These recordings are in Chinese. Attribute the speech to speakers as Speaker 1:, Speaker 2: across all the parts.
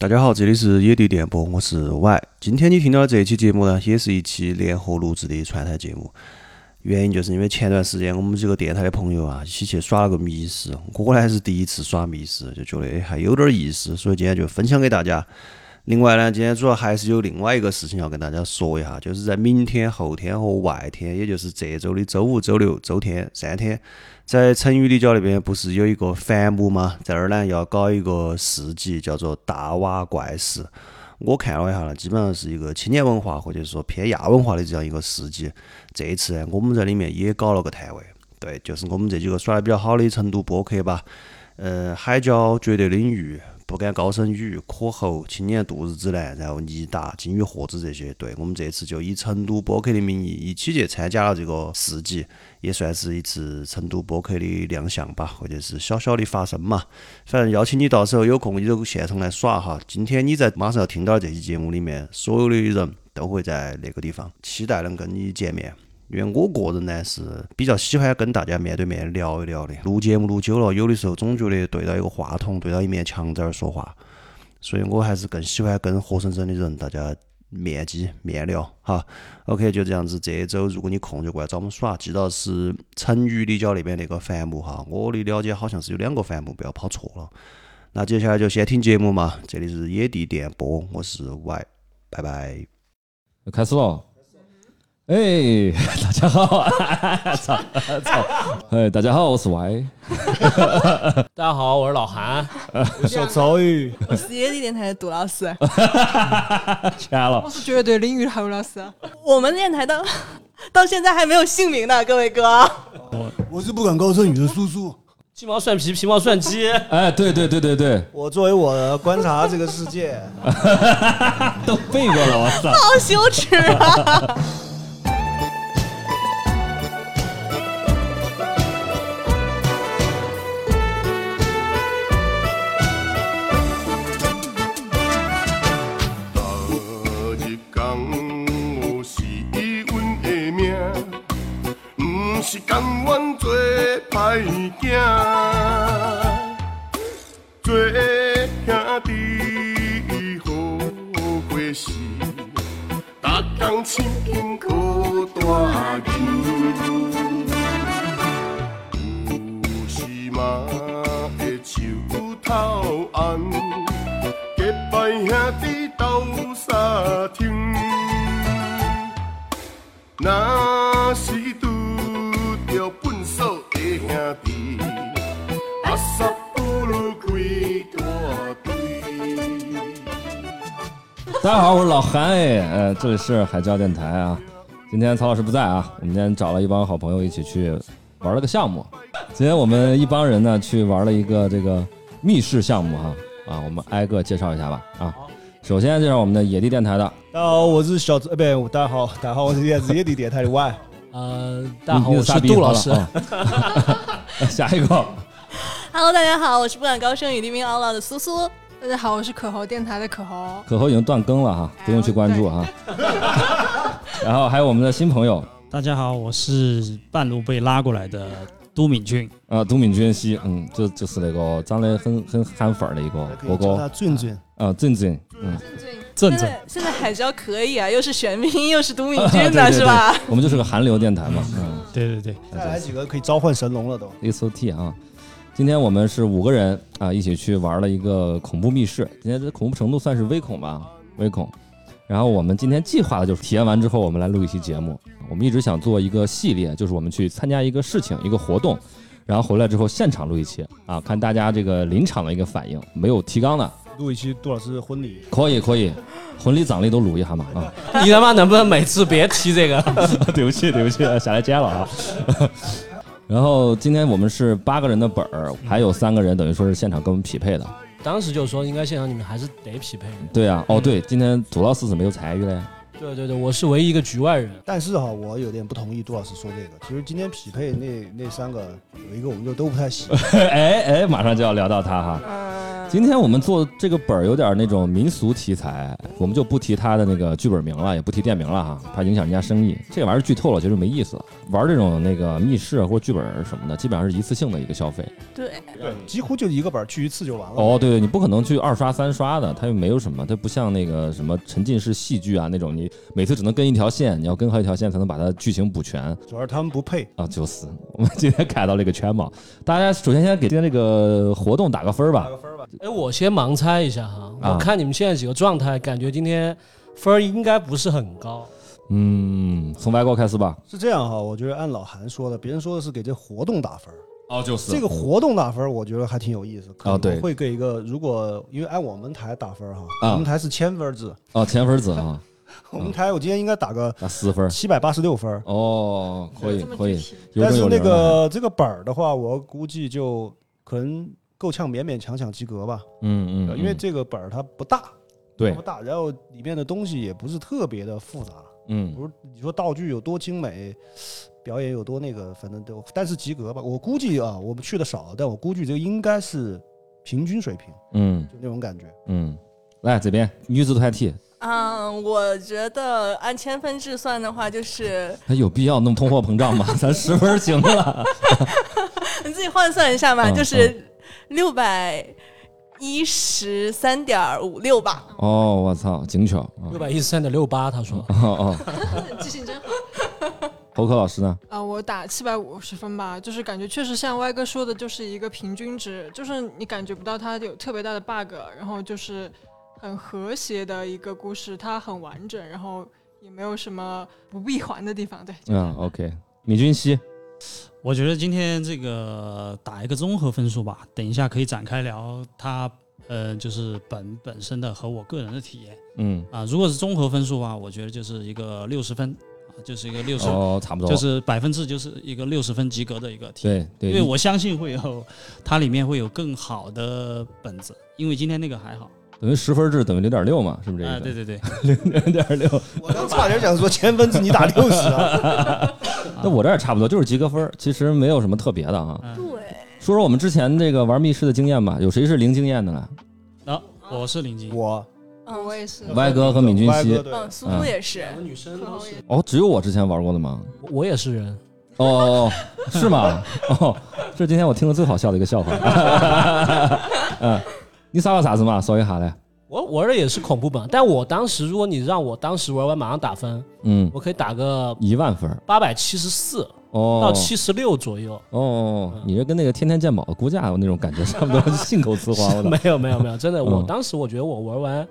Speaker 1: 大家好，这里是野地电波，我是 Y。今天你听到的这一期节目呢，也是一期联合录制的串台节目。原因就是因为前段时间我们几个电台的朋友啊，一起去耍了个密室，我呢还是第一次耍密室，就觉得哎还有点意思，所以今天就分享给大家。另外呢，今天主要还是有另外一个事情要跟大家说一下，就是在明天、后天和外天，也就是这周的周五、周六、周天三天，在成渝立交那边不是有一个繁木吗？在那儿呢要搞一个市集，叫做大瓦怪市。我看了一下呢，基本上是一个青年文化或者说偏亚文化的这样一个市集。这一次呢，我们在里面也搞了个摊位，对，就是我们这几个耍得比较好的成都播客吧，呃，海椒、绝对领域、不敢高声语、可猴、青年度日指南，然后尼达、金鱼盒子这些。对我们这次就以成都播客的名义一起去参加了这个市集，也算是一次成都播客的亮相吧，或者是小小的发声嘛。反正邀请你到时候有空你就现场来耍哈。今天你在马上要听到这期节目里面，所有的人都会在那个地方，期待能跟你见面。因为我个人呢是比较喜欢跟大家面对面聊一聊的，录节目录久了，有的时候总觉得对到一个话筒，对到一面墙在那儿说话，所以我还是更喜欢跟活生生的人大家面基面聊哈。OK，就这样子，这一周如果你空就过来找我们耍，记到是成渝立交那边那个繁木哈，我的了解好像是有两个繁木，不要跑错了。那接下来就先听节目嘛，这里是野地电波，我是 Y，拜拜。
Speaker 2: 开始了。哎，大家好， 操操！哎，大家好，我是 Y。
Speaker 3: 大家好，我是老韩。
Speaker 4: 小周宇，
Speaker 5: 我是野地电台的杜老师，
Speaker 2: 全了
Speaker 6: 哦
Speaker 4: 我，是绝对领域的侯老
Speaker 6: 啊
Speaker 4: 师。
Speaker 5: 我们电台到到现在还没有姓名呢，各位哥。
Speaker 7: 我是不敢高声语的叔叔。
Speaker 3: 鸡毛蒜皮，皮毛蒜鸡。
Speaker 2: 哎，对对对对对，
Speaker 4: 我作为我的观察这个世界，
Speaker 2: 都背过了，我操！
Speaker 5: 好羞耻啊！
Speaker 8: 昨日讲有是伊阮的命，毋是甘愿做歹囝，做兄弟好过是，逐工亲近靠大求。有时嘛会手头红，结拜兄弟斗相挺。若是拄着粪扫的兄弟，阿萨不如开大队。
Speaker 2: 大家好，我是老韩。哎，呃，这里是海椒电台啊。今天曹老师不在啊，我们今天找了一帮好朋友一起去玩了个项目。今天我们一帮人呢去玩了一个这个密室项目哈啊，我们挨个介绍一下吧啊。首先介绍我们的野地电台的，
Speaker 4: 大家好，我是小周，哎，不，大家好，大家好，我是叶子叶地电台的 Y。
Speaker 3: 呃，大家好，
Speaker 2: 你
Speaker 3: 我
Speaker 2: 你
Speaker 3: 是
Speaker 2: 傻逼
Speaker 3: 杜
Speaker 2: 好
Speaker 3: 老
Speaker 2: 了
Speaker 3: 师。
Speaker 2: 啊 下一个，
Speaker 5: Hello，大家好，我是不敢高声语、黎明翱翱的苏苏。
Speaker 6: 大家好，我是可猴电台的可猴。
Speaker 2: 可猴已经断更了哈，不用去关注哈。啊 然后还有我们的新朋友
Speaker 9: 大家好，我是半路被拉过来的都敏俊。
Speaker 2: 啊，都敏俊熙，嗯，就就是那个长得很很韩范儿的一个
Speaker 4: 可
Speaker 2: 哥
Speaker 4: 以叫
Speaker 2: 哥
Speaker 4: 他俊俊，
Speaker 2: 啊，正正，嗯，
Speaker 9: 正
Speaker 5: 现
Speaker 9: 正，
Speaker 5: 在现在海椒可以啊，又是玄彬，又是都敏
Speaker 2: 啊对
Speaker 5: 俊
Speaker 2: 对
Speaker 5: 的
Speaker 2: 对
Speaker 5: 是吧？
Speaker 2: 我们就是个韩流电台嘛，嗯
Speaker 9: 对对对，
Speaker 4: 再来几个可以召唤神龙了都。
Speaker 2: ，It's O T 啊。今天我们是五个人啊，一起去玩了一个恐怖密室。今天这恐怖程度算是微恐吧，微恐。然后我们今天计划的就是体验完之后，我们来录一期节目。我们一直想做一个系列，就是我们去参加一个事情、一个活动，然后回来之后现场录一期啊，看大家这个临场的一个反应，没有提纲的，
Speaker 4: 录一期杜老师的婚礼，
Speaker 2: 可以可以，婚礼葬礼都录一下嘛啊。
Speaker 3: 你他妈能不能每次别提这 个？
Speaker 2: 对不起，对不起，下来接了啊。 然后今天我们是八个人的本儿，还有三个人等于说是现场跟我们匹配的。
Speaker 3: 当时就说应该现场你们还是得匹配的。
Speaker 2: 对啊，哦对，今天土老师是没有参与 的。
Speaker 3: 对对对，我是唯一一个局外人。
Speaker 4: 但是哈，我有点不同意杜老师说这个。其实今天匹配那那三个，有一个我们就都不太喜欢，
Speaker 2: 哎哎，马上就要聊到他哈。
Speaker 5: 嗯、
Speaker 2: 今天我们做这个本儿有点那种民俗题材，我们就不提他的那个剧本名了，也不提店名了哈，怕影响人家生意。这玩意儿剧透了，觉得没意思了。玩这种那个密室或者剧本什么的，基本上是一次性的一个消费。
Speaker 5: 对，
Speaker 4: 对，几乎就一个本儿去一次就完了。
Speaker 2: 哦，对对，你不可能去二刷三刷的，它又没有什么，它不像那个什么沉浸式戏剧啊那种，你每次只能跟一条线，你要跟好几条线才能把它剧情补全。
Speaker 4: 主要是他们不配，
Speaker 2: 啊，九四，我们今天改到这个全网。大家首先先给今天这个活动打个分儿吧。
Speaker 3: 哎，我先盲猜一下哈，
Speaker 2: 啊
Speaker 3: 我看你们现在几个状态，感觉今天分儿应该不是很高。
Speaker 2: 嗯，从外国开始吧。
Speaker 4: 是这样哈。我觉得按老韩说的，别人说的是给这活动打分儿，
Speaker 2: 哦，九四
Speaker 4: 这个活动打分儿我觉得还挺有意思。可能
Speaker 2: 啊对
Speaker 4: 会给一个，如果因为按我们台打分儿哈，
Speaker 2: 啊
Speaker 4: 我们台是千分制，
Speaker 2: 哦，前分子啊，
Speaker 4: 我们台我今天应该打个
Speaker 2: 打四分儿。
Speaker 4: 七百八十六分儿。
Speaker 2: 哦，可以
Speaker 6: 这么
Speaker 2: 可以
Speaker 6: 具，体
Speaker 2: 嗯有
Speaker 4: 但
Speaker 2: 整
Speaker 4: 是
Speaker 2: 有
Speaker 4: 那
Speaker 2: 零的。
Speaker 4: 个这个本儿的话，我估计就可能够呛勉勉强强及格吧，
Speaker 2: 嗯嗯，
Speaker 4: 因为
Speaker 2: 嗯
Speaker 4: 这个本儿它不大，它
Speaker 2: 对
Speaker 4: 不，大，然后里面的东西也不是特别的复杂，
Speaker 2: 嗯
Speaker 4: 不是你说道具有多精美，表演有多那个，反正都，但是及格吧，我估计啊，我们去的少，但我估计这个应该是平均水平，
Speaker 2: 嗯
Speaker 4: 就那种感觉。
Speaker 2: 嗯。来这边女子团体，
Speaker 5: 嗯，我觉得按千分制算的话，就是
Speaker 2: 还哎有必要弄通货膨胀吗？咱十分儿行了。
Speaker 5: 你自己换算一下吧，
Speaker 2: 嗯
Speaker 5: 就是六百一十三点五六吧。
Speaker 2: 哦，我操，警犬啊
Speaker 3: 六！百一十三点六八，他说。
Speaker 2: 哦哦，
Speaker 6: 记性真好。
Speaker 2: 侯科老师呢？
Speaker 6: 啊、我打七百五十分吧，就是感觉确实像歪哥说的，就是一个平均值，就是你感觉不到它有特别大的 bug，然后就是很和谐的一个故事，它很完整，然后也没有什么不闭环的地方。 对，就这样
Speaker 2: 嗯，OK，米君熙，
Speaker 9: 我觉得今天这个打一个综合分数吧，等一下可以展开聊它，呃，就是本本身的和我个人的体验
Speaker 2: 嗯，
Speaker 9: 啊。如果是综合分数的话，我觉得就是一个六十分啊，就是一个六十、
Speaker 2: 哦，差不多，
Speaker 9: 就是百分之就是一个六十分及格的一个体验。
Speaker 2: 对对，
Speaker 9: 因为我相信会有，它里面会有更好的本子，因为今天那个还好
Speaker 2: 等于十分制等于零点六嘛，是不是这
Speaker 9: 啊，
Speaker 2: 意
Speaker 9: 对
Speaker 2: 思？
Speaker 9: 对对，
Speaker 2: 零点六，
Speaker 4: 我刚差点想说千分制你打六十 啊，
Speaker 2: 那我这儿差不多就是及格分儿，其实没有什么特别的啊。
Speaker 9: 嗯，
Speaker 5: 对，
Speaker 2: 说说我们之前这个玩密室的经验吧，有谁是零经验的呢？
Speaker 9: 然后
Speaker 6: 哦
Speaker 9: 我是林静，
Speaker 4: 我
Speaker 5: 嗯，
Speaker 6: 我也是。
Speaker 2: 歪哥和闵君
Speaker 4: 歪哥
Speaker 2: 熙，
Speaker 4: 对
Speaker 5: 嗯，苏苏也是，
Speaker 3: 女生
Speaker 6: 然后也
Speaker 2: 哦，只有我之前玩过的吗？
Speaker 3: 我我也是人，
Speaker 2: 哦哦， 哦是吗？哦，这是今天我听了最好笑的一个笑话。 嗯，你啥玩啥子嘛？说一下嘞。
Speaker 3: 我我这也是恐怖本，但我当时如果你让我当时玩完马上打分，
Speaker 2: 嗯，
Speaker 3: 我可以打个
Speaker 2: 一万分儿
Speaker 3: 八百七十四
Speaker 2: 哦，
Speaker 3: 到七十六左右。
Speaker 2: 哦哦，哦你这跟那个《天天鉴宝》的估价那种感觉差不多，信口雌黄。我的
Speaker 3: 没有没有没有，真的，
Speaker 2: 嗯
Speaker 3: 我当时我觉得我玩完，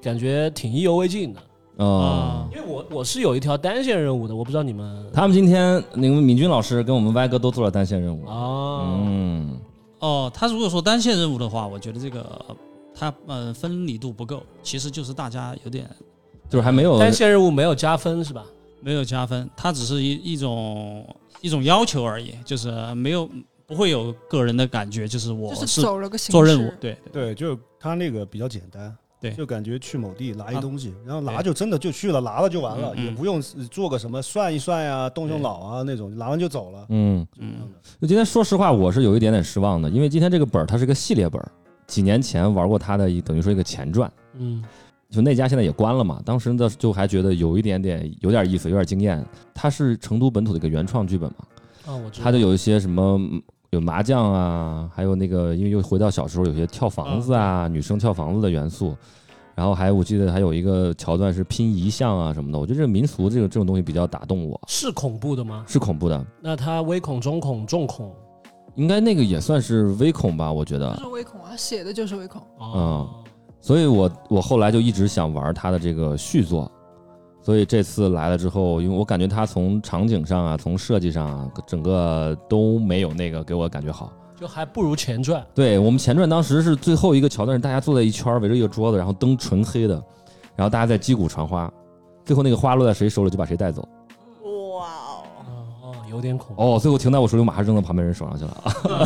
Speaker 3: 感觉挺意犹未尽的，
Speaker 2: 哦。
Speaker 9: 啊
Speaker 3: 因为我我是有一条单线任务的，我不知道你们
Speaker 2: 他们今天那个敏君老师跟我们歪哥都做了单线任务。
Speaker 3: 哦，
Speaker 2: 嗯，
Speaker 9: 哦，他如果说单线任务的话，我觉得这个他呃分离度不够，其实就是大家有点
Speaker 2: 就是还没有
Speaker 3: 单线任务没有加分是吧？
Speaker 9: 没有加分，它只是一一种一种要求而已，就是没有不会有个人的感觉，就是我
Speaker 6: 就是走了个形
Speaker 9: 做任
Speaker 6: 式
Speaker 9: 务，对
Speaker 4: 对，就是他那个比较简单，
Speaker 9: 对
Speaker 4: 就感觉去某地拿一
Speaker 9: 啊
Speaker 4: 东西，然后拿
Speaker 9: 对
Speaker 4: 就真的就去了，拿了就完了，
Speaker 9: 嗯嗯
Speaker 4: 也不用呃做个什么算一算呀、动用
Speaker 9: 对
Speaker 4: 脑啊那种，拿完就走了。
Speaker 2: 嗯，
Speaker 9: 嗯，
Speaker 2: 就今天说实话，我是有一点点失望的，因为今天这个本儿它是个系列本儿，几年前玩过它的一等于说一个前传，
Speaker 3: 嗯，
Speaker 2: 就那家现在也关了嘛。当时的就还觉得有一点点有点意思，有点惊艳。它是成都本土的一个原创剧本嘛，
Speaker 3: 啊，我知道
Speaker 2: 它就有一些什么嗯有麻将啊，还有那个因为又回到小时候有些跳房子啊，女生跳房子的元素，然后还有我记得还有一个桥段是拼遗像啊什么的，我觉得这个民俗这个这种东西比较打动我，
Speaker 3: 是恐怖的吗？
Speaker 2: 是恐怖的，
Speaker 3: 那它微恐、中恐、重恐
Speaker 2: 应该那个也算是微恐吧，我觉
Speaker 6: 就
Speaker 2: 得，
Speaker 6: 是微恐啊，写的就是微恐。
Speaker 2: 嗯
Speaker 3: 哦，
Speaker 2: 所以我我后来就一直想玩它的这个续作。所以这次来了之后，因为我感觉它从场景上啊，从设计上啊，整个都没有那个给我感觉好。
Speaker 3: 就还不如前传。
Speaker 2: 对我们前传当时是最后一个桥段，是大家坐在一圈儿围着一个桌子，然后灯纯黑的，然后大家在击鼓传花，最后那个花落在谁手里就把谁带走。
Speaker 5: 哇哦，
Speaker 3: 哦哦，有点恐怖。
Speaker 2: 哦，最后停在我手里，我马上扔到旁边人手上去
Speaker 9: 啊
Speaker 2: 啊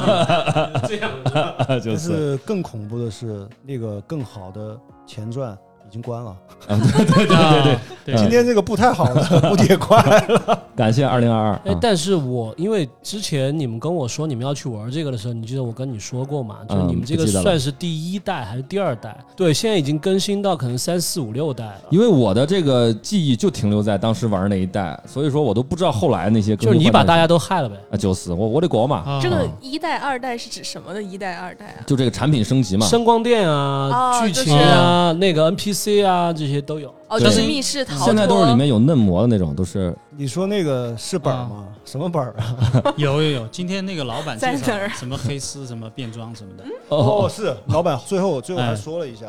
Speaker 2: 了。这样，就
Speaker 4: 但
Speaker 2: 是
Speaker 4: 是更恐怖的是，那个更好的前传已经关了。
Speaker 2: 啊，对对对对对，
Speaker 9: 对
Speaker 4: 今
Speaker 2: 嗯
Speaker 4: 天这个不太好了，估计也关 了。
Speaker 2: 感谢二零二二。
Speaker 3: 哎
Speaker 2: 啊，
Speaker 3: 但是我因为之前你们跟我说你们要去玩这个的时候，你记得我跟你说过嘛？就
Speaker 2: 嗯
Speaker 3: 你们这
Speaker 2: 不
Speaker 3: 个
Speaker 2: 记得了
Speaker 3: 算是第一代还是第二代？对，现在已经更新到可能三四五六代了。
Speaker 2: 因为我的这个记忆就停留在当时玩那一代，所以说我都不知道后来那些更
Speaker 3: 就
Speaker 2: 新
Speaker 3: 是你把
Speaker 2: 换代
Speaker 3: 大家都害了呗。
Speaker 2: 啊九四，我我得国嘛，
Speaker 9: 啊
Speaker 5: 这个一代、二代是指什么的？一代、二代啊？
Speaker 2: 就这个产品升级嘛，
Speaker 3: 声光电啊、
Speaker 5: 哦
Speaker 3: 剧情啊、那个 NPC 啊，这些都有。
Speaker 5: 哦，
Speaker 2: 对
Speaker 5: 就是密室逃脱。
Speaker 2: 现在都是里面有嫩模的那种，都是
Speaker 4: 你说那个是本儿吗？什么本儿啊？
Speaker 9: 有有有，今天那个老板介
Speaker 5: 在哪儿
Speaker 9: 绍什么黑丝、什么变装什么
Speaker 3: 嗯
Speaker 9: 的，
Speaker 4: 哦，
Speaker 2: 哦哎
Speaker 4: 是老板，最后最后还说了一下。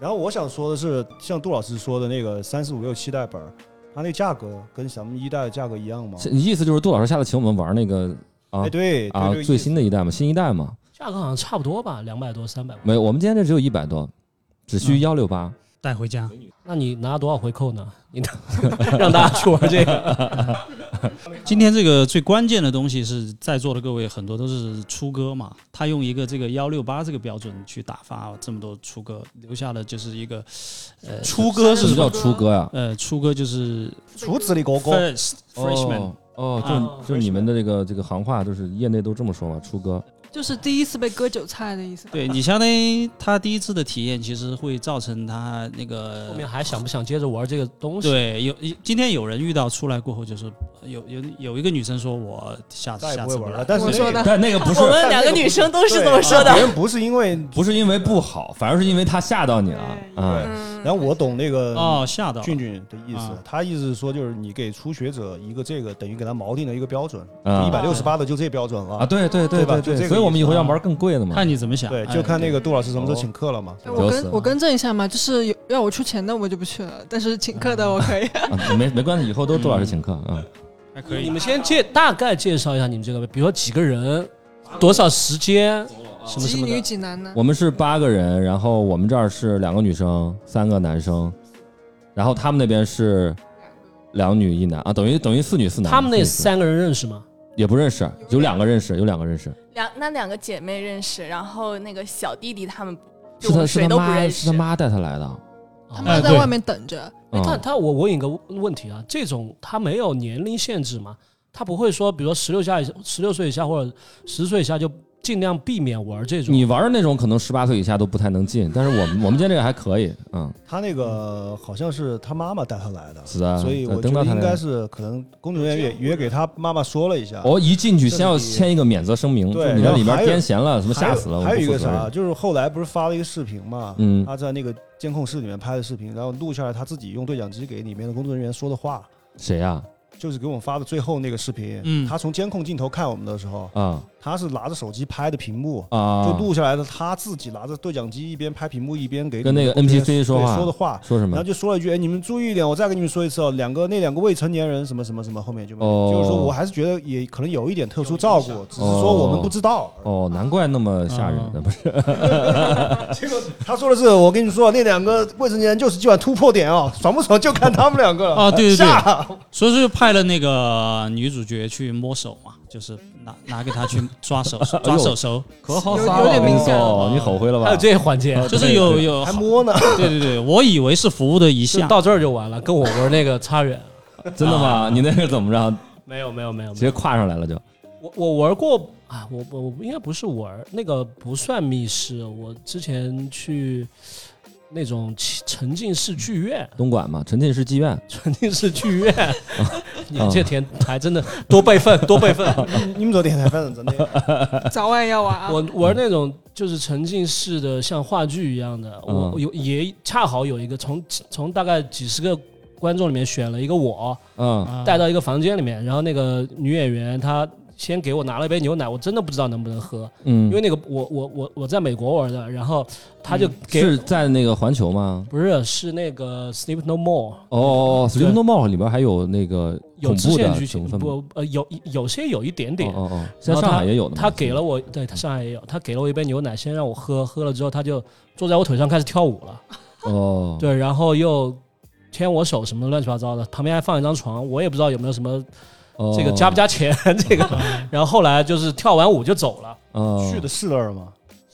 Speaker 4: 然后我想说的是，像杜老师说的那个三四五六七代本儿，它那价格跟咱们一代的价格一样吗？
Speaker 2: 是你意思就是杜老师下次请我们玩那个啊
Speaker 4: 哎，对
Speaker 2: 啊
Speaker 4: 对，
Speaker 2: 最新的一代嘛，新一代嘛，
Speaker 3: 价格好像差不多吧，两百多、三百多。
Speaker 2: 没有，我们今天这只有一百多，只需
Speaker 9: 嗯
Speaker 2: 幺六八。
Speaker 9: 带回家。
Speaker 3: 那你拿多少回扣呢？你 拿让大家去玩 这个，
Speaker 9: 今天这个最关键的东西是在座的各位很多都是出歌嘛，他用一个这个幺六八这个标准去打发这么多出歌，留下的就是一个呃出歌
Speaker 2: 什么
Speaker 9: 是什
Speaker 2: 叫
Speaker 9: 么？
Speaker 2: 出歌呀？
Speaker 9: 呃，出歌就是
Speaker 4: 厨子里狗狗，
Speaker 9: first freshman，
Speaker 2: 哦哦，就是就是你们的这个这个行话，就是业内都这么说嘛，出歌。
Speaker 6: 就是第一次被割韭菜的意思。
Speaker 9: 对你相当于他第一次的体验，其实会造成他那个
Speaker 3: 后面还想不想接着玩这个东西？
Speaker 9: 对，有今天有人遇到出来过后，就是有有有一个女生说，我下次
Speaker 4: 再也
Speaker 9: 下
Speaker 4: 不
Speaker 9: 次
Speaker 4: 会
Speaker 9: 不
Speaker 4: 玩
Speaker 9: 来
Speaker 4: 了。。但是
Speaker 6: 我说
Speaker 4: 那
Speaker 6: 的
Speaker 2: 但那个 不是
Speaker 5: 我们两个女生都是这么说
Speaker 4: 啊别
Speaker 5: 的。
Speaker 4: 人不是因为，
Speaker 2: 不是因为不好，反而是因为他吓到你了
Speaker 6: 对
Speaker 2: 啊。
Speaker 5: 嗯
Speaker 4: 然后我懂那个
Speaker 9: 哦，吓到了
Speaker 4: 俊俊的意思
Speaker 9: 啊，
Speaker 4: 他意思是说，就是你给初学者一个这个，等于给他锚定了一个标准，一
Speaker 2: 啊
Speaker 4: 百六十八的就这标准
Speaker 2: 啊，啊
Speaker 4: 了。
Speaker 2: 对对对
Speaker 4: 对吧
Speaker 2: 对
Speaker 4: 就这个
Speaker 2: 对，所以我们以后要玩更贵的嘛。
Speaker 9: 看你怎么想。
Speaker 4: 对，
Speaker 9: 哎
Speaker 4: 就看那个杜老师什么
Speaker 2: 哦
Speaker 4: 时候请客了嘛。
Speaker 6: 哎
Speaker 4: 对吧
Speaker 6: 我
Speaker 2: 有死
Speaker 6: 跟我更正一下嘛，就是有要我出钱的我就不去了，但是请客的我可 以。
Speaker 2: 啊没没关系，以后都杜老师请客啊。
Speaker 9: 还可
Speaker 3: 你
Speaker 9: 以。
Speaker 3: 们先介大概介绍一下你们这个呗，比如说几个人，多少时间，
Speaker 2: 哦
Speaker 3: 什么什
Speaker 6: 几
Speaker 3: 么
Speaker 6: 女
Speaker 3: 的。
Speaker 6: 几男呢？
Speaker 2: 我们是八个人，然后我们这儿是两个女生，三个男生，然后他们那边是两女一男啊，等于等于四女四男。
Speaker 3: 他们那
Speaker 2: 四女四
Speaker 3: 三个人认识吗？
Speaker 2: 也不认识，有两个认识，有两个认识，
Speaker 5: 两那两个姐妹认识，然后那个小弟弟他们
Speaker 2: 是
Speaker 5: 就我
Speaker 2: 他
Speaker 5: 们
Speaker 2: 是
Speaker 5: 谁
Speaker 2: 他
Speaker 5: 都不
Speaker 2: 妈
Speaker 5: 认
Speaker 2: 是
Speaker 5: 识
Speaker 2: 他。妈带他来的。
Speaker 6: 他
Speaker 9: 哎
Speaker 6: 们在
Speaker 9: 对
Speaker 6: 外面等着，
Speaker 5: 哎
Speaker 2: 嗯
Speaker 3: 他他哎我我问一个问题啊，这种他没有年龄限制吗？他不会说，比如说十六下以十六岁以下或者十岁以下就尽量避免玩这种。
Speaker 2: 你玩的那种可能十八岁以下都不太能进，但是我们我们今天这个还可以，嗯，
Speaker 4: 他那个好像是他妈妈带他来的，
Speaker 2: 是的
Speaker 4: 所以
Speaker 2: 呃
Speaker 4: 我觉
Speaker 2: 等到
Speaker 4: 得
Speaker 2: 他
Speaker 4: 应该
Speaker 2: 来
Speaker 4: 是可能工作人员也也给他妈妈说了一下。
Speaker 2: 我一进去
Speaker 4: 这
Speaker 2: 先要
Speaker 4: 是第一
Speaker 2: 签一个免责声明，就
Speaker 4: 对
Speaker 2: 是你在
Speaker 4: 然后
Speaker 2: 里边
Speaker 4: 还有
Speaker 2: 癫痫了，什么
Speaker 4: 还
Speaker 2: 吓
Speaker 4: 有
Speaker 2: 死了，我
Speaker 4: 还有
Speaker 2: 们
Speaker 4: 一
Speaker 2: 不
Speaker 4: 个
Speaker 2: 负责
Speaker 4: 啥，
Speaker 2: 任。
Speaker 4: 就是后来不是发了一个视频嘛，
Speaker 2: 嗯
Speaker 4: 他在那个监控室里面拍的视频，然后录下来他自己用对讲机给里面的工作人员说的话，
Speaker 2: 谁呀？
Speaker 4: 就是给我们发的最后那个视频。
Speaker 9: 嗯
Speaker 4: 他从监控镜头看我们的时候，
Speaker 2: 啊
Speaker 4: 他是拿着手机拍的屏幕，
Speaker 2: 啊！
Speaker 4: 就录下来的，他自己拿着对讲机一边拍屏幕一边给
Speaker 2: 跟
Speaker 4: 你
Speaker 2: 那
Speaker 4: 们
Speaker 2: 个
Speaker 4: 工作人员
Speaker 2: NPC 说
Speaker 4: 对
Speaker 2: 话
Speaker 4: 说的话，
Speaker 2: 说什
Speaker 4: 然后
Speaker 2: 么？
Speaker 4: 就说了一句：“哎，你们注意一点，我再给你们说一次哦，两个那两个未成年人什么什么什么，后面就没有。
Speaker 2: 哦
Speaker 4: 就是说我还是觉得也可能有一点特殊照顾，只是说我们不知道。
Speaker 2: 哦，难怪那么吓人呢，不是？
Speaker 4: 结果他说的是，我跟你说，那两个未成年人就是今晚突破点哦，爽不爽就看他们两个了。
Speaker 9: 哦，对对对，
Speaker 4: 下
Speaker 9: 所以说就派了那个女主角去摸手嘛，就是拿拿给她去抓手抓手手，
Speaker 2: 可好
Speaker 6: 有有点
Speaker 2: 跟你
Speaker 6: 敏感
Speaker 2: 说，哦你后悔了吧？
Speaker 3: 哦
Speaker 2: 呃
Speaker 3: 还有这些环节，
Speaker 9: 就是有有
Speaker 4: 还摸呢，
Speaker 9: 对对对，我以为是服务的一
Speaker 3: 就
Speaker 9: 项，
Speaker 3: 到这儿就完了，跟我玩那个啊差远。
Speaker 2: 真的吗？你那是怎么着？
Speaker 3: 没有没有没有
Speaker 2: 直，接跨上来了就？
Speaker 3: 我我玩过啊，我我我应该不是玩那个不算密室，我之前去那种沉沉浸式剧院，
Speaker 2: 东莞嘛，沉浸式妓院，
Speaker 3: 沉浸式 剧院， 你
Speaker 2: 嗯
Speaker 3: 们这电台真的多备份多备份。
Speaker 4: 你们昨天才发现真 的，
Speaker 6: 早晚要玩啊。
Speaker 3: 我玩那种就是沉浸式的，像话剧一样的，
Speaker 2: 嗯
Speaker 3: 我有也恰好有一个从从大概几十个观众里面选了一个我
Speaker 2: 嗯，
Speaker 9: 啊
Speaker 3: 带到一个房间里面，然后那个女演员她先给我拿了一杯牛奶，我真的不知道能不能喝，
Speaker 2: 嗯，
Speaker 3: 因为那个我我我我在美国玩的，然后她就
Speaker 2: 嗯
Speaker 3: 给、
Speaker 2: 是在那个环球吗？
Speaker 3: 不是是那个 Sleep No More。
Speaker 2: 哦哦哦，《
Speaker 3: 对
Speaker 2: Sleep No More》里边还有那个
Speaker 3: 有
Speaker 2: 恐
Speaker 3: 支
Speaker 2: 怖
Speaker 3: 线
Speaker 2: 的
Speaker 3: 剧
Speaker 2: 成
Speaker 3: 情
Speaker 2: 分吗
Speaker 3: 不呃有有些有一点点，
Speaker 2: 哦哦哦，现在
Speaker 3: 然后
Speaker 2: 上
Speaker 3: 他
Speaker 2: 海也有的嘛。
Speaker 3: 他给了我，对他上海也有，他给了我一杯牛奶，先让我喝，喝了之后他就坐在我腿上开始跳舞了，
Speaker 2: 哦，
Speaker 3: 对，然后又牵我手什么乱七八糟的，旁边还放一张床，我也不知道有没有什么
Speaker 2: 哦，
Speaker 3: 这 个加不加钱这个，然后后来就是跳完舞就走了，
Speaker 2: 哦？
Speaker 4: 去的是那儿吗？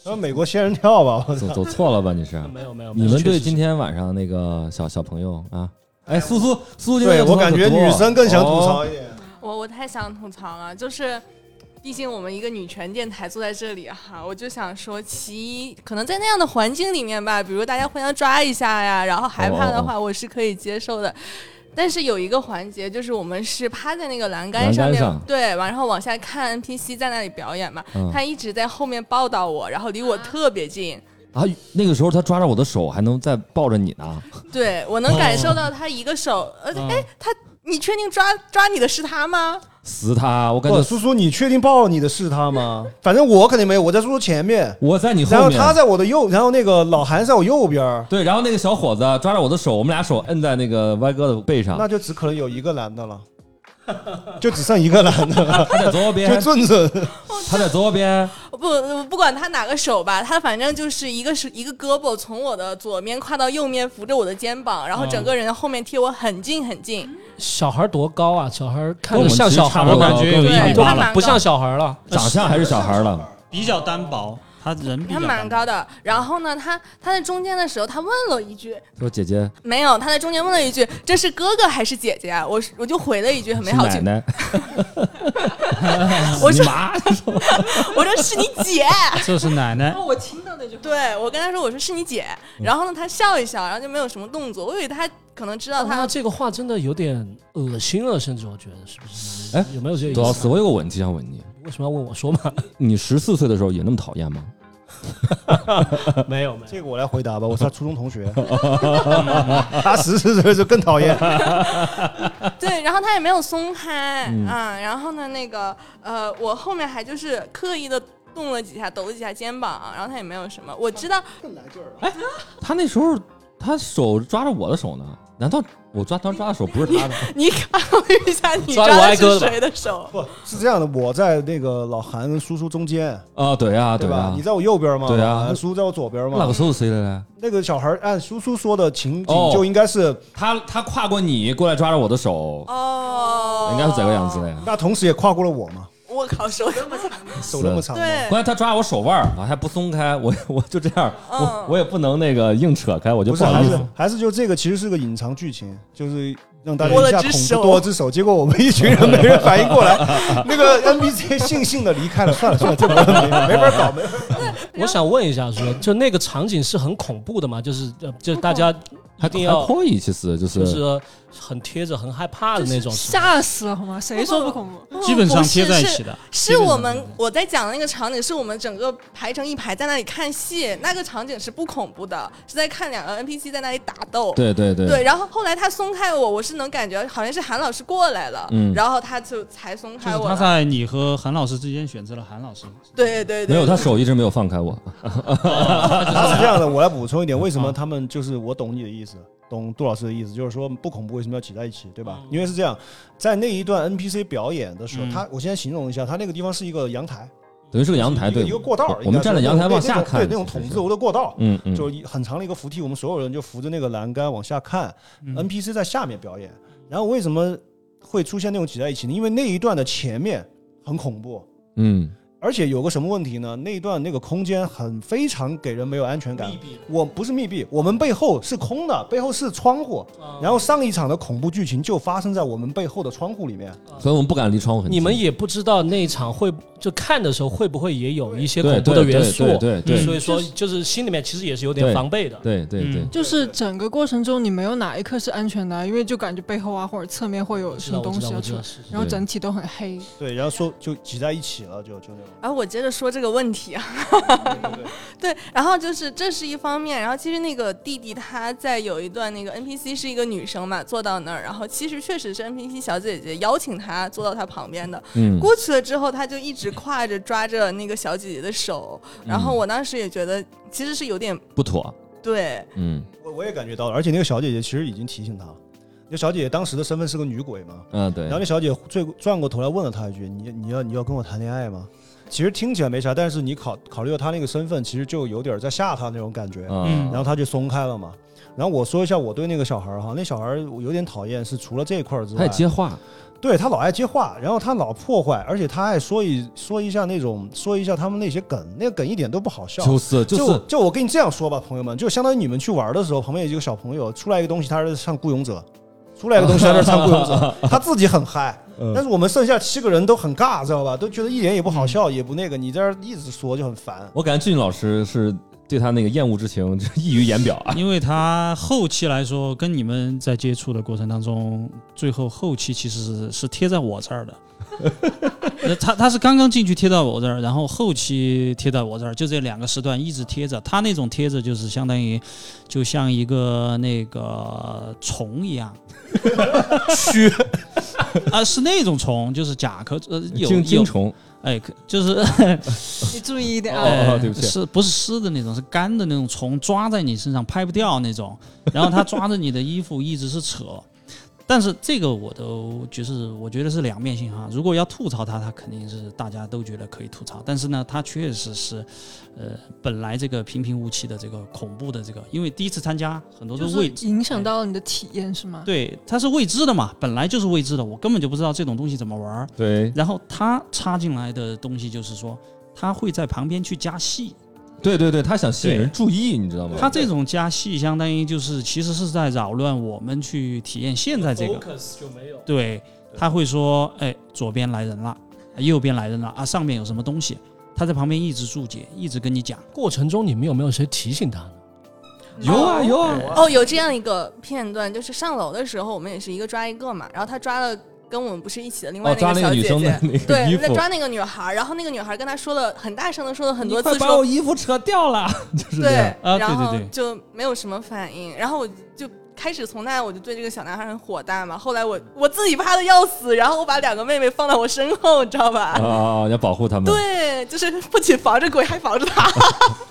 Speaker 4: 说美国仙人跳吧， 我
Speaker 2: 走
Speaker 4: 操！
Speaker 2: 走错了吧？你是？
Speaker 3: 没有没有，没有
Speaker 2: 你们对
Speaker 3: 确实
Speaker 2: 今
Speaker 3: 是
Speaker 2: 天晚上那个小小朋友啊，哎，苏苏苏苏今天吐
Speaker 4: 对
Speaker 2: 槽
Speaker 4: 我感觉
Speaker 2: 可多
Speaker 4: 女生更想吐槽
Speaker 2: 哦
Speaker 4: 一点。
Speaker 5: 我我太想吐槽了，就是，毕竟我们一个女权电台坐在这里哈，我就想说，其一，可能在那样的环境里面吧，比如大家互相抓一下呀，然后害怕的话，我是可以接受的。但是有一个环节，就是我们是趴在那个栏杆上面，
Speaker 2: 栏杆上
Speaker 5: 对，然后往下看 NPC 在那里表演嘛，
Speaker 2: 嗯
Speaker 5: 他一直在后面抱到我，然后离我特别近，
Speaker 2: 啊！那个时候他抓着我的手，还能再抱着你呢。
Speaker 5: 对我能感受到他一个手，呃，哎，他，你确定抓抓你的是他吗？
Speaker 2: 死他！我感
Speaker 4: 不，
Speaker 2: 觉
Speaker 4: 叔叔，你确定抱你的是 他吗？反正我肯定没有，我在叔叔前面，
Speaker 2: 我在你
Speaker 4: 然
Speaker 2: 后
Speaker 4: 后
Speaker 2: 面，
Speaker 4: 他在我的右，然后那个老韩在我右边儿，
Speaker 2: 对，然后那个小伙子抓着我的手，我们俩手摁在那个歪哥的背上，
Speaker 4: 那就只可能有一个男的了，就只剩一个男 的了，
Speaker 2: 他在左
Speaker 4: 就
Speaker 2: 边，
Speaker 4: 顺着。
Speaker 2: 他在左边，
Speaker 5: 不我不管他哪个手吧，他反正就是一个是一个胳膊从我的左面跨到右面，扶着我的肩膀，然后
Speaker 2: 哦
Speaker 5: 整个人后面贴我很近很近。
Speaker 3: 小孩多高啊？小孩
Speaker 2: 跟
Speaker 3: 看
Speaker 2: 我
Speaker 3: 着
Speaker 2: 们
Speaker 3: 像
Speaker 2: 其实
Speaker 3: 小
Speaker 2: 差
Speaker 3: 孩
Speaker 2: 不多
Speaker 9: 我
Speaker 3: 吗
Speaker 9: 感？觉有
Speaker 2: 对
Speaker 9: 一米
Speaker 5: 他
Speaker 9: 八
Speaker 5: 蛮
Speaker 9: 了，
Speaker 5: 高
Speaker 3: 不像小孩了，
Speaker 2: 长相还是小孩了。
Speaker 9: 比较单薄，他人比
Speaker 5: 他
Speaker 9: 较
Speaker 5: 蛮
Speaker 9: 单
Speaker 5: 高
Speaker 9: 薄。
Speaker 5: 的，然后呢，他他在中间的时候，他问了一句，
Speaker 2: 他说：“姐姐，
Speaker 5: 没有，他在中间问了一句，这是哥哥还是姐姐啊？我是我就回了一句很没
Speaker 2: 是
Speaker 5: 好
Speaker 2: 奶
Speaker 5: 气，
Speaker 2: 奶，
Speaker 5: 我说
Speaker 2: 你妈，
Speaker 5: 我说是你姐，
Speaker 9: 这是奶奶，
Speaker 6: 哦，我听到那句话，
Speaker 5: 对我跟他说我说是你姐，然后呢他笑一笑，然后就没有什么动作，我以为他可能知道
Speaker 3: 那
Speaker 5: 他
Speaker 3: 这个话真的有点恶心了，甚至我觉得是不是？
Speaker 2: 哎
Speaker 3: 有没有这个
Speaker 2: 杜老
Speaker 3: 意
Speaker 2: 师，
Speaker 3: 思？
Speaker 2: 我有个问题想问你，
Speaker 3: 为什么要问我说嘛？
Speaker 2: 你十四岁的时候也那么讨厌吗？
Speaker 3: 没有没有，
Speaker 4: 这个我来回答吧，我是他初中同学， 他十四岁就更讨厌。
Speaker 5: 对，然后他也没有松开，
Speaker 2: 嗯
Speaker 5: 嗯，然后呢，那个呃，我后面还就是刻意的动了几下，抖了几下肩膀，啊然后他也没有什么。我知道，
Speaker 2: 他那时候他手抓着我的手呢，难道我抓他抓的手不是他 的？
Speaker 5: 你考虑一下，你
Speaker 3: 抓
Speaker 5: 抓
Speaker 3: 我挨
Speaker 5: 的
Speaker 3: 哥
Speaker 5: 是
Speaker 3: 的吧
Speaker 5: 谁的手？
Speaker 4: 不是这样的，我在那个老韩跟叔叔中间，
Speaker 2: 啊，对呀，
Speaker 4: 对吧
Speaker 2: 呀？”
Speaker 4: 你在我右边吗？
Speaker 2: 对啊
Speaker 4: 老韩叔叔在我左边
Speaker 2: 那
Speaker 4: 吗
Speaker 2: 个？手是谁的嘞？
Speaker 4: 那个小孩按叔叔说的情
Speaker 2: 哦
Speaker 4: 景，就应该是，
Speaker 2: 他他跨过你过来抓着我的手，
Speaker 5: 哦，
Speaker 2: 应该是这个样子的。呀。
Speaker 4: 那同时也跨过了我嘛，
Speaker 5: 我靠，手这么
Speaker 4: 手那么长吗？
Speaker 5: 对，
Speaker 2: 关键他抓我手腕儿，我还不松开，我 我就这样，我
Speaker 5: 嗯
Speaker 2: 我也不能那个硬扯开，我就
Speaker 4: 不是，
Speaker 2: 好
Speaker 4: 还
Speaker 2: 意
Speaker 4: 是
Speaker 2: 思。
Speaker 4: 还是就这个其实是个隐藏剧情，就是让大家
Speaker 5: 多了
Speaker 4: 一下
Speaker 5: 只
Speaker 4: 恐
Speaker 5: 手
Speaker 4: 怖多了只手，结果我们一群人没人反应过来，那个 NPC 悻悻的离开了，算了算了，这个没没法搞，没法
Speaker 3: 我想问一下说，就那个场景是很恐怖的嘛？就是呃就大家一
Speaker 2: 还
Speaker 3: 定
Speaker 2: 还
Speaker 3: 要
Speaker 2: 可以，其实就
Speaker 3: 就是是很贴着、很害怕的那种。是吧
Speaker 6: 吓死了好吗？谁说不恐怖？
Speaker 9: 基本上贴在一
Speaker 5: 不是
Speaker 9: 起的。
Speaker 5: 是我们我在讲的那个场景，是我们整个排成一排在那里看戏，那个场景是不恐怖的，是在看两个 NPC 在那里打斗。
Speaker 2: 对对对
Speaker 5: 对，然后后来他松开我，我是能感觉好像是韩老师过来了，
Speaker 2: 嗯
Speaker 5: 然后他就才松
Speaker 9: 就
Speaker 5: 开
Speaker 9: 是
Speaker 5: 我
Speaker 9: 他
Speaker 5: 了。
Speaker 9: 在你和韩老师之间选择了韩老师，
Speaker 5: 对对对，
Speaker 2: 没有，他手一直没有放开我。
Speaker 4: 他是这样的，我来补充一点，为什么他们就是我懂你的意思，懂杜老师的意思，就是说不恐怖为什么要挤在一起，对吧？因为是这样，在那一段 NPC 表演的时候，
Speaker 9: 嗯
Speaker 4: 他我现在形容一下，他那个地方是一个阳台，
Speaker 2: 等于是个阳台，
Speaker 4: 一个
Speaker 2: 对
Speaker 4: 一个过道
Speaker 2: 我，
Speaker 4: 应该
Speaker 2: 我们站在
Speaker 4: 是
Speaker 2: 阳台
Speaker 4: 对
Speaker 2: 往
Speaker 4: 那
Speaker 2: 下
Speaker 4: 种
Speaker 2: 看，
Speaker 4: 对那种
Speaker 2: 其实是
Speaker 4: 筒子楼的过道。
Speaker 2: 嗯嗯，
Speaker 4: 就是一很长的一个扶梯，我们所有人就扶着那个栏杆往下看、
Speaker 9: 嗯
Speaker 4: n p c 在下面表演。然后为什么会出现那种挤在一起呢？因为那一段的前面很恐怖，
Speaker 2: 嗯，
Speaker 4: 而且有个什么问题呢？那一段那个空间很非常给人没有安全感。我不是密闭，我们背后是空的，背后是窗户。然后上一场的恐怖剧情就发生在我们背后的窗户里面。
Speaker 2: 所以我们不敢离窗户很近。
Speaker 3: 你们也不知道那一场会就看的时候会不会也有一些
Speaker 2: 对
Speaker 3: 恐怖
Speaker 2: 对
Speaker 3: 的
Speaker 2: 对
Speaker 3: 元素，嗯
Speaker 2: 对对对
Speaker 3: 所以说
Speaker 6: 就是
Speaker 3: 就是心里面其实也是有点防备的。
Speaker 2: 对对对
Speaker 9: 嗯，
Speaker 6: 就是整个过程中你没有哪一刻是安全的啊，因为就感觉背后啊或者侧面会有
Speaker 3: 我知
Speaker 6: 什么
Speaker 3: 道，我
Speaker 6: 东
Speaker 3: 知道，
Speaker 6: 西
Speaker 3: 我知
Speaker 6: 要出
Speaker 3: 道
Speaker 6: 来，
Speaker 3: 是。
Speaker 6: 然后整体都很黑。
Speaker 4: 对，然后说就挤在一起了，就就那种。
Speaker 5: 然后我接着说这个问题啊， 对，然后就是这是一方面，然后其实那个弟弟他在有一段那个 NPC 是一个女生嘛，坐到那儿，然后其实确实是 NPC 小姐姐邀请他坐到他旁边的，
Speaker 2: 嗯，
Speaker 5: 过去了之后他就一直挎着抓着那个小姐姐的手，然后
Speaker 2: 嗯
Speaker 5: 我当时也觉得其实是有点
Speaker 2: 不妥，
Speaker 5: 对，
Speaker 2: 嗯
Speaker 4: 我我也感觉到了，而且那个小姐姐其实已经提醒他，那小姐姐当时的身份是个女鬼嘛。
Speaker 2: 嗯，对
Speaker 4: 然后，那小姐最转过头来问了他一句：“你你要你要跟我谈恋爱吗？”其实听起来没啥，但是你考考虑到他那个身份，其实就有点在吓他那种感觉。
Speaker 2: 嗯
Speaker 4: 然后他就松开了嘛。然后我说一下我对那个小孩儿哈，那小孩儿我有点讨厌，是除了这一块儿之
Speaker 2: 他
Speaker 4: 外
Speaker 2: 也，接话，
Speaker 4: 对他老爱接话，然后他老破坏，而且他还说一说一下那种说一下他们那些梗，那个梗一点都不好笑。
Speaker 2: 就是就是
Speaker 4: 就我跟你这样说吧，朋友们，就相当于你们去玩的时候，旁边有一个小朋友出来一个东西，他是唱《孤勇者》，出来一个东西他是唱《孤勇者》， 他自己很嗨，
Speaker 2: 嗯
Speaker 4: 但是我们剩下七个人都很尬，知道吧？都觉得一点也不好笑，也不那个，你在这儿一直说就很烦。
Speaker 2: 我感觉俊老师是对他那个厌恶之情就是溢于言表啊。
Speaker 9: 因为他后期来说，跟你们在接触的过程当中，最后后期其实是是贴在我 这儿的。呃他他是刚刚进去贴到我这儿，然后后期贴到我这儿，就这两个时段一直贴着。他那种贴着就是相当于，就像一个那个虫 一样，蛆啊，是那种虫，就是甲壳呃有
Speaker 2: 精精
Speaker 9: 有
Speaker 2: 虫
Speaker 9: 哎，可就是
Speaker 6: 你注意一点啊。
Speaker 2: 哦
Speaker 9: 哎，
Speaker 2: 对不起
Speaker 9: 是不是湿的那种，是干的那种虫抓在你身上拍不掉那种，然后它抓着你的衣服一直是扯，但是这个我都就是我觉得是两面性哈。如果要吐槽它，它肯定是大家都觉得可以吐槽，但是呢，它确实是，呃，本来这个平平无奇的这个恐怖的这个，因为第一次参加很多都
Speaker 6: 就是
Speaker 9: 未
Speaker 6: 影响到了你的体验是吗？
Speaker 9: 对它是未知的嘛，本来就是未知的，我根本就不知道这种东西怎么玩儿。
Speaker 2: 对
Speaker 9: 然后他插进来的东西就是说，他会在旁边去加戏。
Speaker 2: 对对对，他想吸引人注意，你知道吗？
Speaker 9: 他这种加戏，相当于就是其实是在扰乱我们去体验现在这个。
Speaker 3: focus 就没有。
Speaker 9: 对，他会说，哎，左边来人了，右边来人了啊，上面有什么东西？他在旁边一直注解，一直跟你讲。
Speaker 3: 过程中你们有没有谁提醒他呢？
Speaker 2: 有啊有啊，
Speaker 5: 哦，有这样一个片段，就是上楼的时候，我们也是一个抓一个嘛，然后他抓了跟我们不是一起的另外
Speaker 2: 哦，抓
Speaker 5: 那
Speaker 2: 那
Speaker 5: 个
Speaker 2: 个
Speaker 5: 小
Speaker 2: 女
Speaker 5: 姐
Speaker 2: 生
Speaker 5: 姐
Speaker 2: 的，那个衣
Speaker 5: 对，在
Speaker 2: 服，
Speaker 5: 抓那个女孩儿，然后那个女孩儿跟他说了很大声的说了很多
Speaker 2: 快
Speaker 5: 次
Speaker 2: 把我
Speaker 5: 说，
Speaker 2: 衣服扯掉了，就是这样
Speaker 5: 对，
Speaker 9: 啊对
Speaker 5: 然
Speaker 9: 对
Speaker 5: 后
Speaker 9: 对
Speaker 5: 就没有什么反应，然后我就。开始从那我就对这个小男孩很火大嘛，后来我我自己怕的要死，然后我把两个妹妹放到我身后，你知道吧？
Speaker 2: 啊啊啊！要保护他们。
Speaker 5: 对，就是不仅防着鬼，还防着他。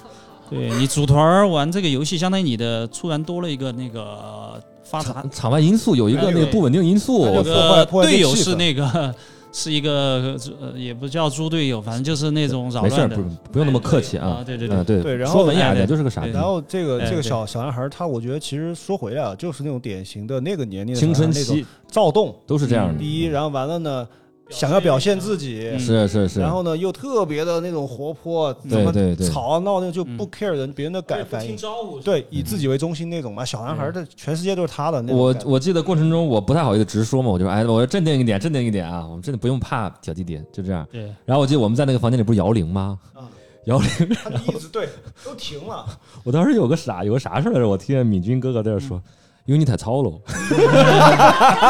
Speaker 9: 对你组团儿玩这个游戏，相当于你的突然多了一个那个发达
Speaker 5: 啊
Speaker 2: 场场外因素有一个
Speaker 5: 哎
Speaker 2: 那个不稳定因素，
Speaker 9: 我
Speaker 2: 我操
Speaker 9: 的
Speaker 4: 破坏破坏这
Speaker 9: 队友
Speaker 4: 气
Speaker 9: 是
Speaker 4: 氛
Speaker 9: 那个是一个呃，也不叫猪队友，反正就是那种扰
Speaker 2: 没事儿，
Speaker 9: 乱的
Speaker 2: 不不用那么客气啊
Speaker 5: 哎
Speaker 9: 啊。。对对
Speaker 2: 嗯，
Speaker 9: 对，
Speaker 2: 对
Speaker 4: 对然后
Speaker 2: 说文雅一
Speaker 9: 哎
Speaker 2: 点，
Speaker 9: 对
Speaker 2: 就是个傻逼
Speaker 9: 对。
Speaker 4: 然后这个
Speaker 9: 哎
Speaker 4: 这个
Speaker 9: 对
Speaker 4: 小小男孩儿，他我觉得其实说回来啊，就是那种典型的那个年龄的
Speaker 2: 青春
Speaker 4: 小孩儿那
Speaker 2: 期
Speaker 4: 种躁动。
Speaker 2: 都是这样的。嗯
Speaker 4: 第一，然后完了呢，想要表现自己，
Speaker 9: 嗯
Speaker 2: 是是是，
Speaker 4: 然后呢，又特别的那种活泼，
Speaker 9: 嗯
Speaker 4: 怎么
Speaker 2: 对对对
Speaker 4: 吵啊闹那就
Speaker 9: 嗯
Speaker 4: 不 care 人别人的感反应，
Speaker 3: 招呼，
Speaker 4: 对，以自己为中心那
Speaker 9: 嗯
Speaker 4: 种嘛。小男孩儿的全世界都是他的那种
Speaker 2: 我
Speaker 4: 感觉。
Speaker 2: 我记得过程中我不太好意思直说嘛，我就说哎，我说镇定一点，镇定一点啊，我们真的不用怕小弟弟，就这样。
Speaker 9: 对，
Speaker 2: 然后我记得我们在那个房间里不是摇铃吗？
Speaker 4: 啊
Speaker 2: 摇铃，
Speaker 4: 他们一直对都停 了，
Speaker 2: 我当时有个啥有个啥事儿来着？我听见敏君哥哥在这说，
Speaker 5: 嗯
Speaker 2: 因为你太糙了，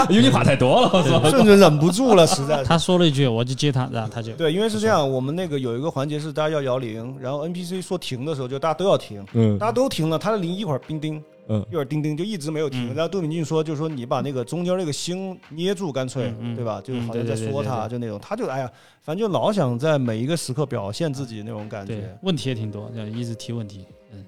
Speaker 2: 因为你话太多了，我操。
Speaker 4: 甚至忍不住了，实 在是。
Speaker 9: 他说了一句，我就接他，然后他就
Speaker 4: 对，因为是这样，我们那个有一个环节是大家要摇铃，然后 NPC 说停的时候，就大家都要停，
Speaker 2: 嗯
Speaker 4: 大家都停了，他的铃一会儿叮叮，
Speaker 2: 嗯
Speaker 4: 一会儿叮叮，就一直没有停。
Speaker 9: 嗯
Speaker 4: 然后杜敏俊说，就说你把那个中间那个星捏住，干脆
Speaker 9: 嗯，嗯
Speaker 4: 对吧？就
Speaker 9: 嗯
Speaker 4: 好
Speaker 9: 对
Speaker 4: 像在
Speaker 9: 对对
Speaker 4: 说
Speaker 9: 对
Speaker 4: 他，
Speaker 9: 对
Speaker 4: 就那种，他就哎呀，反正就老想在每一个时刻表现自己那种感
Speaker 9: 对
Speaker 4: 觉。
Speaker 9: 问题也挺多，就一直提问题。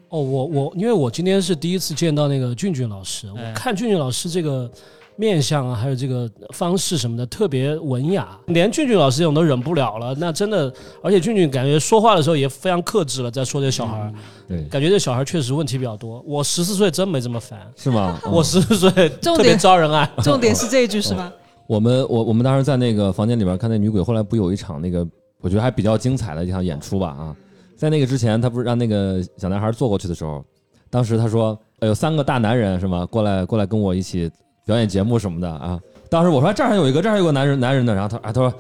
Speaker 3: 哦，我我因为我今天是第一次见到那个俊俊老师，
Speaker 9: 哎
Speaker 3: 我看俊俊老师这个面相啊，还有这个方式什么的，特别文雅，连俊俊老师这种都忍不了了，那真的，而且俊俊感觉说话的时候也非常克制了，在说这小孩儿，
Speaker 2: 对，
Speaker 3: 感觉这小孩儿确实问题比较多。我十四岁真没这么烦，
Speaker 2: 是 吗？嗯
Speaker 3: 我十四岁
Speaker 6: 重哦
Speaker 3: 特别
Speaker 6: 点
Speaker 3: 招人爱，
Speaker 6: 重点是这一句是吧？
Speaker 2: 我们我我们当时在那个房间里边看那女鬼，后来不有一场那个我觉得还比较精彩的一场演出吧啊，在那个之前，他不是让那个小男孩坐过去的时候，当时他说呃有三个大男人是吗？过来过来跟我一起表演节目什么的啊。当时我说哎这儿还有一个这儿还有个男人男人呢，然后他啊他说。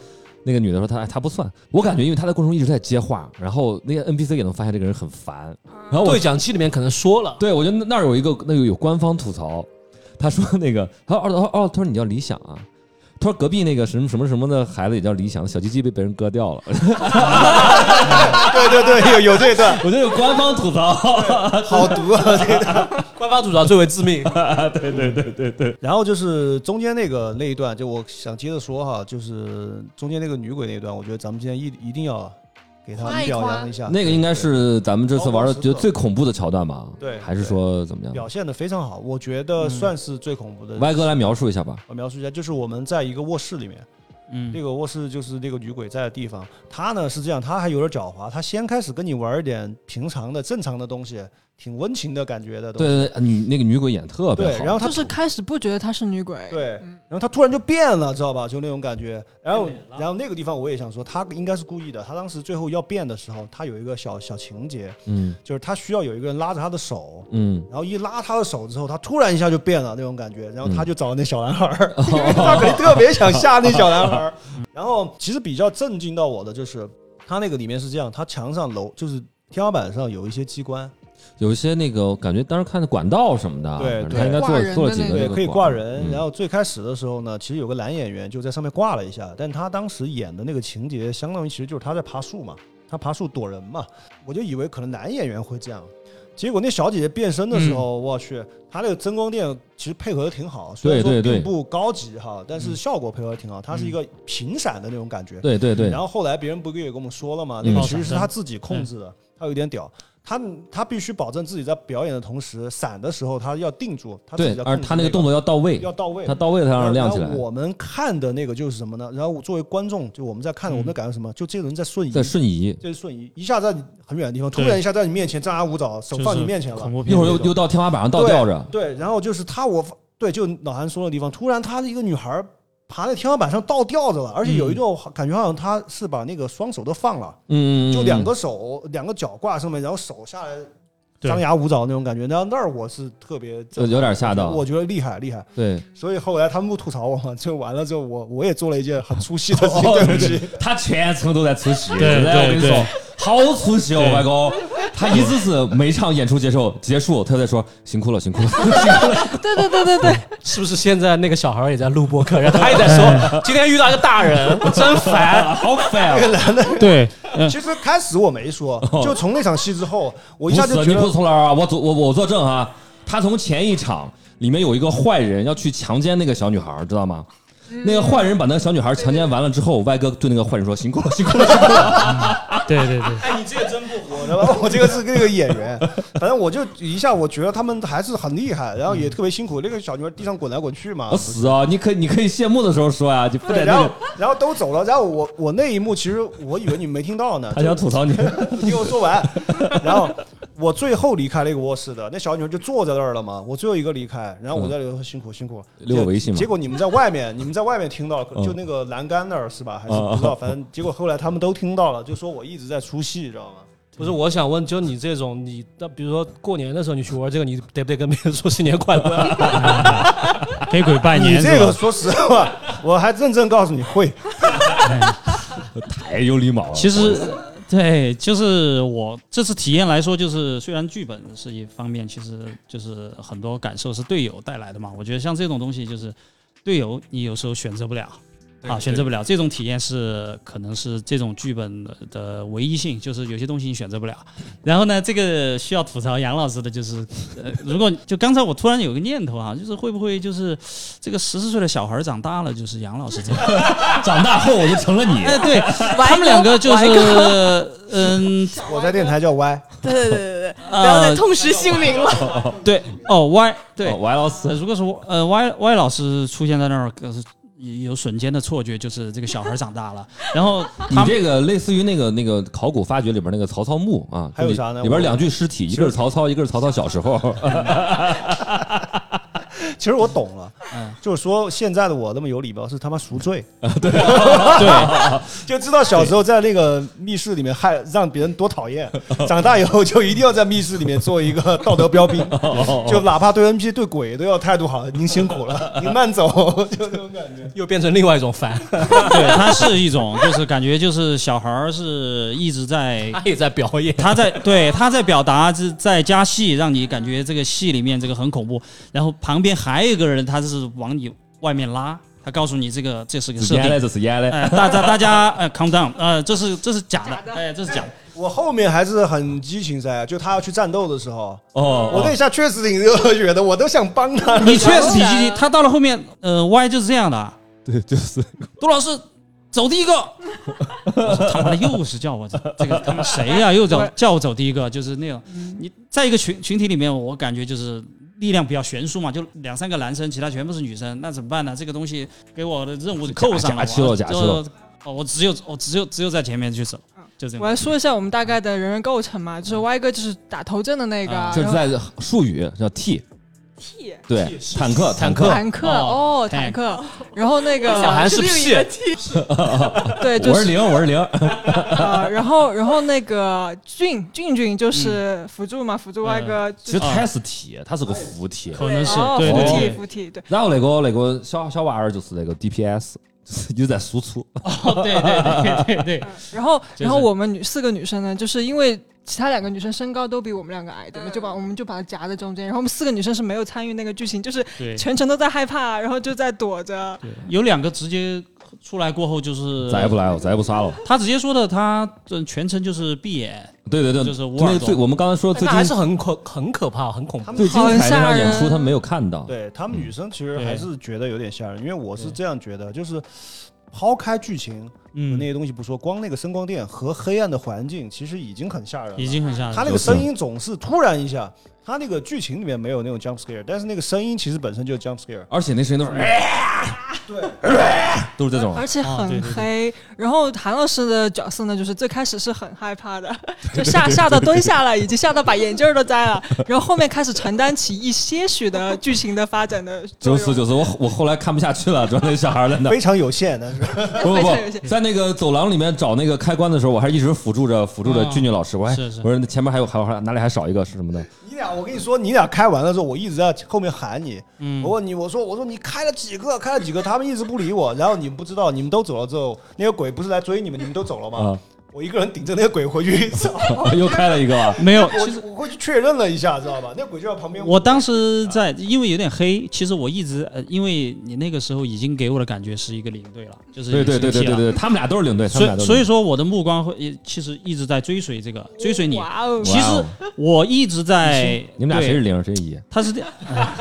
Speaker 2: 那个女的说她哎她不算，我感觉因为她在过程中一直在接话，然后那个 NPC 也能发现这个人很烦，然后我
Speaker 3: 对讲机里面可能说了，
Speaker 2: 对，我觉得那那儿有一个那个有官方吐槽，他说那个，他说哦哦哦，他说你叫理想啊，他说隔壁那个什么什么什么的孩子也叫理想，小鸡鸡被别人割掉 了，
Speaker 4: 对对对，有有这一段，
Speaker 2: 我觉得有官方吐槽，
Speaker 4: 好毒啊！ 这个。
Speaker 3: 官方吐槽最为致命。
Speaker 4: 然后就是中间那个那一段，就我想接着说哈，就是中间那个女鬼那一段，我觉得咱们今天一一定要给他
Speaker 6: 夸
Speaker 4: 们
Speaker 6: 一
Speaker 4: 表
Speaker 6: 夸
Speaker 4: 扬一下，
Speaker 2: 那个应该是咱们这次玩的
Speaker 4: 高光时刻
Speaker 2: 觉得最恐怖的桥段吧？
Speaker 4: 对
Speaker 2: 还是说怎么样？
Speaker 4: 表现的非常好，我觉得算是最恐怖的。
Speaker 2: 歪哥来描述一下吧。嗯
Speaker 4: 我描述一下，就是我们在一个卧室里面，
Speaker 9: 嗯
Speaker 4: 那个卧室就是那个女鬼在的地方。她呢是这样，她还有点狡猾，她先开始跟你玩一点平常的、正常的东西，挺温情的感觉的东
Speaker 2: 对对
Speaker 4: 西。
Speaker 2: 对，女那个女鬼演得特别
Speaker 4: 对，
Speaker 2: 好，
Speaker 4: 然后她
Speaker 6: 就是开始哦不觉得她是女鬼，
Speaker 4: 对
Speaker 6: 嗯，
Speaker 4: 然后他突然就变了，知道吧？就那种感觉。然后
Speaker 9: 变脸，了
Speaker 4: 然后那个地方我也想说，他应该是故意的。他当时最后要变的时候，他有一个小小情节，
Speaker 2: 嗯
Speaker 4: 就是他需要有一个人拉着他的手，
Speaker 2: 嗯，
Speaker 4: 然后一拉他的手之后，他突然一下就变了那种感觉。然后他
Speaker 2: 嗯
Speaker 4: 就找那小男孩儿，因为他肯定特别想吓那小男孩儿。然后其实比较震惊到我的就是，他那个里面是这样，他墙上楼就是天花板上有一些机关，
Speaker 2: 有一些那个我感觉当时看的管道什么的，啊
Speaker 4: 对
Speaker 2: 反正
Speaker 4: 对
Speaker 2: 他应该
Speaker 6: 挂
Speaker 2: 做
Speaker 6: 人的
Speaker 2: 做了几
Speaker 6: 那
Speaker 2: 个
Speaker 6: 个
Speaker 2: 这
Speaker 4: 对，
Speaker 2: 个
Speaker 4: 可以挂
Speaker 2: 广告
Speaker 4: 人。
Speaker 2: 嗯
Speaker 4: 然后最开始的时候呢，其实有个男演员就在上面挂了一下，但他当时演的那个情节，相当于其实就是他在爬树嘛，他爬树躲人嘛。我就以为可能男演员会这样，结果那小姐姐变身的时候，我去，她那个增光电其实配合的挺好，虽然
Speaker 2: 对对
Speaker 4: 说
Speaker 2: 对
Speaker 4: 并不高级哈，但是
Speaker 9: 嗯
Speaker 4: 效果配合的挺好，它是一个频闪的那种感觉。
Speaker 2: 对对对
Speaker 4: 然，后后来别人不也跟我们说了嘛，
Speaker 2: 嗯
Speaker 4: 那个其实是他自己控制
Speaker 9: 嗯
Speaker 4: 的，他有点屌，他他必须保证自己在表演的同时，闪的时候他要定住，他自
Speaker 2: 对
Speaker 4: 己，要控
Speaker 2: 而
Speaker 4: 制
Speaker 2: 他那个动作要到位，
Speaker 4: 要到位
Speaker 2: 他。到位了才让人亮起来
Speaker 4: 然后，我们看的那个就是什么呢？然后作为观众，就我们在看，我们的感受是什么？就这个人在瞬移，
Speaker 2: 嗯在瞬移，
Speaker 4: 这是瞬移，一下在你很远的地方，突
Speaker 9: 对
Speaker 4: 然一下在你面前张牙舞爪，手
Speaker 9: 就是
Speaker 4: 放你面前了
Speaker 9: 恐。怖片
Speaker 2: 一会儿又
Speaker 9: 那种
Speaker 2: 又到天花板上倒吊着，
Speaker 4: 对，然后就是他，我对，就老韩说的地方，突然他的一个女孩爬在天花板上倒吊着了，而且有
Speaker 2: 嗯
Speaker 4: 一种感觉好像他是把那个双手都放了，
Speaker 2: 嗯，嗯
Speaker 4: 就两个手、两个脚挂上面，然后手下来
Speaker 9: 对
Speaker 4: 张牙舞爪那种感觉。然后那儿我是特别震
Speaker 2: 呃
Speaker 4: 撼
Speaker 2: 有点吓到，
Speaker 4: 我觉得厉害厉害。
Speaker 2: 对，
Speaker 4: 所以后来他们不吐槽我嘛，就完了之后，我我也做了一件很出
Speaker 2: 哦
Speaker 4: 戏的事情，对不起。
Speaker 2: 他全程都在出戏，
Speaker 9: 对
Speaker 2: 真的我
Speaker 9: 对
Speaker 2: 跟你说
Speaker 9: 对，
Speaker 2: 好出戏哦，
Speaker 9: 对
Speaker 2: 外公。他一次次每场演出结束结束，他在说辛苦了，辛苦了，
Speaker 6: 对对对对对，
Speaker 3: 是不是现在那个小孩儿也在录播客，然后他也在说今天遇到一个大人，真 烦。
Speaker 2: 好烦哦！
Speaker 9: 对，嗯，
Speaker 4: 其实开始我没说，就从那场戏之后，我
Speaker 2: 不，
Speaker 4: 一下就是
Speaker 2: 你
Speaker 4: 觉
Speaker 2: 不是
Speaker 4: 得
Speaker 2: 从哪儿啊？我作我我作证啊！他从前一场里面有一个坏人要去强奸那个小女孩儿，知道吗？那个坏人把那个小女孩儿强奸完了之后，外哥对那个坏人说辛苦了，辛苦了，辛苦了。
Speaker 9: 对对对，
Speaker 4: 我的吧，我 这个是那个演员，反正我就一下我觉得他们还是很厉害，然后也特别辛苦。那个小女孩地上滚来滚去嘛
Speaker 2: 嗯我，死啊！你可以你可以谢幕的时候说呀、就不
Speaker 4: 对，
Speaker 2: 得
Speaker 4: 然
Speaker 2: 那
Speaker 4: 后
Speaker 2: 个。
Speaker 4: 然后都走了，然后我我那一幕其实我以为你们没听到呢，
Speaker 2: 他想吐槽你，
Speaker 4: 你听我说完。然后我最后离开那个卧室的，那小女孩就坐在那儿了嘛。我最后一个离开，然后
Speaker 2: 嗯
Speaker 4: 我在里头说辛苦辛苦，
Speaker 2: 留我微信吗
Speaker 4: 结果你们在外面，你们在外面听到了，
Speaker 2: 嗯
Speaker 4: 就那个栏杆那儿是吧？还是不知道，反正结果后来他们都听到了，就说我一直在出戏，知道吗？
Speaker 3: 不是，我想问，就你这种，你那比如说过年的时候你去玩这个，你得不得跟别人说新年快乐？
Speaker 9: 给鬼拜
Speaker 4: 你
Speaker 9: 年
Speaker 4: 这
Speaker 9: 是
Speaker 4: 个
Speaker 9: 吧？
Speaker 4: 说实话，我还认真告诉你会，
Speaker 2: 太有礼貌了。
Speaker 9: 其实，对，就是我这次体验来说，就是虽然剧本是一方面，其实就是很多感受是队友带来的嘛。我觉得像这种东西，就是队友你有时候选择不了。啊，选择不了这种体验是可能是这种剧本的的唯一性，就是有些东西你选择不了。然后呢，这个需要吐槽杨老师的就是，呃，如果就刚才我突然有个念头啊，就是会不会就是这个十四岁的小孩儿长大了就是杨老师这样？
Speaker 2: 长大后我就成了你，
Speaker 9: 哎，对他们两个就是，嗯
Speaker 4: 我在电台叫歪，
Speaker 5: 对对对对
Speaker 2: 啊
Speaker 5: 对，不要再
Speaker 9: 呃，
Speaker 5: 痛失心灵了。
Speaker 9: 对，哦，Y 对
Speaker 2: 哦，歪老师
Speaker 9: 呃，如果是我呃 Y Y 老师出现在那儿，可是有瞬间的错觉，就是这个小孩儿长大了，然后
Speaker 2: 你
Speaker 9: 他们
Speaker 2: 这个类似于那个那个考古发掘里边那个曹操墓啊，
Speaker 4: 还有
Speaker 2: 就里
Speaker 4: 啥呢
Speaker 2: 里边
Speaker 4: 我
Speaker 2: 两具尸体，一个是曹操，一个是曹操小时候。
Speaker 4: 其实我懂了
Speaker 9: 嗯，
Speaker 4: 就是说现在的我那么有礼貌是他妈赎罪，
Speaker 9: 对
Speaker 4: 就知道小时候在那个密室里面害让别人多讨厌，长大以后就一定要在密室里面做一个道德标兵，就哪怕对 NPC 对鬼都要态度好，您辛苦了，您慢 走，就这种感觉。
Speaker 3: 又变成另外一种烦，
Speaker 9: 对，他是一种就是感觉就是小孩儿是一直在
Speaker 3: 他也在表演。
Speaker 9: 他在对他在表达是在加戏，让你感觉这个戏里面这个很恐怖。然后旁边还有一个人，他是往你外面拉，他告诉你这个这是 个
Speaker 2: 死
Speaker 9: 设
Speaker 2: 烟嘞，
Speaker 9: 定。
Speaker 2: 这死烟嘞。
Speaker 9: 哎，大家大家呃，calm down，呃，这是这是假的，哎，这是假的。
Speaker 4: 我后面还是很激情噻，就他要去战斗的时候，
Speaker 2: 哦，
Speaker 4: 我那一下确实挺热血的，我都想帮他。
Speaker 9: 你确实挺积极，他到了后面，呃，Y 就是这样的，
Speaker 2: 对，就是
Speaker 6: 哎
Speaker 9: 杜老师走第一个，我 说他妈的又是叫我这这个他妈谁呀、又叫叫我走第一个，就是那种你在一个群群体里面，我感觉就是力量比较悬殊嘛，就两三个男生，其他全部是女生，那怎么办呢？这个东西给我的任务扣上
Speaker 2: 假
Speaker 9: 了，
Speaker 2: 假期了
Speaker 9: 我
Speaker 2: 假期
Speaker 9: 就
Speaker 2: 了
Speaker 9: 哦，我只有我只有只有在前面去走，就这
Speaker 6: 我
Speaker 9: 样。
Speaker 6: 来说一下我们大概的人员构成嘛，就是 Y 哥就是打头阵的那个，
Speaker 9: 啊
Speaker 2: 就是
Speaker 6: 然后
Speaker 2: 在术语叫 T，
Speaker 6: T
Speaker 2: 对，坦克坦克，
Speaker 6: 坦克哦，坦克，然后那
Speaker 3: 小
Speaker 6: 个
Speaker 3: 韩是屁，
Speaker 6: 对，就
Speaker 2: 我是
Speaker 6: 是
Speaker 2: 零，我是零，
Speaker 6: 呃，然后然后那个俊俊俊
Speaker 9: 嗯
Speaker 6: 就是辅助嘛，辅助 Y 哥，
Speaker 2: 其实
Speaker 6: 就
Speaker 2: 他是 T，他是个服 T。
Speaker 9: 可能是
Speaker 6: 哦，
Speaker 9: 对
Speaker 6: 服
Speaker 9: 对
Speaker 6: 替
Speaker 9: 对，
Speaker 6: 服替，对，
Speaker 2: 然后那个那个小小娃儿就是那个 DPS，就是一直在输出，
Speaker 9: 哦对对对对对，
Speaker 6: 然后
Speaker 9: 就是
Speaker 6: 然后我们女四个女生呢，就是因为。其他两个女生身高都比我们两个矮，对吧？就把我们就把它夹在中间，然后我们四个女生是没有参与那个剧情，就是
Speaker 9: 对
Speaker 6: 全程都在害怕，然后就在躲着。
Speaker 9: 对，有两个直接出来过后就是
Speaker 2: 再也不来哦了，再也不杀了。
Speaker 9: 他直接说的，他这全程就是闭眼，
Speaker 2: 对对对，
Speaker 9: 就是无
Speaker 2: 那
Speaker 9: 耳
Speaker 2: 个最
Speaker 9: 洞
Speaker 2: 我们刚才
Speaker 9: 哦
Speaker 2: 说最
Speaker 3: 那还是
Speaker 2: 精
Speaker 3: 很可很可怕，很恐怖。
Speaker 2: 最精彩的
Speaker 6: 哎好
Speaker 2: 那
Speaker 6: 吓
Speaker 2: 场
Speaker 6: 人
Speaker 2: 演出，他没有看到。
Speaker 4: 对他们女生其实
Speaker 9: 啊嗯对
Speaker 4: 还是觉得有点吓人，因为我是这样觉得，就是抛开剧情和
Speaker 9: 嗯
Speaker 4: 那，些东西不说，光那个声光电和黑暗的环境其实已经很吓人了，
Speaker 9: 已经很吓人
Speaker 4: 他
Speaker 9: 了。
Speaker 4: 那个声音总是突然一下，他那个剧情里面没有那种 jump scare，但是那个声音其实本身就是 jump scare。
Speaker 2: 而且那声音都是，
Speaker 4: 对，
Speaker 2: 都是这
Speaker 4: 哦
Speaker 2: 种。
Speaker 6: 而且
Speaker 9: 啊对
Speaker 6: 很
Speaker 9: 对对
Speaker 6: 黑。然后韩老师的角色呢，就是最开始是很害怕 的，就吓吓到蹲下了，已经吓到把眼镜儿都摘了。然后后面开始承担起一些许的剧情的发展的
Speaker 2: 就
Speaker 6: 作用。
Speaker 2: 是就是，我我后来看不下去了，主要那小孩儿在那儿
Speaker 4: 非常有限，但是
Speaker 2: 不不
Speaker 6: 非常有
Speaker 2: 不，
Speaker 6: 限
Speaker 2: 在那个走廊里面找那个开关的时候，我还一直辅助着辅助着
Speaker 9: 啊
Speaker 2: 俊俊老师，我还
Speaker 9: 是是
Speaker 2: 我说那前面还有还有还有哪里还少一个是什么的？
Speaker 4: 你俩，我跟你说，你俩开完了之后，我一直在后面喊你，
Speaker 9: 嗯
Speaker 4: 我问你，我说我说你开了几个，开了几个，他们一直不理我，然后你们不知道，你们都走了之后，那个鬼不是来追你们，你们都走了吗？
Speaker 2: 啊，
Speaker 4: 我一个人顶着那个鬼回去找，
Speaker 2: 又开了一个吧。
Speaker 9: 没有，其实
Speaker 4: 我我会去确认了一下，知道吧？那个鬼就在旁边。
Speaker 9: 我当时在，因为有点黑，其实我一直呃，因为你那个时候已经给我的感觉是一个领队了，就是
Speaker 2: 对对对对
Speaker 9: 一
Speaker 2: 对
Speaker 9: 个
Speaker 2: 对，他们俩都是领队，他
Speaker 9: 星期
Speaker 2: 们
Speaker 9: 了
Speaker 2: 俩
Speaker 9: 所
Speaker 2: 都
Speaker 9: 以
Speaker 2: 是
Speaker 9: 所以
Speaker 2: 领
Speaker 9: 说我的目光会也其实一直在追随这个 追随你，
Speaker 6: 哇哦
Speaker 2: 队。
Speaker 9: 其实
Speaker 2: 哇哦
Speaker 9: 我一直在
Speaker 2: 你们俩谁是
Speaker 9: 对
Speaker 2: 零谁是一？
Speaker 9: 他是这样，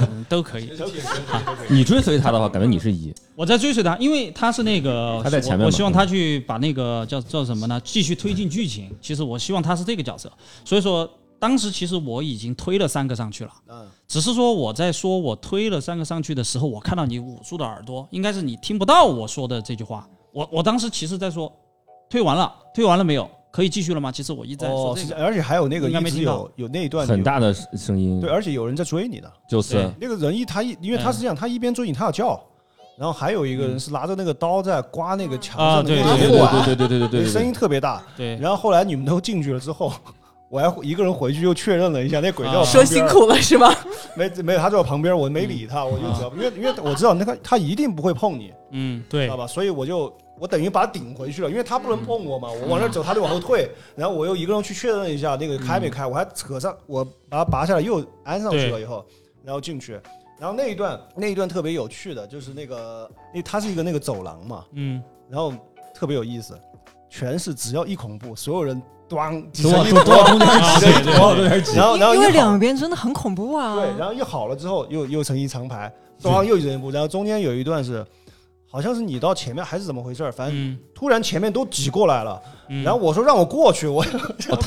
Speaker 9: 嗯都可以。
Speaker 2: 你追随他的话，感觉你是一。
Speaker 9: 我在追随他，因为他是那个
Speaker 2: 他在前面嘛嗯
Speaker 9: 我，我希望他去把那个叫叫什么呢？继续推进剧情。其实我希望他是这个角色，所以说当时其实我已经推了三个上去了，
Speaker 4: 嗯
Speaker 9: 只是说我在说我推了三个上去的时候，我看到你捂住的耳朵，应该是你听不到我说的这句话。我我当时其实在说，推完了，推完了没有？可以继续了吗？其实我一直在
Speaker 4: 哦
Speaker 9: 说，这
Speaker 4: 是
Speaker 9: 个。
Speaker 4: 而且还有那个
Speaker 9: 应该没
Speaker 4: 一直
Speaker 9: 听到
Speaker 4: 有有那一段
Speaker 2: 很
Speaker 4: 有
Speaker 2: 大的声音
Speaker 4: 对，，而且有人在追你的。
Speaker 2: 就是
Speaker 9: 对
Speaker 4: 那个人一他一，因为他是这样，他一边追你，他要叫，然后还有一个人是拿着那个刀在刮那个墙上的那
Speaker 9: 啊对
Speaker 4: 个
Speaker 2: 对
Speaker 4: 结
Speaker 2: 对
Speaker 4: 果，
Speaker 2: 对对对对对对对
Speaker 4: 声音特别大。
Speaker 9: 对，
Speaker 4: 然后后来你们都进去了之后，我还一个人回去又确认了一下，那鬼叫
Speaker 9: 啊
Speaker 5: 说辛，苦了是吗？
Speaker 4: 没没有他在我旁边，我没理他，我就知道，因为因为我知道那个他一定不会碰你，
Speaker 9: 嗯，
Speaker 4: 知
Speaker 9: 对
Speaker 4: 道，吧？所以我就我等于把他顶回去了，因为他不能碰我嘛，我往那儿走，他就往后退，然后我又一个人去确认一下那个开没开，我还扯上，我把它拔下来又安上去了以后，然后进去，然后那一段那一段特别有趣的，就是那个那它是一个那个走廊嘛，
Speaker 9: 嗯，
Speaker 4: 然后特别有意思，全是只要一恐怖，所有人咣挤
Speaker 2: 躲
Speaker 4: 成一
Speaker 2: 躲躲中间
Speaker 9: 啊
Speaker 2: 挤，
Speaker 9: 对对对
Speaker 4: 哦
Speaker 2: 躲中间挤。
Speaker 4: 然后然后
Speaker 6: 因为
Speaker 4: 一好
Speaker 6: 两边真的很恐怖
Speaker 9: 嗯
Speaker 6: 啊！
Speaker 4: 对，然后一好了之后又又成一长排，咣又一人一步，然后中间有一段是。好像是你到前面还是怎么回事儿？反正
Speaker 9: 嗯，
Speaker 4: 突然前面都挤过来了，
Speaker 9: 嗯
Speaker 4: 然后我说让我过去， 我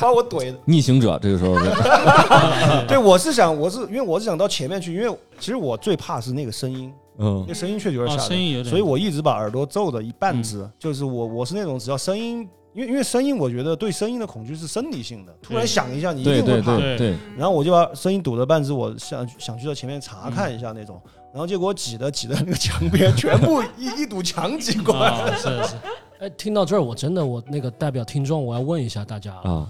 Speaker 4: 把我怼。
Speaker 2: 逆行者这个时候
Speaker 9: 啊
Speaker 4: 对，我是想，我是因为我是想到前面去，因为其实我最怕是那个声音，
Speaker 2: 嗯
Speaker 4: 那声音确实有点
Speaker 9: 啊
Speaker 4: 吓
Speaker 9: 声
Speaker 4: 人，
Speaker 9: 音有点，嗯
Speaker 4: 所以我一直把耳朵皱的一半只。就是我我是那种只要声音，因为因为声音，我觉得对声音的恐惧是生理性的，突然
Speaker 9: 对
Speaker 4: 响一下你一
Speaker 2: 对
Speaker 4: 定会
Speaker 2: 对
Speaker 4: 怕。
Speaker 2: 对对，
Speaker 4: 然后我就把声音堵了半只，我想想去到前面查看一下那种，然后结果挤的挤的那个墙边，全部一一堵墙挤过来。
Speaker 9: 啊，是是，
Speaker 3: 哎，听到这儿，我真的我那个代表听众，我要问一下大家了，
Speaker 2: 啊，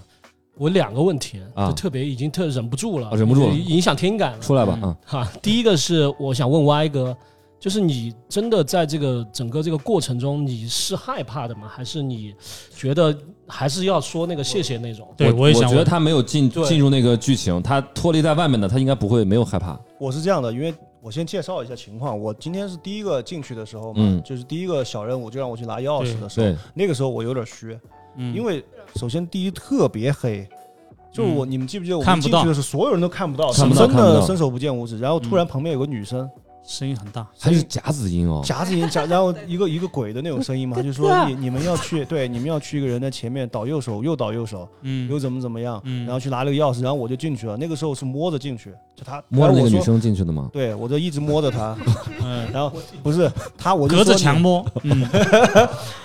Speaker 3: 我两个问题，
Speaker 2: 啊
Speaker 3: 就特别已经特忍不住了，
Speaker 2: 啊忍不住了
Speaker 3: 影响听感了。
Speaker 2: 出来吧啊，
Speaker 3: 哈，第一个是我想问 Y 哥，就是你真的在这个整个这个过程中，你是害怕的吗？还是你觉得还是要说那个谢谢那种？
Speaker 9: 对
Speaker 2: 我
Speaker 9: 我也
Speaker 2: 我
Speaker 9: 想
Speaker 2: 觉得
Speaker 9: 问
Speaker 2: 他没有进
Speaker 3: 对
Speaker 2: 进入那个剧情，他脱离在外面的，他应该不会没有害怕。
Speaker 4: 我是这样的，因为我先介绍一下情况。我今天是第一个进去的时候嘛，
Speaker 2: 嗯
Speaker 4: 就是第一个小任务就让我去拿钥匙的时候，
Speaker 2: 对，
Speaker 4: 那个时候我有点虚，
Speaker 9: 嗯，
Speaker 4: 因为首先第一特别黑，就是我、你们记不记得我
Speaker 9: 看
Speaker 4: 们
Speaker 9: 不
Speaker 4: 进
Speaker 9: 到
Speaker 4: 去的时候所有人都看不到，
Speaker 2: 看不到
Speaker 4: 真
Speaker 2: 看不
Speaker 4: 的
Speaker 2: 到
Speaker 4: 伸手不见五指。然后突然旁边有个女生
Speaker 9: 声音很大，
Speaker 2: 还是夹子音哦，
Speaker 4: 夹子音夹，然后一个一个鬼的那种声音嘛，他就说你你们要去，对，你们要去一个人在前面倒右手，右倒右手，
Speaker 9: 嗯
Speaker 4: 又怎么怎么样，
Speaker 9: 嗯
Speaker 4: 然后去拿了个钥匙，然后我就进去了。那个时候是摸着进去，就他
Speaker 2: 摸着那个女，
Speaker 4: 然后我说
Speaker 2: 生进去的吗？
Speaker 4: 对我就一直摸着她，
Speaker 9: 嗯，
Speaker 4: 然后不是她，我就
Speaker 9: 隔
Speaker 4: 说
Speaker 9: 着
Speaker 4: 你
Speaker 9: 墙摸，嗯，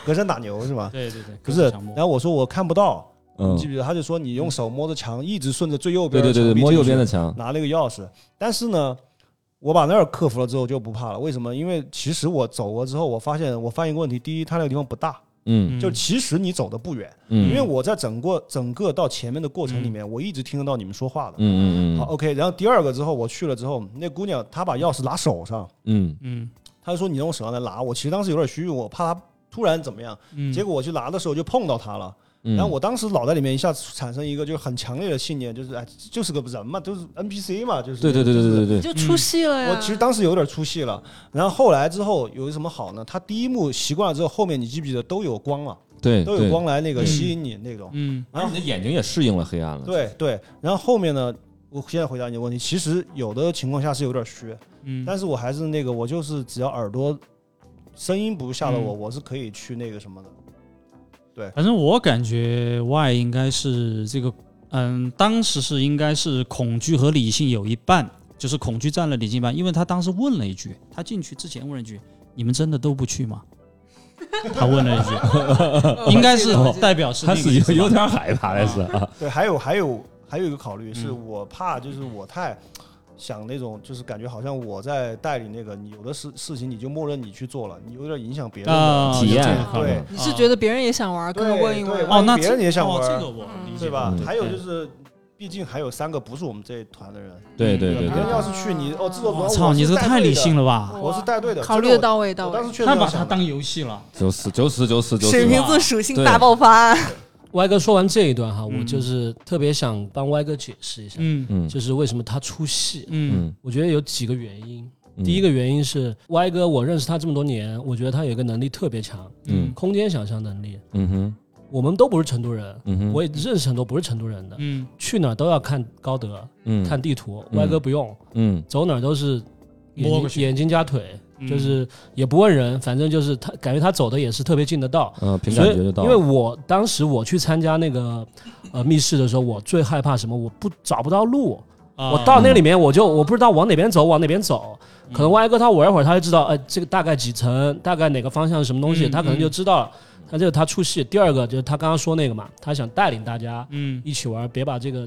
Speaker 4: 隔山打牛是吧？
Speaker 9: 对对对，
Speaker 4: 不
Speaker 9: 隔
Speaker 4: 是
Speaker 9: 着墙，摸
Speaker 4: 然，后我说我看不到，
Speaker 2: 嗯
Speaker 4: 你记，不记得？他就说你用手摸着墙，一直顺着最右
Speaker 2: 对
Speaker 4: 边
Speaker 2: 对
Speaker 4: 的
Speaker 2: 对对，
Speaker 4: 墙壁
Speaker 2: 摸右
Speaker 4: 进去
Speaker 2: 边的墙，嗯
Speaker 4: 拿了个钥匙，但是呢，我把那儿克服了之后就不怕了。为什么？因为其实我走过之后，我发现我发现一个问题：第一，它那个地方不大，
Speaker 2: 嗯
Speaker 4: 就其实你走的不远，因
Speaker 2: 嗯
Speaker 4: 为我在整个整个到前面的过程里面，我一直听得到你们说话的。
Speaker 2: 嗯
Speaker 4: 好
Speaker 2: 嗯
Speaker 4: ，OK。然后第二个之后，我去了之后，那姑娘她把钥匙拿手上，
Speaker 2: 嗯
Speaker 9: 嗯
Speaker 4: 她就说你让我手上来拿。我其实当时有点虚，我怕她突然怎么样。
Speaker 9: 嗯，
Speaker 4: 结果我去拿的时候就碰到她了。
Speaker 2: 嗯，
Speaker 4: 然后我当时脑袋里面一下产生一个就是很强烈的信念，就是哎，就是个人嘛，就是 NPC 嘛，就是
Speaker 2: 对对对对
Speaker 4: 就是
Speaker 2: 对对
Speaker 6: 你
Speaker 2: 对，
Speaker 6: 就出戏了
Speaker 5: 啊
Speaker 6: 呀。
Speaker 4: 我其实当时有点出戏了，然后后来之后有什么好呢？他第一幕习惯了之后，后面你记不记得都有光了，
Speaker 2: 对
Speaker 4: 都
Speaker 2: 对
Speaker 4: 有光来那个
Speaker 9: 嗯
Speaker 4: 吸引你那种。
Speaker 9: 嗯
Speaker 2: 而且你的眼睛也适应了黑暗了。
Speaker 4: 对对，然后后面呢，我现在回答你的问题，其实有的情况下是有点虚，
Speaker 9: 嗯，
Speaker 4: 但是我还是那个，我就是只要耳朵声音不吓到我，
Speaker 9: 嗯
Speaker 4: 我是可以去那个什么的。
Speaker 9: 反正我感觉 Y 应该是这个，嗯，当时是应该是恐惧和理性有一半，就是恐惧占了理性一半，因为他当时问了一句，他进去之前问了一句：“你们真的都不去吗？” 他问了一句， 应该是代表是
Speaker 2: 他
Speaker 9: 那个
Speaker 2: 自
Speaker 9: 意
Speaker 2: 己
Speaker 9: 思吧
Speaker 2: 有点害怕了是啊，
Speaker 4: 对，还有还有还有一个考虑是
Speaker 9: 嗯
Speaker 4: 我怕就是我太。想那种就是感觉好像我在代理那个，你有的事事情你就默认你去做了，你有点影响别人的
Speaker 9: 啊
Speaker 2: 体验
Speaker 9: 有这个考虑
Speaker 4: 对
Speaker 6: 你是觉得别人也想玩，跟着
Speaker 4: 对
Speaker 6: 问啊一
Speaker 4: 对
Speaker 6: 问。
Speaker 9: 哦，那
Speaker 4: 别人也想玩
Speaker 9: 哦，这个我理解
Speaker 4: 对吧
Speaker 2: 嗯？
Speaker 4: 还有就是，毕竟还有三个不是我们这一团的人，
Speaker 2: 对对对
Speaker 4: 别人
Speaker 2: 对，
Speaker 4: 要是去你哦，制作组
Speaker 9: 我操，你这
Speaker 4: 这
Speaker 9: 太理性
Speaker 4: 了，
Speaker 9: 了吧！
Speaker 4: 我是带队的，
Speaker 6: 考虑
Speaker 4: 这
Speaker 6: 的
Speaker 4: 个
Speaker 6: 到位
Speaker 4: 我
Speaker 6: 到
Speaker 4: 我当时
Speaker 6: 位。
Speaker 4: 确实
Speaker 9: 他
Speaker 4: 这
Speaker 9: 把
Speaker 4: 样
Speaker 9: 它
Speaker 4: 想的
Speaker 9: 当游戏了，
Speaker 2: 九四九四九四九
Speaker 5: 水
Speaker 2: 四，
Speaker 5: 瓶座属性大爆发，
Speaker 3: 歪哥说完这一段哈，我
Speaker 9: 嗯
Speaker 3: 就是特别想帮歪哥解释一下，
Speaker 9: 嗯
Speaker 2: 嗯
Speaker 3: 就是为什么他出戏。
Speaker 9: 嗯
Speaker 2: 嗯，
Speaker 3: 我觉得有几个原因。
Speaker 2: 嗯
Speaker 3: 第一个原因是歪哥，我认识他这么多年，我觉得他有一个能力特别强，
Speaker 2: 嗯
Speaker 3: 空间想象能力。
Speaker 2: 嗯哼
Speaker 3: 我们都不是成都人，
Speaker 2: 嗯哼，
Speaker 3: 我也认识很多不是成都人的，
Speaker 9: 嗯
Speaker 3: 去哪儿都要看高德、
Speaker 2: 嗯
Speaker 3: 看地图。
Speaker 2: 嗯
Speaker 3: 歪哥不用，
Speaker 2: 嗯
Speaker 3: 走哪儿都是眼
Speaker 9: 摸过
Speaker 3: 睛
Speaker 9: 去
Speaker 3: 眼睛加腿，
Speaker 9: 嗯
Speaker 3: 就是也不问人，反正就是他感觉他走的也是特别近的道。
Speaker 2: 呃凭
Speaker 3: 所
Speaker 2: 感
Speaker 3: 以，
Speaker 2: 觉就到
Speaker 3: 因为
Speaker 2: 了，
Speaker 3: 我当时我去参加那个呃密室的时候，我最害怕什么？我不找不到路，
Speaker 9: 啊嗯
Speaker 3: 我到那里面我就我不知道往哪边走，往哪边走。可能歪哥他玩一会儿他就知道，呃，这个大概几层，大概哪个方向是什么东西，
Speaker 9: 嗯
Speaker 3: 他可能就知道了。他这个他出戏。第二个就是他刚刚说那个嘛，他想带领大家
Speaker 9: 嗯
Speaker 3: 一起玩，别把这个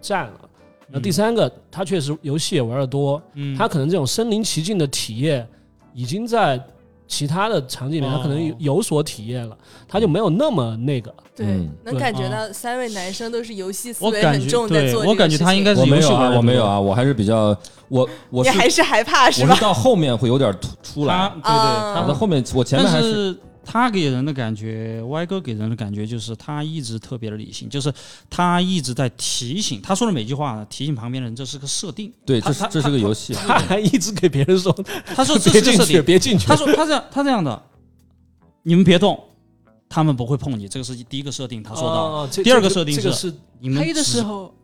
Speaker 3: 占了。然后第三个，他确实游戏也玩的多，
Speaker 9: 嗯
Speaker 3: 他可能这种身临其境的体验已经在其他的场景里面，他可能有
Speaker 9: 哦
Speaker 3: 有所体验了，他就没有那么那个。
Speaker 5: 对
Speaker 2: 嗯，
Speaker 5: 能
Speaker 3: 对
Speaker 5: 感觉
Speaker 9: 啊
Speaker 5: 到三位男生都是游戏思
Speaker 9: 我
Speaker 5: 维
Speaker 9: 感
Speaker 5: 很
Speaker 9: 觉
Speaker 5: 重，在
Speaker 9: 对
Speaker 5: 做这
Speaker 9: 我
Speaker 5: 个
Speaker 9: 感觉
Speaker 5: 事
Speaker 9: 他
Speaker 5: 情
Speaker 9: 应该
Speaker 2: 我
Speaker 9: 是
Speaker 2: 没
Speaker 9: 游戏
Speaker 2: 有
Speaker 9: 玩
Speaker 2: 啊，
Speaker 9: 得
Speaker 2: 我没有
Speaker 9: 多，
Speaker 2: 啊，我还是比较我我
Speaker 5: 你
Speaker 2: 是
Speaker 5: 还是害怕是
Speaker 2: 我
Speaker 5: 吧
Speaker 2: 是？到后面会有点突出
Speaker 9: 他
Speaker 2: 来，
Speaker 9: 对对，
Speaker 5: 啊
Speaker 2: 我到后面我前面还
Speaker 9: 但
Speaker 2: 是
Speaker 9: 是他给人的感觉，歪哥给人的感觉就是他一直特别的理性，就是他一直在提醒他说的每句话呢，提醒旁边的人这是个 设定。
Speaker 2: 对，
Speaker 9: 他
Speaker 2: 这是
Speaker 9: 他
Speaker 2: 这是个游戏，
Speaker 3: 他还一直给别 人说
Speaker 9: 他说嗯这
Speaker 3: 别
Speaker 9: 是个
Speaker 3: 进
Speaker 9: 设
Speaker 3: 去，
Speaker 9: 定，
Speaker 3: 别进去。
Speaker 9: 他说他这样他这样的，你们别动，他们不会碰你。这个是第一个设定，他说到、
Speaker 3: 哦这
Speaker 9: 第二个
Speaker 3: 这
Speaker 9: 设定
Speaker 3: 这个
Speaker 9: 是
Speaker 3: 是
Speaker 9: 你们
Speaker 6: 黑的
Speaker 9: 只
Speaker 6: 时候，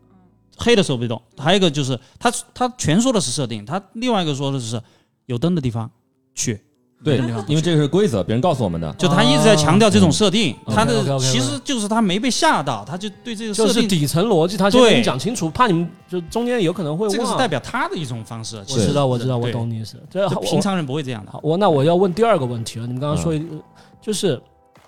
Speaker 9: 黑的时候别动，还有一个就是他他全说的是设定，他另外一个说的是有灯的地方去。
Speaker 2: 对
Speaker 9: 没有没有，
Speaker 2: 因为这个是规则，别人告诉我们的，
Speaker 9: 就他一直在强调这种设定，
Speaker 3: 嗯
Speaker 9: 他的
Speaker 3: OK，OK，OK，OK
Speaker 9: 其实就是他没被吓到，他就对这个
Speaker 3: 就
Speaker 9: 设
Speaker 3: 是
Speaker 9: 定
Speaker 3: 底层逻辑，他先
Speaker 9: 对
Speaker 3: 跟你讲清楚，怕你们就中间有可能会忘。
Speaker 9: 这个是代表他的一种方式。
Speaker 3: 我
Speaker 9: 其实
Speaker 3: 知道，我知道，
Speaker 9: 对
Speaker 3: 我懂你意思。这
Speaker 9: 就
Speaker 3: 好
Speaker 9: 平常人不会这样的
Speaker 3: 好，。我那我要问第二个问题了。你
Speaker 2: 嗯
Speaker 3: 们刚刚说一，就是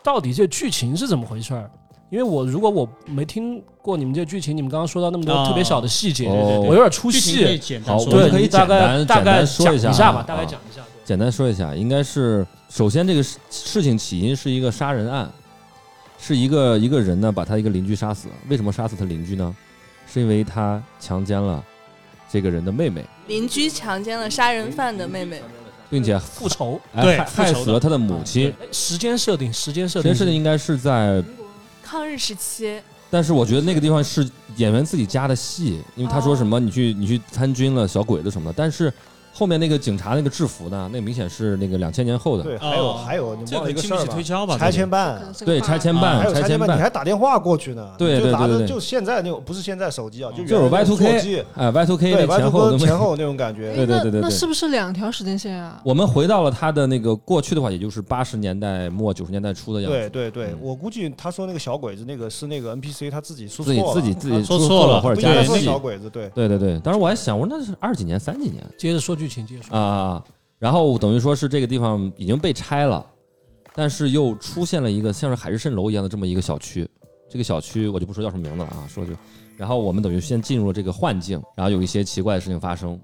Speaker 3: 到底这剧情是怎么回事儿？因为我如果我没听过你们这剧情，你们刚刚说到那么多
Speaker 9: 啊
Speaker 3: 特别小的细节，
Speaker 2: 哦
Speaker 3: 我有点出
Speaker 9: 剧情可以
Speaker 3: 戏。
Speaker 9: 简单
Speaker 2: 好，
Speaker 9: 说
Speaker 2: 我
Speaker 9: 一下
Speaker 3: 对，
Speaker 2: 们可以
Speaker 3: 你大
Speaker 2: 简
Speaker 3: 概
Speaker 2: 单
Speaker 3: 大
Speaker 2: 简
Speaker 3: 概
Speaker 2: 单说
Speaker 3: 讲
Speaker 2: 一下
Speaker 3: 下
Speaker 2: 啊
Speaker 3: 吧，大概
Speaker 2: 啊
Speaker 3: 讲一下。
Speaker 2: 简单说一下，应该是首先这个事事情起因是一个杀人案，是一个一个人呢把他一个邻居杀死。为什么杀死他邻居呢？是因为他强奸了这个人的妹妹，
Speaker 5: 邻居强奸了杀人犯的妹妹，
Speaker 2: 并且
Speaker 3: 复仇，
Speaker 2: 哎
Speaker 9: 对
Speaker 2: 害
Speaker 9: 复仇
Speaker 2: 害
Speaker 9: 的
Speaker 2: 死了他的母亲。
Speaker 3: 哎时间设定，时间设
Speaker 2: 这件
Speaker 3: 定是，
Speaker 2: 事情应该是在，
Speaker 5: 抗日时期，
Speaker 2: 但是我觉得那个地方
Speaker 4: 哦
Speaker 2: 是演员自己加的戏，因为他说什么你去你去参军了小鬼子什么的，但是后面那个警察那个制服呢，那明显是那个两千年后的，
Speaker 4: 对，还有
Speaker 9: 哦
Speaker 4: 还有，你
Speaker 9: 这
Speaker 4: 忘了
Speaker 9: 个
Speaker 4: 一个
Speaker 9: 经
Speaker 4: 事
Speaker 9: 不
Speaker 4: 儿吧？
Speaker 9: 起推敲吧？
Speaker 4: 拆迁
Speaker 6: 可
Speaker 4: 办
Speaker 6: 能，是个
Speaker 2: 对
Speaker 6: 伴儿
Speaker 2: 拆迁
Speaker 4: 啊还
Speaker 2: 办，
Speaker 4: 有拆
Speaker 2: 迁
Speaker 4: 办，你还
Speaker 2: 办，
Speaker 4: 打电话过去呢，
Speaker 2: 对
Speaker 4: 你就拿
Speaker 2: 对对
Speaker 4: 着
Speaker 2: 对
Speaker 4: 就现在那种，不是现在手机啊，就
Speaker 2: 就是
Speaker 4: 原来那种
Speaker 2: Y2K
Speaker 4: 座机
Speaker 2: 哎，Y two K
Speaker 4: 对
Speaker 2: 的前后的
Speaker 4: Y2K 前后那种感觉，
Speaker 2: 对对对对
Speaker 6: 那那
Speaker 2: 对
Speaker 6: 是不是两条时间线啊？
Speaker 2: 我们回到了他的那个过去的话，也就是八十年代末九十年代初的样
Speaker 4: 对
Speaker 2: 子，
Speaker 4: 对对
Speaker 2: 嗯，
Speaker 4: 我估计他说那个小鬼子那个是那个 NPC 他自己说
Speaker 2: 自己
Speaker 4: 错
Speaker 2: 自
Speaker 4: 了
Speaker 2: 己自己
Speaker 9: 说
Speaker 2: 错
Speaker 9: 错
Speaker 2: 了
Speaker 9: 了
Speaker 2: 或者
Speaker 4: 不应
Speaker 2: 加
Speaker 4: 该
Speaker 9: 对
Speaker 4: 说
Speaker 9: 那
Speaker 2: 戏
Speaker 4: 小，鬼子，对，
Speaker 2: 对对对。当时我还想，我说那是二几年三几年
Speaker 3: 接着说剧情，接嗯
Speaker 9: 嗯
Speaker 3: 着说。
Speaker 2: 啊啊，啊然后等于说是这个地方已经被拆了，但是又出现了一个像是海市蜃楼一样的这么一个小区。这个小区我就不说叫什么名字了啊，说就，然后我们等于先进入了这个幻境，然后有一些奇怪的事情发生。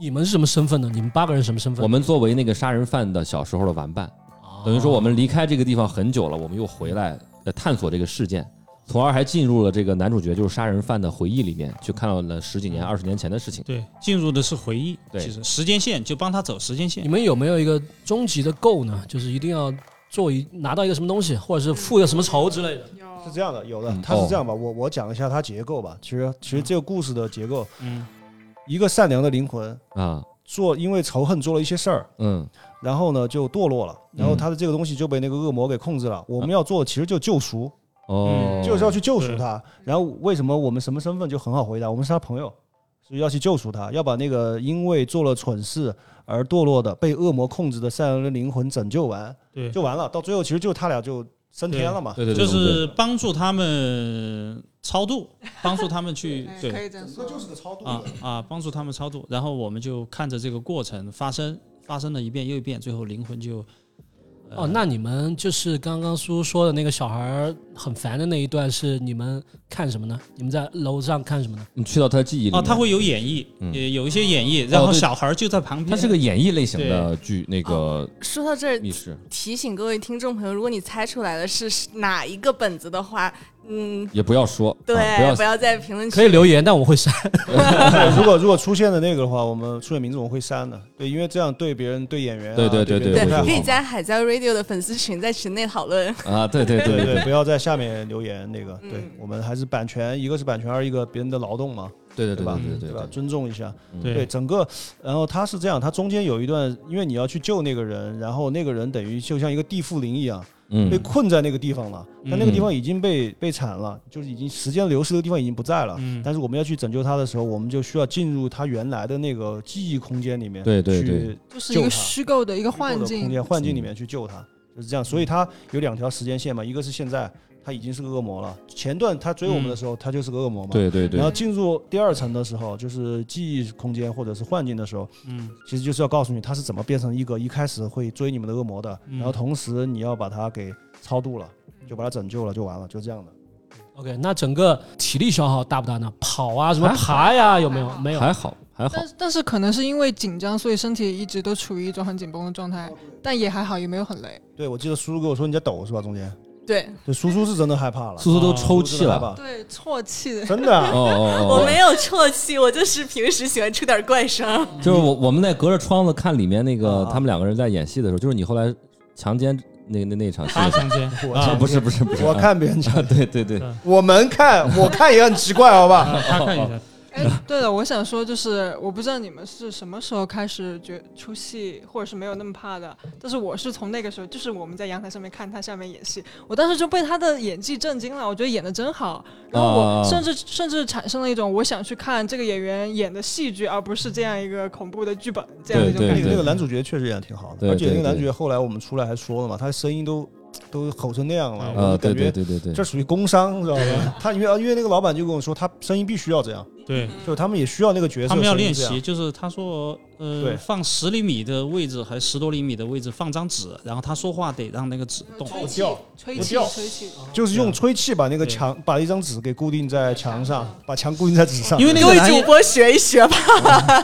Speaker 3: 你们是什么身份呢？你们八个人什么身份？
Speaker 2: 我们作为那个杀人犯的小时候的玩伴，
Speaker 3: 啊
Speaker 2: 等于说我们离开这个地方很久了，我们又回来呃探索这个事件，从而还进入了这个男主角就是杀人犯的回忆里面，去看到了十几年、二十年前的事情。
Speaker 9: 哦对，进入的是回忆，
Speaker 2: 对
Speaker 9: 其实时间线就帮他走时间线
Speaker 3: 你。们有没有一个终极的 goal 呢？就是一定要做一拿到一个什么东西，或者是付一个什么仇之类的。
Speaker 9: 哦
Speaker 4: 是这样的，有的
Speaker 2: 嗯，
Speaker 4: 它是
Speaker 2: 哦嗯
Speaker 4: 这样吧，我我讲一下它结构吧。其实其实这个故事的结构，
Speaker 9: 嗯，
Speaker 4: 一个善良的灵魂
Speaker 2: 啊，
Speaker 4: 做因为仇恨做了一些事儿，
Speaker 2: 嗯，
Speaker 4: 然后呢就堕落了，然后他的这个东西就被那个恶魔给控制了。我们要做的其实就救赎，
Speaker 2: 啊哦，
Speaker 4: 就是要去救赎
Speaker 9: 对
Speaker 4: 他。然后为什么我们什么身份就很好回答，我们是他朋友，所以要去救赎他，要把那个因为做了蠢事而堕落的被恶魔控制的善良的灵魂拯救完
Speaker 9: 对，
Speaker 4: 就完了。到最后其实就他俩就升天了嘛。
Speaker 2: 对对对，
Speaker 9: 就
Speaker 2: 对
Speaker 9: 是帮助他们超度，帮助他们去
Speaker 6: 哎可
Speaker 9: 对
Speaker 6: 以这样说，
Speaker 4: 是个超度
Speaker 9: 啊啊，帮助他们超度，然后我们就看着这个过程发生，发生了一遍又一遍，最后灵魂就呃
Speaker 3: 哦，那你们就是刚刚苏说的那个小孩儿很烦的那一段，是你们看什么呢？你们在楼上看什么呢？
Speaker 2: 你嗯去到他的记忆里面
Speaker 9: 哦，他会有演绎，
Speaker 2: 嗯哦
Speaker 9: 也有一些演绎，然后
Speaker 2: 对
Speaker 9: 小孩儿就在旁边，
Speaker 2: 它是个演绎类型的剧，那个
Speaker 5: 说到这儿，
Speaker 2: 密室
Speaker 5: 提醒各位听众朋友，如果你猜出来的是哪一个本子的话，嗯，
Speaker 2: 也不要说，
Speaker 5: 对，
Speaker 2: 啊不要
Speaker 5: 不要在评论区
Speaker 3: 可以留言，但我会删。
Speaker 4: 对 如果如果出现的那个的话，我们出现名字我们会删的，对，因为这样对别人、对演员、啊，
Speaker 2: 对对对对
Speaker 4: 对别
Speaker 5: 对
Speaker 4: 人不太，
Speaker 2: 对
Speaker 4: 好
Speaker 5: 可以加海椒 Radio 的粉丝群，在群内讨论。
Speaker 2: 啊，对对对
Speaker 4: 对
Speaker 2: 对
Speaker 4: 对，不要在下面留言那个，对
Speaker 5: 嗯
Speaker 4: 我们还是版权，一个是版权，二一个别人的劳动嘛，
Speaker 2: 对对对
Speaker 4: 吧？
Speaker 2: 对对
Speaker 4: 吧
Speaker 2: 对？，
Speaker 4: 尊重一下，
Speaker 9: 对
Speaker 4: 对整个，然后他是这样，他中间有一段，因为你要去救那个人，然后那个人等于就像一个地缚灵一样，被
Speaker 2: 嗯，
Speaker 4: 困在那个地方了，
Speaker 9: 嗯
Speaker 4: 但那个地方已经被被铲了，就是已经时间流逝的地方已经不在了。
Speaker 9: 嗯
Speaker 4: 但是我们要去拯救他的时候，我们就需要进入他原来的那个记忆空间里面，
Speaker 2: 对对
Speaker 4: 去
Speaker 2: 对
Speaker 6: 就是一
Speaker 4: 救
Speaker 6: 个
Speaker 4: 他
Speaker 6: 虚构的一个幻
Speaker 4: 虚构的空
Speaker 6: 境。
Speaker 4: 间幻境里面去救他，就是这样。所以他有两条时间线嘛，一个是现在他已经是个恶魔了，前段他追我们的时候、他就是个恶魔嘛，。
Speaker 2: 对对
Speaker 4: 然后
Speaker 2: 对，
Speaker 4: 进入第二层的时候，就是记忆空间或者是幻境的时候，
Speaker 9: 嗯，
Speaker 4: 其实就是要告诉你他是怎么变成一个一开始会追你们的恶魔的，
Speaker 9: 嗯
Speaker 4: 然后同时你要把他给超度了，就把他拯救了，就完了，就这样的。
Speaker 3: OK，那整个体力消耗大不大呢？跑啊，什么
Speaker 2: 还好
Speaker 3: 爬呀、有没有
Speaker 6: 还？好
Speaker 3: 没有。
Speaker 2: 还好还好
Speaker 5: 嗯
Speaker 6: 但，是但是可能是因为紧张，所以身体一直都处于一种很紧绷的状
Speaker 2: 哦
Speaker 6: 态，但也还好，也没有很累。
Speaker 4: 对，我记得叔叔跟我说你在抖是吧？中间，
Speaker 5: 对，
Speaker 4: 对，叔叔是真的害怕了，
Speaker 2: 苏苏都
Speaker 9: 啊
Speaker 2: 抽
Speaker 4: 叔
Speaker 2: 泣
Speaker 4: 叔真的害
Speaker 2: 了，
Speaker 4: 怕，
Speaker 6: 对，啜泣的。
Speaker 4: 真的啊、
Speaker 2: 哦哦哦，
Speaker 5: 我没有啜泣，我就是平时喜欢出点怪声。
Speaker 2: 就是我我们在隔着窗子看里面那个
Speaker 4: 啊
Speaker 2: 他们两个人在演戏的时候，就是你后来强奸那那那场戏
Speaker 9: 他强 奸
Speaker 4: 我
Speaker 2: 啊，
Speaker 4: 看
Speaker 2: 不是不是不是，
Speaker 4: 我看别人
Speaker 2: 啊，对对对，
Speaker 4: 我们看，我看也很奇怪，好吧？
Speaker 9: 啊他看一下，
Speaker 6: 哎，对了，我想说就是，我不知道你们是什么时候开始觉出戏，或者是没有那么怕的，但是我是从那个时候，就是我们在阳台上面看他下面演戏，我当时就被他的演技震惊了，我觉得演的真好，然后
Speaker 2: 啊
Speaker 6: 我甚至甚至产生了一种我想去看这个演员演的戏剧，而不是这样一个恐怖的剧本这样的一种
Speaker 2: 对
Speaker 6: 感
Speaker 4: 那
Speaker 6: 觉。
Speaker 4: 个
Speaker 2: 对
Speaker 4: 那个男主角确实演的挺好
Speaker 2: 对
Speaker 4: 的，而且那个
Speaker 2: 对对
Speaker 4: 男主角后来我们出来还说了嘛，他声音都都吼成那样了， 我
Speaker 2: 啊，对
Speaker 4: 就
Speaker 2: 对
Speaker 4: 感觉
Speaker 2: 对对对，
Speaker 4: 这属于工伤，知 道吧？他因为因为那个老板就跟我说，他声音必须要这样，
Speaker 2: 嗯
Speaker 9: 对
Speaker 4: 就他们也需要那个角色，
Speaker 9: 他们要练习，。就是他说呃
Speaker 4: 对
Speaker 9: 放十厘米的位置还是十多厘米的位置放张纸，然后他说话得让那个纸动。
Speaker 2: 哦
Speaker 6: 吹气
Speaker 4: 掉，
Speaker 6: 吹
Speaker 4: 不
Speaker 6: 气，
Speaker 4: 掉
Speaker 6: 吹气，
Speaker 4: 就是用吹气把那个
Speaker 9: 对
Speaker 4: 墙，把一张纸给固定在墙上，把墙固定在纸上。
Speaker 9: 因为那
Speaker 5: 各
Speaker 9: 个
Speaker 5: 位
Speaker 9: 男
Speaker 5: 主
Speaker 9: 演
Speaker 5: 播学一学吧。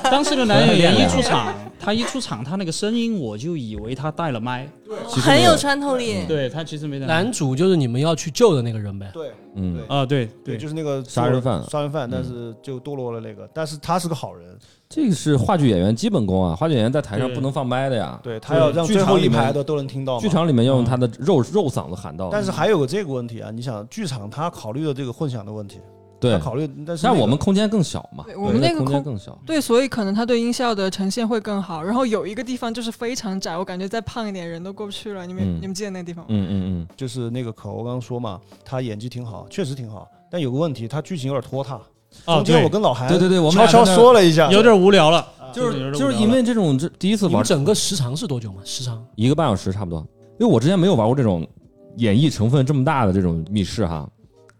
Speaker 9: 当时的男演员一出场，他一出场，他那个声音我就以为他带了麦，
Speaker 2: 其实没
Speaker 5: 很
Speaker 2: 有
Speaker 5: 有穿透力。
Speaker 9: 对他其实没带麦
Speaker 3: 啊男主就是你们要去救的那个人呗。
Speaker 4: 对
Speaker 2: 嗯，
Speaker 9: 啊，对
Speaker 4: 对，就是那个
Speaker 2: 杀人犯
Speaker 4: 杀人犯
Speaker 2: 嗯，
Speaker 4: 但是就堕落了那个，但是他是个好人，
Speaker 2: 这个是话剧演员基本功啊，话剧演员在台上
Speaker 9: 对
Speaker 2: 不能放麦的呀，
Speaker 4: 对他要让最后一排的都能听到嘛。
Speaker 2: 剧场里面要用他的肉肉嗓子喊到，
Speaker 4: 但是还有个这个问题啊，你想剧场他考虑的这个混响的问题，
Speaker 2: 对
Speaker 4: 要考虑，但是
Speaker 2: 但
Speaker 4: 那
Speaker 2: 是我
Speaker 4: 个
Speaker 2: 们空间更小嘛，
Speaker 6: 对我们那个
Speaker 2: 空间
Speaker 6: 空
Speaker 2: 更小，
Speaker 6: 对，所以可能它对音效的呈现会更好。然后有一个地方就是非常窄，我感觉再胖一点人都过不去了。你们、
Speaker 2: 嗯
Speaker 6: 你们记得那个地方吗？
Speaker 2: 嗯嗯
Speaker 4: 就是那个可欧刚刚说嘛，他演技挺好，确实挺好，但有个问题，他剧情有点拖沓。
Speaker 9: 哦，
Speaker 4: 中间
Speaker 9: 对
Speaker 4: 我，跟老韩
Speaker 2: 啊对对对我们
Speaker 4: 悄
Speaker 2: 俩
Speaker 4: 悄
Speaker 2: 在那儿
Speaker 4: 说了一下，
Speaker 9: 有点无聊了，
Speaker 2: 嗯，
Speaker 9: 就是有点无
Speaker 2: 就是
Speaker 9: 聊
Speaker 2: 因
Speaker 9: 了
Speaker 2: 为这种这第一次
Speaker 3: 你们
Speaker 2: 玩
Speaker 3: 整个时长是多久嘛？时长
Speaker 2: 一个半小时差不多，因为我之前没有玩过这种演绎成分这么大的这种密室哈。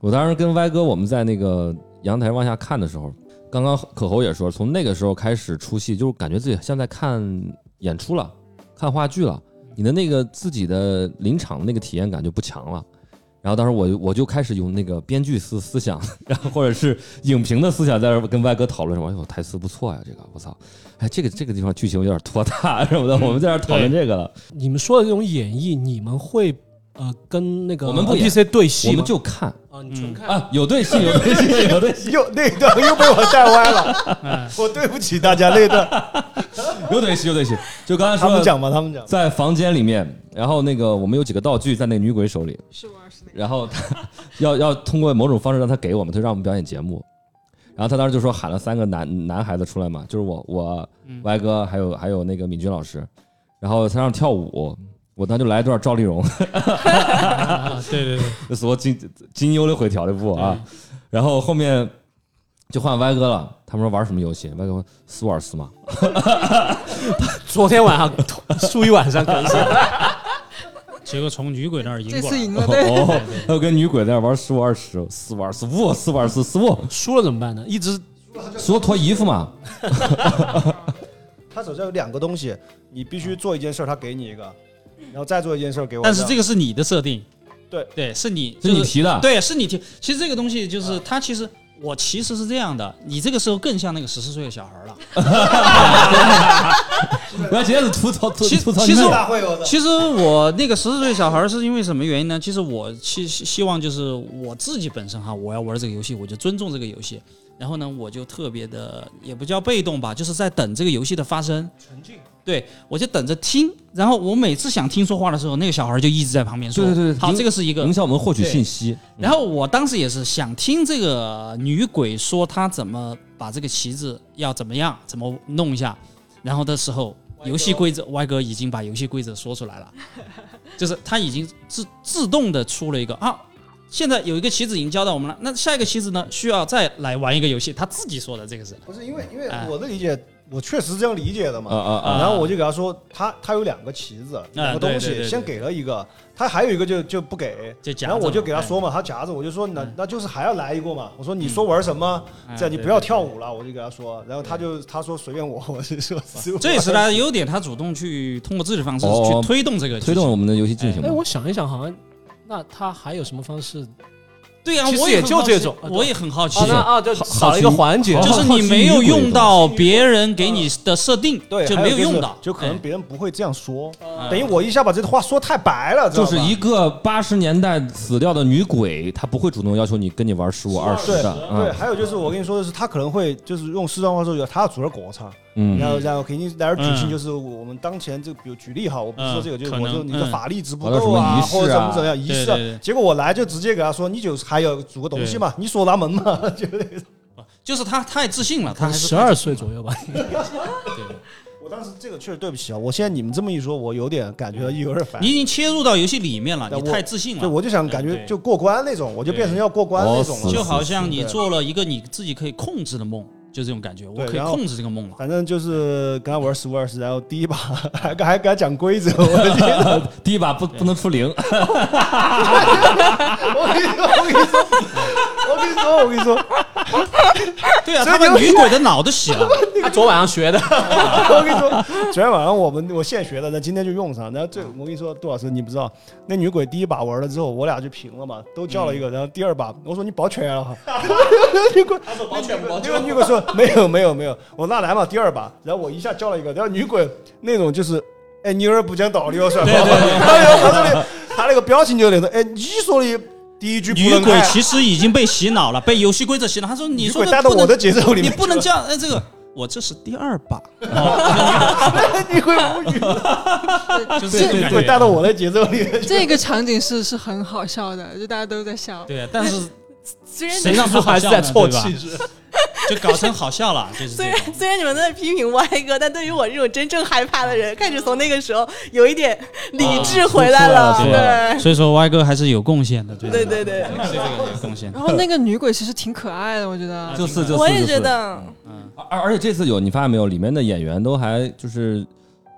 Speaker 2: 我当时跟歪哥我们在那个阳台往下看的时候，刚刚可侯也说，从那个时候开始出戏，就是感觉自己像在看演出了，看话剧了，你的那个自己的临场的那个体验感就不强了。然后当时我我就开始用那个编剧思思想，然后或者是影评的思想，在这儿跟歪哥讨论什么？哎呦，台词不错呀，这个我操，哎，这个这个地方剧情有点拖沓什么的，我们在这儿讨论这个了。
Speaker 3: 你们说的这种演绎，你们会呃跟那个
Speaker 2: 我们不演
Speaker 3: NPC 对戏
Speaker 2: 我
Speaker 3: 吗
Speaker 2: 们就看
Speaker 3: 啊，你纯看
Speaker 2: 啊，有对 戏，有对戏，有对戏，
Speaker 4: 又那一段又被我带歪 了，我对不起大家那一段。
Speaker 2: 有对戏，有对戏。就刚才
Speaker 4: 他
Speaker 2: 说
Speaker 4: 们
Speaker 2: 的，
Speaker 4: 讲吧，他们讲。
Speaker 2: 在房间里面，然后那个我们有几个道具在那女鬼手里，
Speaker 6: 是我二十那个。
Speaker 2: 然后他 要要通过某种方式让她给我们，她让我们表演节目。然后他当时就说喊了三个男男孩子出来嘛，就是我我歪哥还有还有那个敏君老师，然后他让跳舞，我当时就来一段赵丽蓉，
Speaker 3: 啊，对对对，
Speaker 2: 那所谓金金优的回调这部啊，然后后面就换歪哥了，他们说玩什么游戏？歪哥说斯瓦尔斯嘛，哦
Speaker 3: 昨天 晚上输一晚上，可能是
Speaker 9: 结果从女鬼那儿赢
Speaker 6: 这
Speaker 9: 过
Speaker 6: 次
Speaker 9: 来
Speaker 6: 赢
Speaker 9: 了。
Speaker 6: 了，对，
Speaker 2: 哦，还有跟女鬼在那玩十五二十，十五二十五，十五二十十五，
Speaker 3: 输了怎么办呢？一直
Speaker 2: 说脱衣服嘛，
Speaker 4: 他手上有两个东西，你必须做一件事儿，他给你一个，然后再做一件事儿给我。
Speaker 9: 但是
Speaker 4: 样
Speaker 9: 这个是你的设定，
Speaker 4: 对
Speaker 9: 对，是你，
Speaker 2: 是
Speaker 9: 就
Speaker 2: 你提的，
Speaker 9: 对，是你提。其实这个东西就是它，其实我其实是这样的，你这个时候更像那个十四岁的小孩了。
Speaker 2: 我要直接是吐槽吐
Speaker 9: 其
Speaker 2: 吐槽
Speaker 9: 其
Speaker 2: 你
Speaker 9: 实
Speaker 2: 们
Speaker 9: 我
Speaker 4: 大会 有的。
Speaker 9: 其实我那个十四岁小孩是因为什么原因呢？其实我希希希望就是我自己本身哈，我要玩这个游戏，我就尊重这个游戏。然后呢，我就特别的也不叫被动吧，就是在等这个游戏的发生。沉浸。对，我就等着听。然后我每次想听说话的时候，那个小孩就一直在旁边说。
Speaker 2: 对对对
Speaker 9: 好，
Speaker 2: 影
Speaker 9: 这个是一个
Speaker 2: 影响我们获取信息，
Speaker 9: 然后我当时也是想听这个女鬼说她怎么把这个旗子要怎么样怎么弄一下，然后的时候，游戏规则歪哥已经把游戏规则说出来了，就是他已经自自动的出了一个啊，现在有一个棋子已经交到我们了，那下一个棋子呢需要再来玩一个游戏，他自己说的这个是，
Speaker 4: 不是因为因为
Speaker 9: 哎
Speaker 4: 我的理解，我确实这样理解的
Speaker 2: 啊
Speaker 4: 嘛。
Speaker 2: 啊啊，
Speaker 4: 然后我就给他说，他他有两个旗子，两个东
Speaker 9: 对对对
Speaker 4: 西，
Speaker 9: 对
Speaker 4: 先给了一个，他还有一个就就不给。
Speaker 9: 就夹
Speaker 4: 然
Speaker 9: 着
Speaker 4: 后
Speaker 9: 嘛
Speaker 4: 我就给他说嘛，他夹着，我就说那那就是还要来一个嘛。我说你说玩什么？
Speaker 9: 嗯哎
Speaker 4: 这样你
Speaker 9: 对
Speaker 4: 不要
Speaker 9: 对对嗯啊
Speaker 4: 跳舞了，我就给他说。然后他就他说随便我， 我是说
Speaker 9: 这
Speaker 4: 啊
Speaker 9: 也是他的优点，他主动去通过自己的方式
Speaker 2: 哦
Speaker 9: 去推动这个剧
Speaker 2: 推
Speaker 9: 情
Speaker 2: 动我们的游戏进行
Speaker 3: 哎，
Speaker 2: 嘛，
Speaker 3: 我想一想，好像那他还有什么方式？
Speaker 9: 对呀、
Speaker 3: 其实
Speaker 9: 我
Speaker 3: 也
Speaker 9: 很
Speaker 3: 就
Speaker 9: 好奇
Speaker 3: 这种啊对
Speaker 9: 我也很好奇。
Speaker 3: 哦，那啊，就
Speaker 2: 好
Speaker 3: 少了一个
Speaker 2: 好奇
Speaker 3: 环节，
Speaker 9: 就是你没有用到别人给你的设 定，
Speaker 4: 嗯对，
Speaker 9: 就
Speaker 4: 还
Speaker 9: 没有
Speaker 4: 是
Speaker 9: 用哎到，
Speaker 4: 就可能别人不会这样说。
Speaker 9: 哎
Speaker 4: 等于我一下把这话说太白了，知道
Speaker 2: 就
Speaker 4: 吧
Speaker 2: 是一个八十年代死掉的女鬼，她不会主动要求你跟你玩十五二十
Speaker 4: 对
Speaker 2: 的，
Speaker 4: 对，
Speaker 2: 啊
Speaker 4: 还有就是我跟你说的是，他可能会就是用四川话说，他要组织国唱，啊然
Speaker 2: 嗯，
Speaker 4: 后然后肯定来点举情，
Speaker 9: 嗯
Speaker 4: 就是我们当前这个，比如举例哈，我不是说这个，
Speaker 9: 嗯
Speaker 4: 就是
Speaker 9: 可
Speaker 4: 我
Speaker 9: 能
Speaker 4: 说你的
Speaker 9: 嗯
Speaker 4: 法力值不
Speaker 2: 搞点
Speaker 4: 够
Speaker 2: 什么
Speaker 4: 啊，
Speaker 2: 仪式啊
Speaker 4: 或者怎么怎么样仪
Speaker 9: 对
Speaker 4: 式啊
Speaker 9: 对对，
Speaker 4: 结果我来就直接给他说，你就是还有组个东 西嘛，你锁南门嘛，就那个。
Speaker 9: 就是他太自信了，他还是
Speaker 3: 十二岁左右吧，
Speaker 4: 我当时这个确实对不起啊，我现在你们这么一说，我有点感觉到义有点烦
Speaker 9: 你。已经切入到游戏里面了，
Speaker 4: 对
Speaker 9: 你
Speaker 4: 我
Speaker 9: 太自信
Speaker 4: 对，
Speaker 9: 了，
Speaker 4: 我就想感觉
Speaker 9: 啊对
Speaker 4: 就过关那种，我就变成要过关那种
Speaker 2: 对
Speaker 4: 了。
Speaker 9: 就好像你
Speaker 4: 对
Speaker 9: 做了一个你自己可以控制的梦，就这种感觉，我可以
Speaker 4: 然后
Speaker 9: 控制这 个梦了。
Speaker 4: 反正就是跟他玩十五二十，然后第一把还跟还给他讲规则，我的天哪！
Speaker 2: 第一把不不能出零，
Speaker 4: 我跟你说，我跟你说，我跟你说，我跟你说，
Speaker 9: 对啊，他把女鬼的脑都洗 了，
Speaker 3: 他昨晚上学的。
Speaker 4: 我跟你说，昨天晚上我们我现学的，那今天就用上。然后这我跟你说，杜老师你不知道，那女鬼第一把玩了之后，我俩就平了嘛，都叫了一个。然后第二把我说你保全 啊了哈，女鬼保全保全，那个女鬼说没有没有没有，我那来嘛第二把，然后我一下叫了一个，然后女鬼那种就是。哎，你有点不讲道理哦，是吧？对对对，他那个他那个表情就那种，哎，你说的第一句不
Speaker 9: 女
Speaker 4: 能
Speaker 9: 鬼
Speaker 4: 看，
Speaker 9: 其实已经被洗脑了，被游戏规则洗脑。他说：“你
Speaker 4: 女
Speaker 9: 说
Speaker 4: 鬼
Speaker 9: 的
Speaker 4: 带到
Speaker 9: 不
Speaker 4: 我的
Speaker 9: 能，
Speaker 4: 节奏里
Speaker 9: 你
Speaker 4: 面，
Speaker 9: 不能这样。”哎，这个我这是第二把，
Speaker 4: 女鬼无语，
Speaker 9: 就是这
Speaker 4: 啊
Speaker 9: 种
Speaker 4: 女
Speaker 9: 感
Speaker 4: 鬼带
Speaker 9: 觉。
Speaker 4: 到我的节奏里面去。
Speaker 6: 这个场景是是很好笑的，就大家都在笑。
Speaker 9: 对啊，但是
Speaker 5: 虽然
Speaker 9: 谁让他好
Speaker 3: 还是
Speaker 9: 笑
Speaker 3: 在
Speaker 9: 呢？
Speaker 3: 凑
Speaker 9: 对
Speaker 3: 气
Speaker 9: 吧？
Speaker 3: 质。
Speaker 9: 就搞成好笑 了，就是
Speaker 5: 虽
Speaker 9: 这
Speaker 5: 然
Speaker 9: 种。
Speaker 5: 虽然你们在批评歪哥，但对于我这种真正害怕的人，开始从那个时候有一点理智回来
Speaker 2: 哦
Speaker 9: 啊出出来
Speaker 5: 对。
Speaker 9: 所以说歪哥还是有贡献
Speaker 2: 啊
Speaker 9: 的，对
Speaker 5: 对对对，
Speaker 9: 对这个有贡献。
Speaker 6: 然后那个女鬼其实挺可爱的，我觉得。
Speaker 2: 就四就四，
Speaker 5: 我也
Speaker 2: 就四
Speaker 5: 觉得，
Speaker 2: 而而且这次有你发现没有，里面的演员都还就是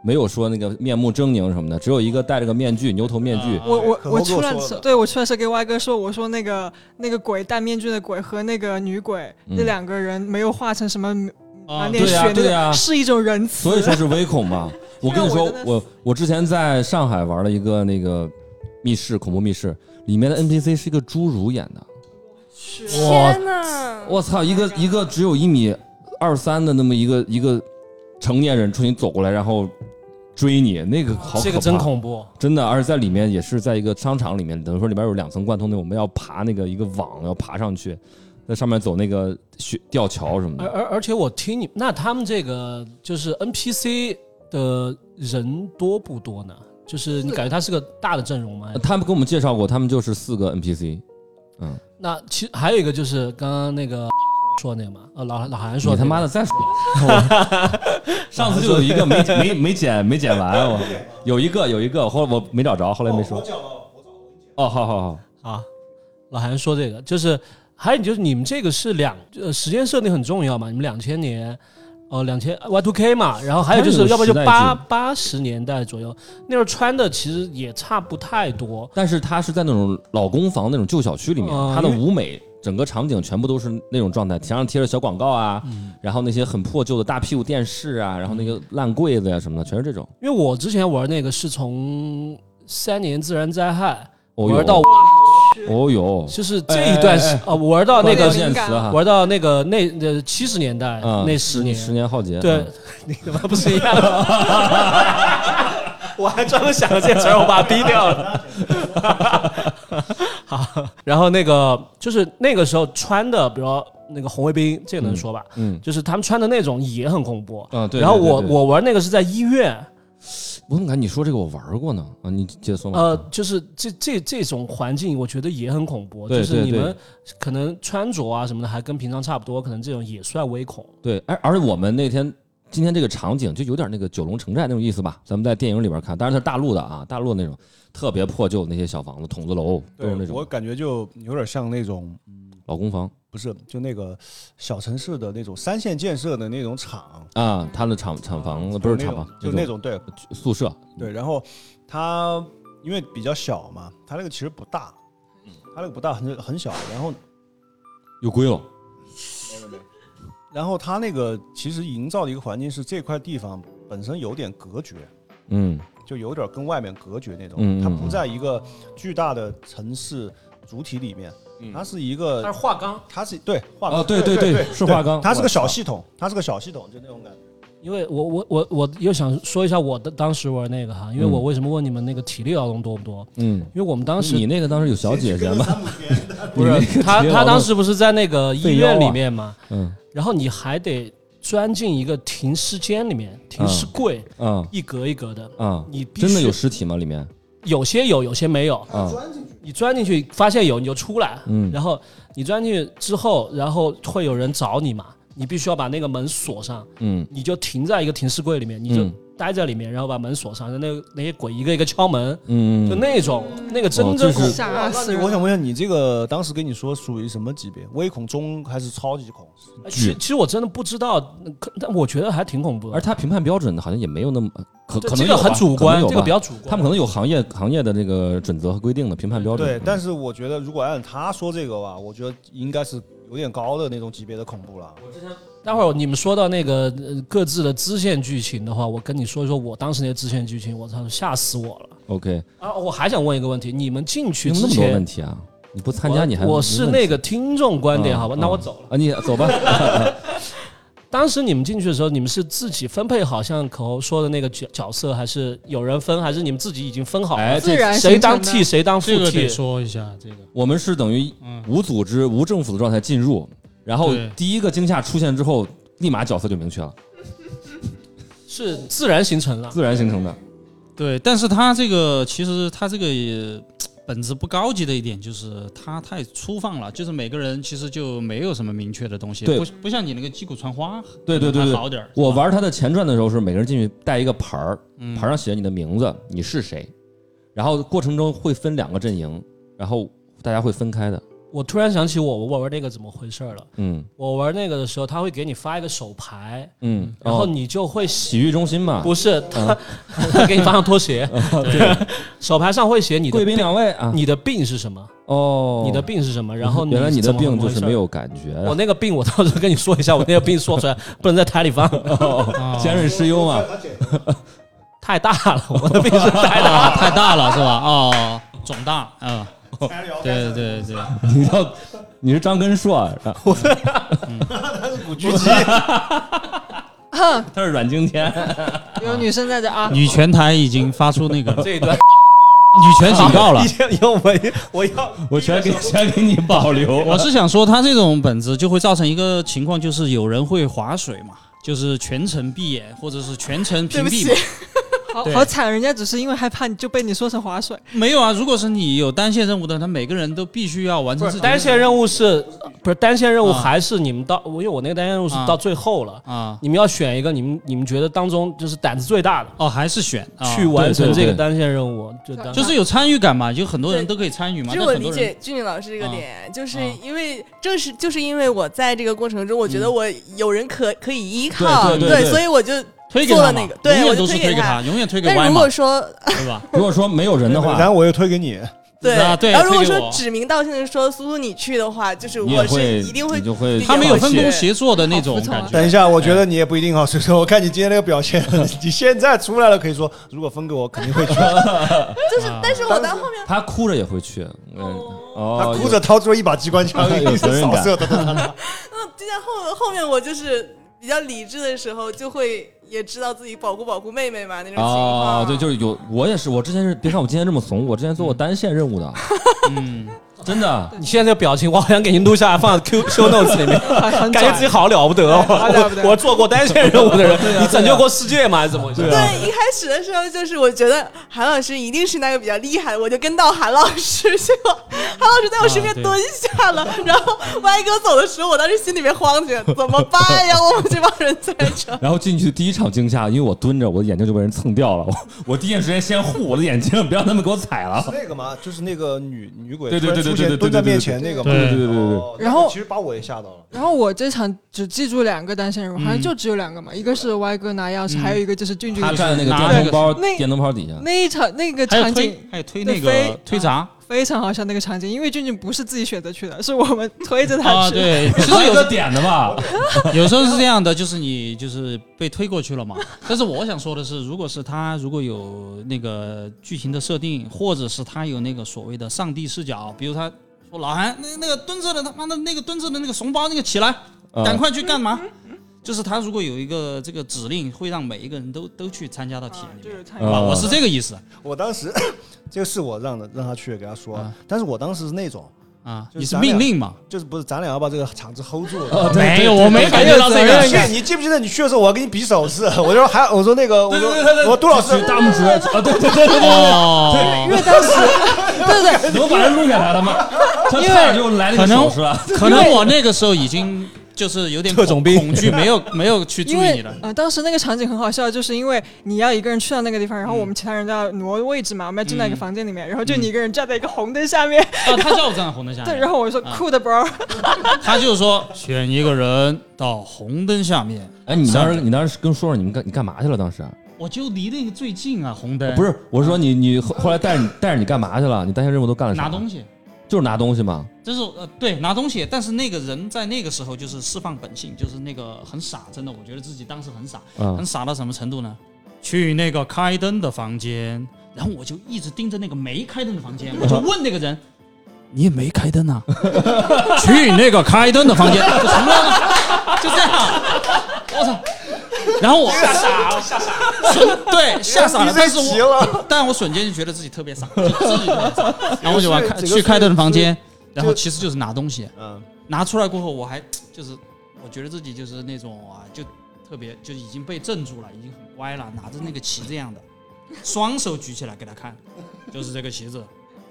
Speaker 2: 没有说那个面目狰狞什么的，只有一个戴着个面具牛头
Speaker 9: 嗯
Speaker 2: 面
Speaker 9: 呃
Speaker 2: 具。
Speaker 6: 我我
Speaker 4: 可
Speaker 6: 我
Speaker 4: 猴跟
Speaker 6: 出
Speaker 4: 我
Speaker 6: 来
Speaker 4: 说
Speaker 6: 的时候，
Speaker 4: 了
Speaker 6: 对我出来的时候跟歪哥说，我说那个那个鬼戴面具的鬼和那个女鬼、那
Speaker 2: 嗯
Speaker 6: 两个人没有化成什么
Speaker 9: 啊
Speaker 6: 满脸
Speaker 2: 对呀
Speaker 6: 血那
Speaker 2: 对呀
Speaker 6: 个，是一种仁慈。
Speaker 2: 所以说是微恐嘛。我跟你
Speaker 6: 是啊
Speaker 2: 说
Speaker 6: 我真，的
Speaker 2: 我我之前在上海玩了一个那个密室恐怖密室，里面的 NPC 是一个侏儒演的。
Speaker 5: 天哪！
Speaker 2: 我操，一个一个只有一米二三的那么一个一个成年人冲你走过来，然后追你，那个好可怕，
Speaker 3: 这个真恐怖，
Speaker 2: 真的。而且在里面也是在一个商场里面，等于说里面有两层贯通的，我们要爬那个一个网，要爬上去，在上面走那个雪吊桥什么
Speaker 3: 而
Speaker 2: 的。
Speaker 3: 而而且我听你，那他们这个就是 NPC 的人多不多呢？就是你感觉他是个大的阵容吗？
Speaker 2: 他们给我们介绍过，他们就是四个 NPC。嗯，
Speaker 3: 那其实还有一个就是刚刚那个 说那个嘛，呃，老老韩说
Speaker 2: 你他
Speaker 3: 那个
Speaker 2: 妈的 再说，我上次就有一个没没没剪没剪完，我有一个有一个，后来我没找着，后来没说。哦，好好好，
Speaker 3: 啊，老韩说这个就是，还有就是你们这个是两呃时间设定很重要嘛，你们两千年，呃两千 Y two K 嘛，然后还有就
Speaker 2: 它
Speaker 3: 是
Speaker 2: 有
Speaker 3: 要不然就
Speaker 2: 时代
Speaker 3: 八
Speaker 2: 剧
Speaker 3: 八十年代左右那时候穿的其实也差不太多，
Speaker 2: 但是他是在那种老公房那种旧小区里面
Speaker 3: 哦，
Speaker 2: 他的
Speaker 3: 因为
Speaker 2: 舞美整个场景全部都是那种状态，墙上贴着小广告啊，
Speaker 3: 嗯
Speaker 2: 然后那些很破旧的大屁股电视啊，然后那个烂柜子呀、什么的，全是这种。
Speaker 3: 因为我之前玩那个是从三年自然灾害
Speaker 2: 哦
Speaker 3: 玩到
Speaker 2: 呦，哦呦，
Speaker 3: 就是这一段时
Speaker 2: 哎哎哎
Speaker 3: 啊玩到
Speaker 2: 关
Speaker 3: 那个
Speaker 2: 键
Speaker 6: 敏
Speaker 2: 词
Speaker 6: 感
Speaker 2: 哈，
Speaker 3: 玩到那个那呃七十年代
Speaker 2: 嗯
Speaker 3: 那十年
Speaker 2: 十年浩劫，
Speaker 3: 对
Speaker 2: 嗯，
Speaker 3: 你他妈不是一 样吗？我还专门想了这词儿，我把它逼掉 了。好，然后那个就是那个时候穿的，比如说那个红卫兵，这个能说吧？
Speaker 2: 嗯
Speaker 3: 就是他们穿的那种也很恐怖。
Speaker 2: 嗯，对。
Speaker 3: 然后
Speaker 2: 对对
Speaker 3: 我
Speaker 2: 对
Speaker 3: 我玩那个是在医院，
Speaker 2: 我怎么感觉你说这个我玩过呢？啊，你接着说嘛。
Speaker 3: 呃，就是这这这种环境，我觉得也很恐怖。
Speaker 2: 对
Speaker 3: 就是你
Speaker 2: 对对
Speaker 3: 们可能穿着啊什么的还跟平常差不多，可能这种也算微恐。
Speaker 2: 对，而而且我们那天今天这个场景就有点那个九龙城寨那种意思吧，咱们在电影里边看，当然它是大陆的啊，大陆那种特别破旧的那些小房子、筒子楼，都
Speaker 4: 对
Speaker 2: 是那
Speaker 4: 我
Speaker 2: 种
Speaker 4: 感觉就有点像那种，
Speaker 2: 老公房
Speaker 4: 不是就那个小城市的那种三线建设的那种厂，
Speaker 2: 啊，他的厂厂房不是
Speaker 4: 那
Speaker 2: 厂
Speaker 4: 种
Speaker 2: 房，
Speaker 4: 就那种对
Speaker 2: 宿舍，
Speaker 4: 对。然后它因为比较小嘛，它那个其实不大，它那个不大，很很小。然后
Speaker 2: 有归拢，
Speaker 4: 然后它那个其实营造的一个环境是这块地方本身有点隔绝，
Speaker 2: 嗯
Speaker 4: 就有点跟外面隔绝那
Speaker 2: 嗯嗯
Speaker 4: 种，它不
Speaker 2: 嗯
Speaker 4: 在一个巨大的城市主体里面，它是一
Speaker 3: 但
Speaker 4: 个
Speaker 3: 嗯是画钢，
Speaker 4: 它是对化
Speaker 2: 哦对对对是化钢
Speaker 4: 它是
Speaker 2: 我
Speaker 4: 个小系统，它是个小系统，就那种感觉。
Speaker 3: 因为我我我我又想说一下我的当时玩那个哈，因为我为什么问你们那个体力劳动多不多？
Speaker 2: 嗯。
Speaker 3: 因为我们当
Speaker 2: 你
Speaker 3: 时
Speaker 2: 那个当时有小姐姐吗？
Speaker 3: 不是他他当时不是在那个医院里面嘛，
Speaker 2: 嗯
Speaker 3: 然后你还得钻进一个停尸间里面，停尸柜、
Speaker 2: 啊
Speaker 3: 一格一格的，
Speaker 2: 啊，
Speaker 3: 你必
Speaker 2: 嗯
Speaker 3: 须
Speaker 2: 真的有尸体吗？里面
Speaker 3: 有些有，有些没有。
Speaker 2: 啊
Speaker 3: 你钻进去发现有你就出来，
Speaker 2: 嗯
Speaker 3: 然后你钻进去之后，然后会有人找你嘛，你必须要把那个门锁上，
Speaker 2: 嗯
Speaker 3: 你就停在一个停尸柜里面，你就
Speaker 2: 嗯
Speaker 3: 待在里面，然后把门锁上，然后那那些鬼一个一个敲门，
Speaker 2: 嗯，
Speaker 3: 就那种那个
Speaker 2: 哦
Speaker 3: 真
Speaker 2: 这
Speaker 3: 正
Speaker 2: 是
Speaker 3: 恐怖
Speaker 6: 吓死
Speaker 4: 那
Speaker 6: 人！
Speaker 4: 我想问一下，你这个当时跟你说属于什么级别？微恐中还是超级恐？
Speaker 3: 其其实我真的不知道，可但我觉得还挺恐怖的。
Speaker 2: 而他评判标准好像也没有那么可
Speaker 3: 这
Speaker 2: 可能
Speaker 3: 这个
Speaker 2: 有吧
Speaker 3: 很主
Speaker 2: 可能
Speaker 3: 观，
Speaker 2: 有
Speaker 3: 这个
Speaker 2: 吧
Speaker 3: 比较主观。
Speaker 2: 他们可能有行业行业的这个准则和规定的评判标准。
Speaker 4: 对
Speaker 2: 嗯，
Speaker 4: 但是我觉得如果按他说这个吧，我觉得应该是有点高的那种级别的恐怖了。
Speaker 3: 待会儿你们说到那个呃各自的支线剧情的话，我跟你说一说我当时那些支线剧情，我操，吓死我了
Speaker 2: OK，
Speaker 3: 啊！我还想问一个问题，你们进去
Speaker 2: 你怎么那么
Speaker 3: 之
Speaker 2: 多
Speaker 3: 前
Speaker 2: 问，题啊？你不参加你还
Speaker 3: 我我是那个听众观点，
Speaker 2: 嗯
Speaker 3: 好吧？那我
Speaker 2: 嗯
Speaker 3: 走了。
Speaker 2: 啊，你 走吧。
Speaker 3: 当时你们进去的时候，你们是自己分配好像口红说的那个角角色，还是有人分，还是你们自己已经分好了？
Speaker 2: 哎，
Speaker 6: 自
Speaker 2: 这
Speaker 6: 然
Speaker 3: 谁
Speaker 6: 形成
Speaker 3: 当
Speaker 6: 的
Speaker 3: 替谁当副
Speaker 9: 这个
Speaker 3: 替
Speaker 9: 得？说一下，这个
Speaker 2: 我们是等于
Speaker 3: 嗯
Speaker 2: 无组织、无政府的状态进入，然后
Speaker 9: 对
Speaker 2: 第一个惊吓出现之后，立马角色就明确了，
Speaker 3: 是自然形成了。
Speaker 2: 自然形成的。
Speaker 9: 对，但是他这个其实他这个也本质不高级的一点就是它太粗放了，就是每个人其实就没有什么明确的东西，
Speaker 2: 对
Speaker 9: 不不像你那个击鼓传花，
Speaker 2: 对对对
Speaker 9: 还
Speaker 2: 对
Speaker 9: 好点儿。
Speaker 2: 我
Speaker 9: 是吧
Speaker 2: 玩它的前传的时候是每个人进去带一个牌儿，
Speaker 9: 嗯
Speaker 2: 牌上写着你的名字，你是谁，然后过程中会分两个阵营，然后大家会分开的。
Speaker 3: 我突然想起我我玩那个怎么回事儿了。
Speaker 2: 嗯
Speaker 3: 我玩那个的时候，他会给你发一个手牌，
Speaker 2: 嗯，
Speaker 3: 然后
Speaker 2: 哦
Speaker 3: 你就会写，
Speaker 2: 洗浴中心嘛，
Speaker 3: 不是他
Speaker 2: 嗯
Speaker 3: 他给你发上拖鞋，对， 手牌上会写你的
Speaker 2: 贵宾
Speaker 3: 病
Speaker 2: 两位啊，
Speaker 3: 你的病是什么，
Speaker 2: 哦，
Speaker 3: 你的病是什么，然后
Speaker 2: 原来你的
Speaker 3: 怎么
Speaker 2: 病就
Speaker 3: 回
Speaker 2: 是
Speaker 3: 事儿
Speaker 2: 没。有啊感觉，
Speaker 3: 我那个病，我到时候跟你说一下，我那个病说 出来不能在台 里放，
Speaker 9: 啊
Speaker 2: 尖
Speaker 3: 哦
Speaker 2: 锐湿痈嘛，
Speaker 3: 太大了， 我的病是太大了。
Speaker 9: 啊 太大了是吧？哦， 肿大啊。对对对，
Speaker 2: 你要你是张根硕啊，嗯是吧他是阮经天，啊
Speaker 6: 有女生在 这啊，
Speaker 9: 女拳台已经发出那 个
Speaker 3: 这一 段
Speaker 9: 女权警告了
Speaker 3: 以。前有我我要
Speaker 2: 我全给全给你保留。
Speaker 9: 我是想说，它这种本质就会造成一个情况，就是有人会划水嘛，就是全程闭眼或者是全程
Speaker 5: 对
Speaker 9: 屏
Speaker 5: 不
Speaker 9: 蔽
Speaker 5: 起
Speaker 9: 嘛。，
Speaker 6: 好
Speaker 9: 对
Speaker 6: 好惨，人家只是因为害怕你就被你说成划水，
Speaker 9: 没有啊，如果是你有单线任务的，他每个人都必须要完成
Speaker 3: 不
Speaker 9: 自
Speaker 3: 是
Speaker 9: 己的
Speaker 3: 单线任务是，不是单线任务
Speaker 9: 啊
Speaker 3: 还是你们到？我因为我那个单线任务是
Speaker 9: 啊
Speaker 3: 到最后了，
Speaker 9: 啊。
Speaker 3: 你们要选一个你们你们觉得当中就是胆子最大的
Speaker 9: 哦，还是选啊
Speaker 3: 去完成
Speaker 2: 对对
Speaker 3: 这个
Speaker 2: 对
Speaker 3: 单线任务，就当
Speaker 9: 就是有参与感嘛，就很多人
Speaker 5: 对
Speaker 9: 都可以参与嘛。
Speaker 5: 这
Speaker 9: 但
Speaker 5: 我
Speaker 9: 很
Speaker 5: 理
Speaker 9: 多人
Speaker 5: 解俊俊老师这个点，就是
Speaker 2: 嗯
Speaker 9: 啊
Speaker 5: 因为正是就是因为我在这个过程中，我觉得
Speaker 9: 嗯
Speaker 5: 我有人可可以依靠，
Speaker 2: 对对对
Speaker 5: 所以我就
Speaker 9: 推给
Speaker 5: 做
Speaker 9: 他
Speaker 5: 了
Speaker 9: 嘛
Speaker 5: 那个对我
Speaker 9: 永远
Speaker 5: 就
Speaker 9: 都是
Speaker 5: 推
Speaker 9: 推
Speaker 5: 给
Speaker 9: 给
Speaker 5: 他
Speaker 9: 他，永远推给
Speaker 5: 但
Speaker 9: Y
Speaker 5: 如
Speaker 9: 嘛
Speaker 5: 果，说
Speaker 9: 对吧？
Speaker 2: 如果说没有人的
Speaker 4: 然
Speaker 2: 话，
Speaker 4: 后我又推给你，
Speaker 5: 对，
Speaker 9: 啊对
Speaker 5: 然后如果
Speaker 9: 推给
Speaker 5: 说
Speaker 9: 我
Speaker 5: 指名道姓的说苏苏你去的话，就是
Speaker 2: 你也
Speaker 5: 我
Speaker 2: 会
Speaker 5: 是一定会
Speaker 2: 你就会
Speaker 5: 比较
Speaker 9: 他们有分工
Speaker 5: 是
Speaker 9: 协作的那
Speaker 6: 好
Speaker 9: 种
Speaker 6: 服从啊
Speaker 9: 感觉。
Speaker 4: 等一下，我觉得你也不一定好，所以说我看你今天那个表现，你现在出来了可以说，如果分给我肯定会去。
Speaker 5: 就是，
Speaker 2: 啊
Speaker 5: 但是我到后面
Speaker 2: 他哭着也会去，嗯哦，
Speaker 4: 他哭着掏出了一把机关枪，
Speaker 2: 有
Speaker 4: 一
Speaker 2: 责
Speaker 4: 直
Speaker 2: 任
Speaker 4: 扫
Speaker 2: 感
Speaker 4: 射他。
Speaker 5: 嗯，就像后后面我就是比较理智的时候，就会也知道自己保护保护妹妹嘛那种情况。
Speaker 2: 哦，对，就是有我也是，我之前是别看我今天这么怂，我之前做过单线任务的，
Speaker 9: 嗯，
Speaker 2: 真的。
Speaker 3: 你现在这个表情，我好想给您录下来放 Q show notes 里面，
Speaker 6: 很很
Speaker 3: 感觉自己
Speaker 6: 拽。
Speaker 3: 好了不得 哦。
Speaker 6: 好了不得
Speaker 3: 我我做过单线任务的
Speaker 2: 啊
Speaker 3: 人，你拯救过世界吗？还是怎么回事？
Speaker 5: 对，一开始的时候就是我觉得韩老师一定是那个比较厉害的，我就跟到韩老师， 结果韩老师在我身
Speaker 2: 啊
Speaker 5: 边蹲下了，然后歪哥走的时候，我当时心里面慌着，怎么办呀？我们这帮人在 这，
Speaker 2: 然后进去第一场惊吓，因为我蹲着，我的眼睛就被人蹭掉了。我我第一时间先护我的眼睛，不让他们给我踩了。
Speaker 4: 那个嘛，就是那个女女鬼
Speaker 2: 对对对对
Speaker 4: 突然
Speaker 2: 对对对
Speaker 4: 出现蹲在面前那个嘛。
Speaker 9: 对对
Speaker 2: 对对对对
Speaker 4: 哦
Speaker 6: 然后
Speaker 4: 其实把我也吓到了。
Speaker 6: 然后我这场只记住两个单线任务，好像
Speaker 9: 嗯
Speaker 6: 就只有两个嘛，一个是歪哥拿钥匙，
Speaker 9: 嗯
Speaker 6: 还有一个就是俊俊
Speaker 2: 他站在那个
Speaker 9: 拿
Speaker 2: 电
Speaker 9: 那
Speaker 2: 灯包
Speaker 6: 个那啊
Speaker 2: 电灯泡底下，
Speaker 6: 那一场那个
Speaker 9: 还有
Speaker 6: 场景
Speaker 9: 推，还有推
Speaker 6: 对
Speaker 9: 那个
Speaker 6: 飞
Speaker 9: 推闸
Speaker 6: 非常好笑那个场景，因为俊俊不是自己选择去的，是我们推 着他
Speaker 9: 啊，
Speaker 6: 去。
Speaker 9: 对，其实
Speaker 2: 是
Speaker 9: 有
Speaker 2: 有个点的吧？
Speaker 9: 有时候是这样的，就是你就是被推过去了嘛。但是我想说的是，如果是他如果有那个剧情的设定，或者是他有那个所谓的上帝视角，比如他说老韩那那个蹲着的他妈的那个蹲着的那个怂包那个起来，
Speaker 2: 嗯
Speaker 9: 赶快去干嘛？就是他如果有一个这个指令，会让每一个人都都去参加到体
Speaker 6: 啊
Speaker 9: 验里
Speaker 6: 就
Speaker 9: 面
Speaker 6: 是。他
Speaker 2: 啊
Speaker 9: 我是这个意思
Speaker 4: 我当时这个是我让的，让他去给他说
Speaker 9: 啊，
Speaker 4: 但是我当时是那种，
Speaker 9: 啊，
Speaker 4: 就是
Speaker 9: 你是
Speaker 4: 咱俩
Speaker 9: 命令嘛？
Speaker 4: 就是不是咱俩要把这个场子 hold 住
Speaker 2: 哦
Speaker 4: 的。
Speaker 2: 对
Speaker 9: 没有，
Speaker 2: 对
Speaker 9: 我没
Speaker 2: 对
Speaker 9: 感觉到这个
Speaker 4: 你。去，你记不记得你去的时候，我还给你比手势？我就说还，我说那个，我
Speaker 2: 对对对对
Speaker 4: 说我杜老师
Speaker 2: 举大拇指啊！对对对对
Speaker 9: 哦，
Speaker 6: 对对对，
Speaker 2: 对，我把人录下来了吗？他差点就啊来那个手势了。
Speaker 9: 可能我那个时候已经就是有点
Speaker 3: 特种兵
Speaker 9: 恐 恐惧，没有没有去注
Speaker 6: 因
Speaker 9: 意
Speaker 6: 为
Speaker 9: 你了。
Speaker 6: 呃，当时那个场景很好笑，就是因为你要一个人去到那个地方，然后
Speaker 9: 嗯
Speaker 6: 我们其他人都要挪位置嘛，我们要进到一个
Speaker 9: 嗯
Speaker 6: 房间里面，然后就你一个人站在一个红灯下面，
Speaker 9: 啊，他叫我站在红灯下面，
Speaker 6: 对，然后我就说
Speaker 9: 啊
Speaker 6: 酷的 bro，
Speaker 9: 他就说选一个人到红灯下面，
Speaker 2: 哎，你当时你当时跟说说你们干你干嘛去了？当时
Speaker 9: 我就离那个最近啊，红灯
Speaker 2: 不是，我是说你你后后来带着你带着你干嘛去了？你单线任务都干了啥？
Speaker 9: 拿东西，
Speaker 2: 就是拿东西嘛。
Speaker 9: 就是呃对拿东西，但是那个人在那个时候就是释放本性，就是那个很傻，真的，我觉得自己当时很傻，
Speaker 2: 嗯
Speaker 9: 很，傻到什么程度呢？去那个开灯的房间，然后我就一直盯着那个没开灯的房间，我就问那个人：“嗯你也没开灯啊？” 去那个开灯的房间，就什么了？就这样，我操！然后我吓傻了，吓傻了，对，吓傻了。但是
Speaker 4: 急
Speaker 9: 我，
Speaker 4: 了，
Speaker 9: 但我瞬间就觉得自己特别 傻，就自己特别傻然后我就往开
Speaker 4: 整个睡
Speaker 9: 去开灯的房间，然后
Speaker 4: 就
Speaker 9: 其实就是拿东西，
Speaker 4: 嗯，
Speaker 9: 拿出来过后，我还就是我觉得自己就是那种啊，就特别就已经被镇住了，已经很乖了，拿着那个旗这样的，双手举起来给他看，就是这个旗子，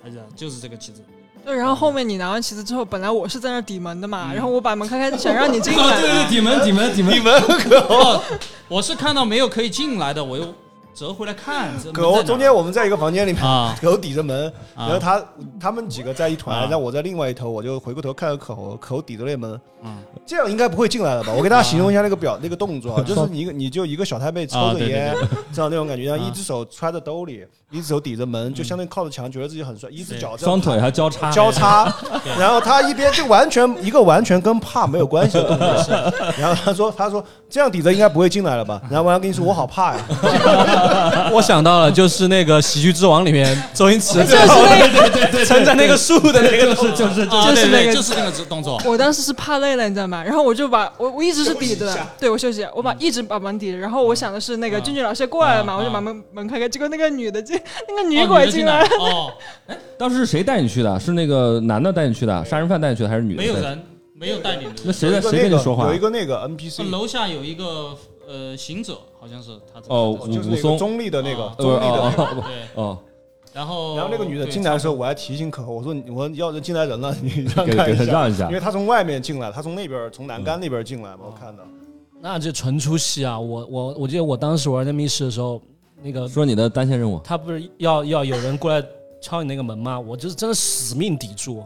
Speaker 9: 还是就是这个棋子。
Speaker 6: 对，然后后面你拿完旗子之后，本来我是在那儿抵门的嘛，然后我把门开开，想让你进
Speaker 9: 哦，对
Speaker 6: 来。
Speaker 9: 对，底门底门底门
Speaker 4: 你们葛
Speaker 9: 哦，我是看到没有可以进来的，我又折回来看。这
Speaker 4: 葛欧，中间我们在一个房间里面，
Speaker 9: 啊
Speaker 4: 葛欧抵着门，然
Speaker 9: 啊
Speaker 4: 后他他们几个在一团，
Speaker 9: 啊
Speaker 4: 然后我在另外一头，我就回过头看到葛欧，葛欧抵着那门，
Speaker 9: 啊
Speaker 4: 这样应该不会进来了吧？我给大家形容一下那个 表那个动作啊，就是你一个你就一个小太妹抽
Speaker 9: 啊
Speaker 4: 着
Speaker 9: 对对
Speaker 4: 烟，这样那种感觉，然后
Speaker 9: 啊嗯
Speaker 4: 一只手揣在兜里，一只手抵着门，就相当于靠着墙，觉得自己很帅，一只
Speaker 9: 对
Speaker 4: 脚这样
Speaker 2: 双腿啊还交叉，
Speaker 4: 交叉，
Speaker 9: 对
Speaker 4: 然后他一边就完全一个完全跟怕没有关系的动 作，然后他说他说这样抵着应该不会进来了吧？然后我要跟你说我好怕呀，
Speaker 10: 我想到了，就是那个《喜剧之王》里面周 星驰
Speaker 6: 就是那 个，
Speaker 10: 撑在那个树的那个，
Speaker 9: 就是就是
Speaker 6: 就是
Speaker 9: 对
Speaker 6: 那
Speaker 9: 对
Speaker 6: 个
Speaker 9: 就是那个动作。
Speaker 6: 我当时是怕累了，你知道吗？然后我就把我我一直是抵着，对我休息，我把一直把门抵着。然后我想的是那个
Speaker 9: 嗯
Speaker 6: 俊俊老师过来了
Speaker 9: 嗯
Speaker 6: 嘛，
Speaker 9: 嗯
Speaker 6: 我就把门门开开，结果那个女的进，那个
Speaker 9: 哦
Speaker 6: 女鬼进来了，
Speaker 9: 哦，
Speaker 2: 当时是谁带你去的？是那个男的带你去的，杀人犯带你去的，还是女的？
Speaker 9: 没有。人，没有带领的
Speaker 2: 那
Speaker 9: 人。
Speaker 2: 谁在
Speaker 4: 有
Speaker 2: 谁
Speaker 4: 一个那
Speaker 2: 跟你
Speaker 4: 个
Speaker 2: 说话嗯
Speaker 4: 有？一个那个 NPC，
Speaker 9: 楼下有一个呃行者，好像是他这个
Speaker 2: 哦
Speaker 9: 动作
Speaker 4: 就是
Speaker 2: 武
Speaker 4: 那
Speaker 2: 松
Speaker 4: 个中立的那个
Speaker 9: 啊
Speaker 2: 呃
Speaker 4: 中立的那个。
Speaker 2: 哦哦
Speaker 9: 对，
Speaker 2: 哦，
Speaker 9: 然后
Speaker 4: 然后那个女的进来的时候，，我还提醒可我说你我要是进来人了，你让
Speaker 2: 哦给
Speaker 4: 看
Speaker 2: 给他
Speaker 4: 一下，
Speaker 2: 让一下嗯
Speaker 4: 因为。他从外面进来，他从那边从栏杆那边进来嘛，我看到。
Speaker 3: 那这纯出戏啊！我我我记得我当时玩那密室的时候，那个
Speaker 2: 说你的单线任务，
Speaker 3: 他不是要要有人过来敲你那个门吗？我就是真的死命抵住，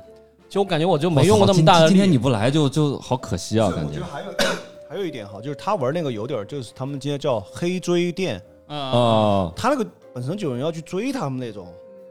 Speaker 3: 就我感觉我就没用过那么大
Speaker 2: 我操
Speaker 3: 的
Speaker 2: 今今天你。
Speaker 3: 力
Speaker 2: 不来就就好可惜啊，
Speaker 4: 是
Speaker 2: 感
Speaker 4: 我觉
Speaker 2: 觉
Speaker 4: 得。还有 还有一点好，就是他玩那个有点儿就是他们今天叫黑追电，
Speaker 9: 啊，
Speaker 2: 哦，
Speaker 4: 他那个本身就有人要去追他们那种，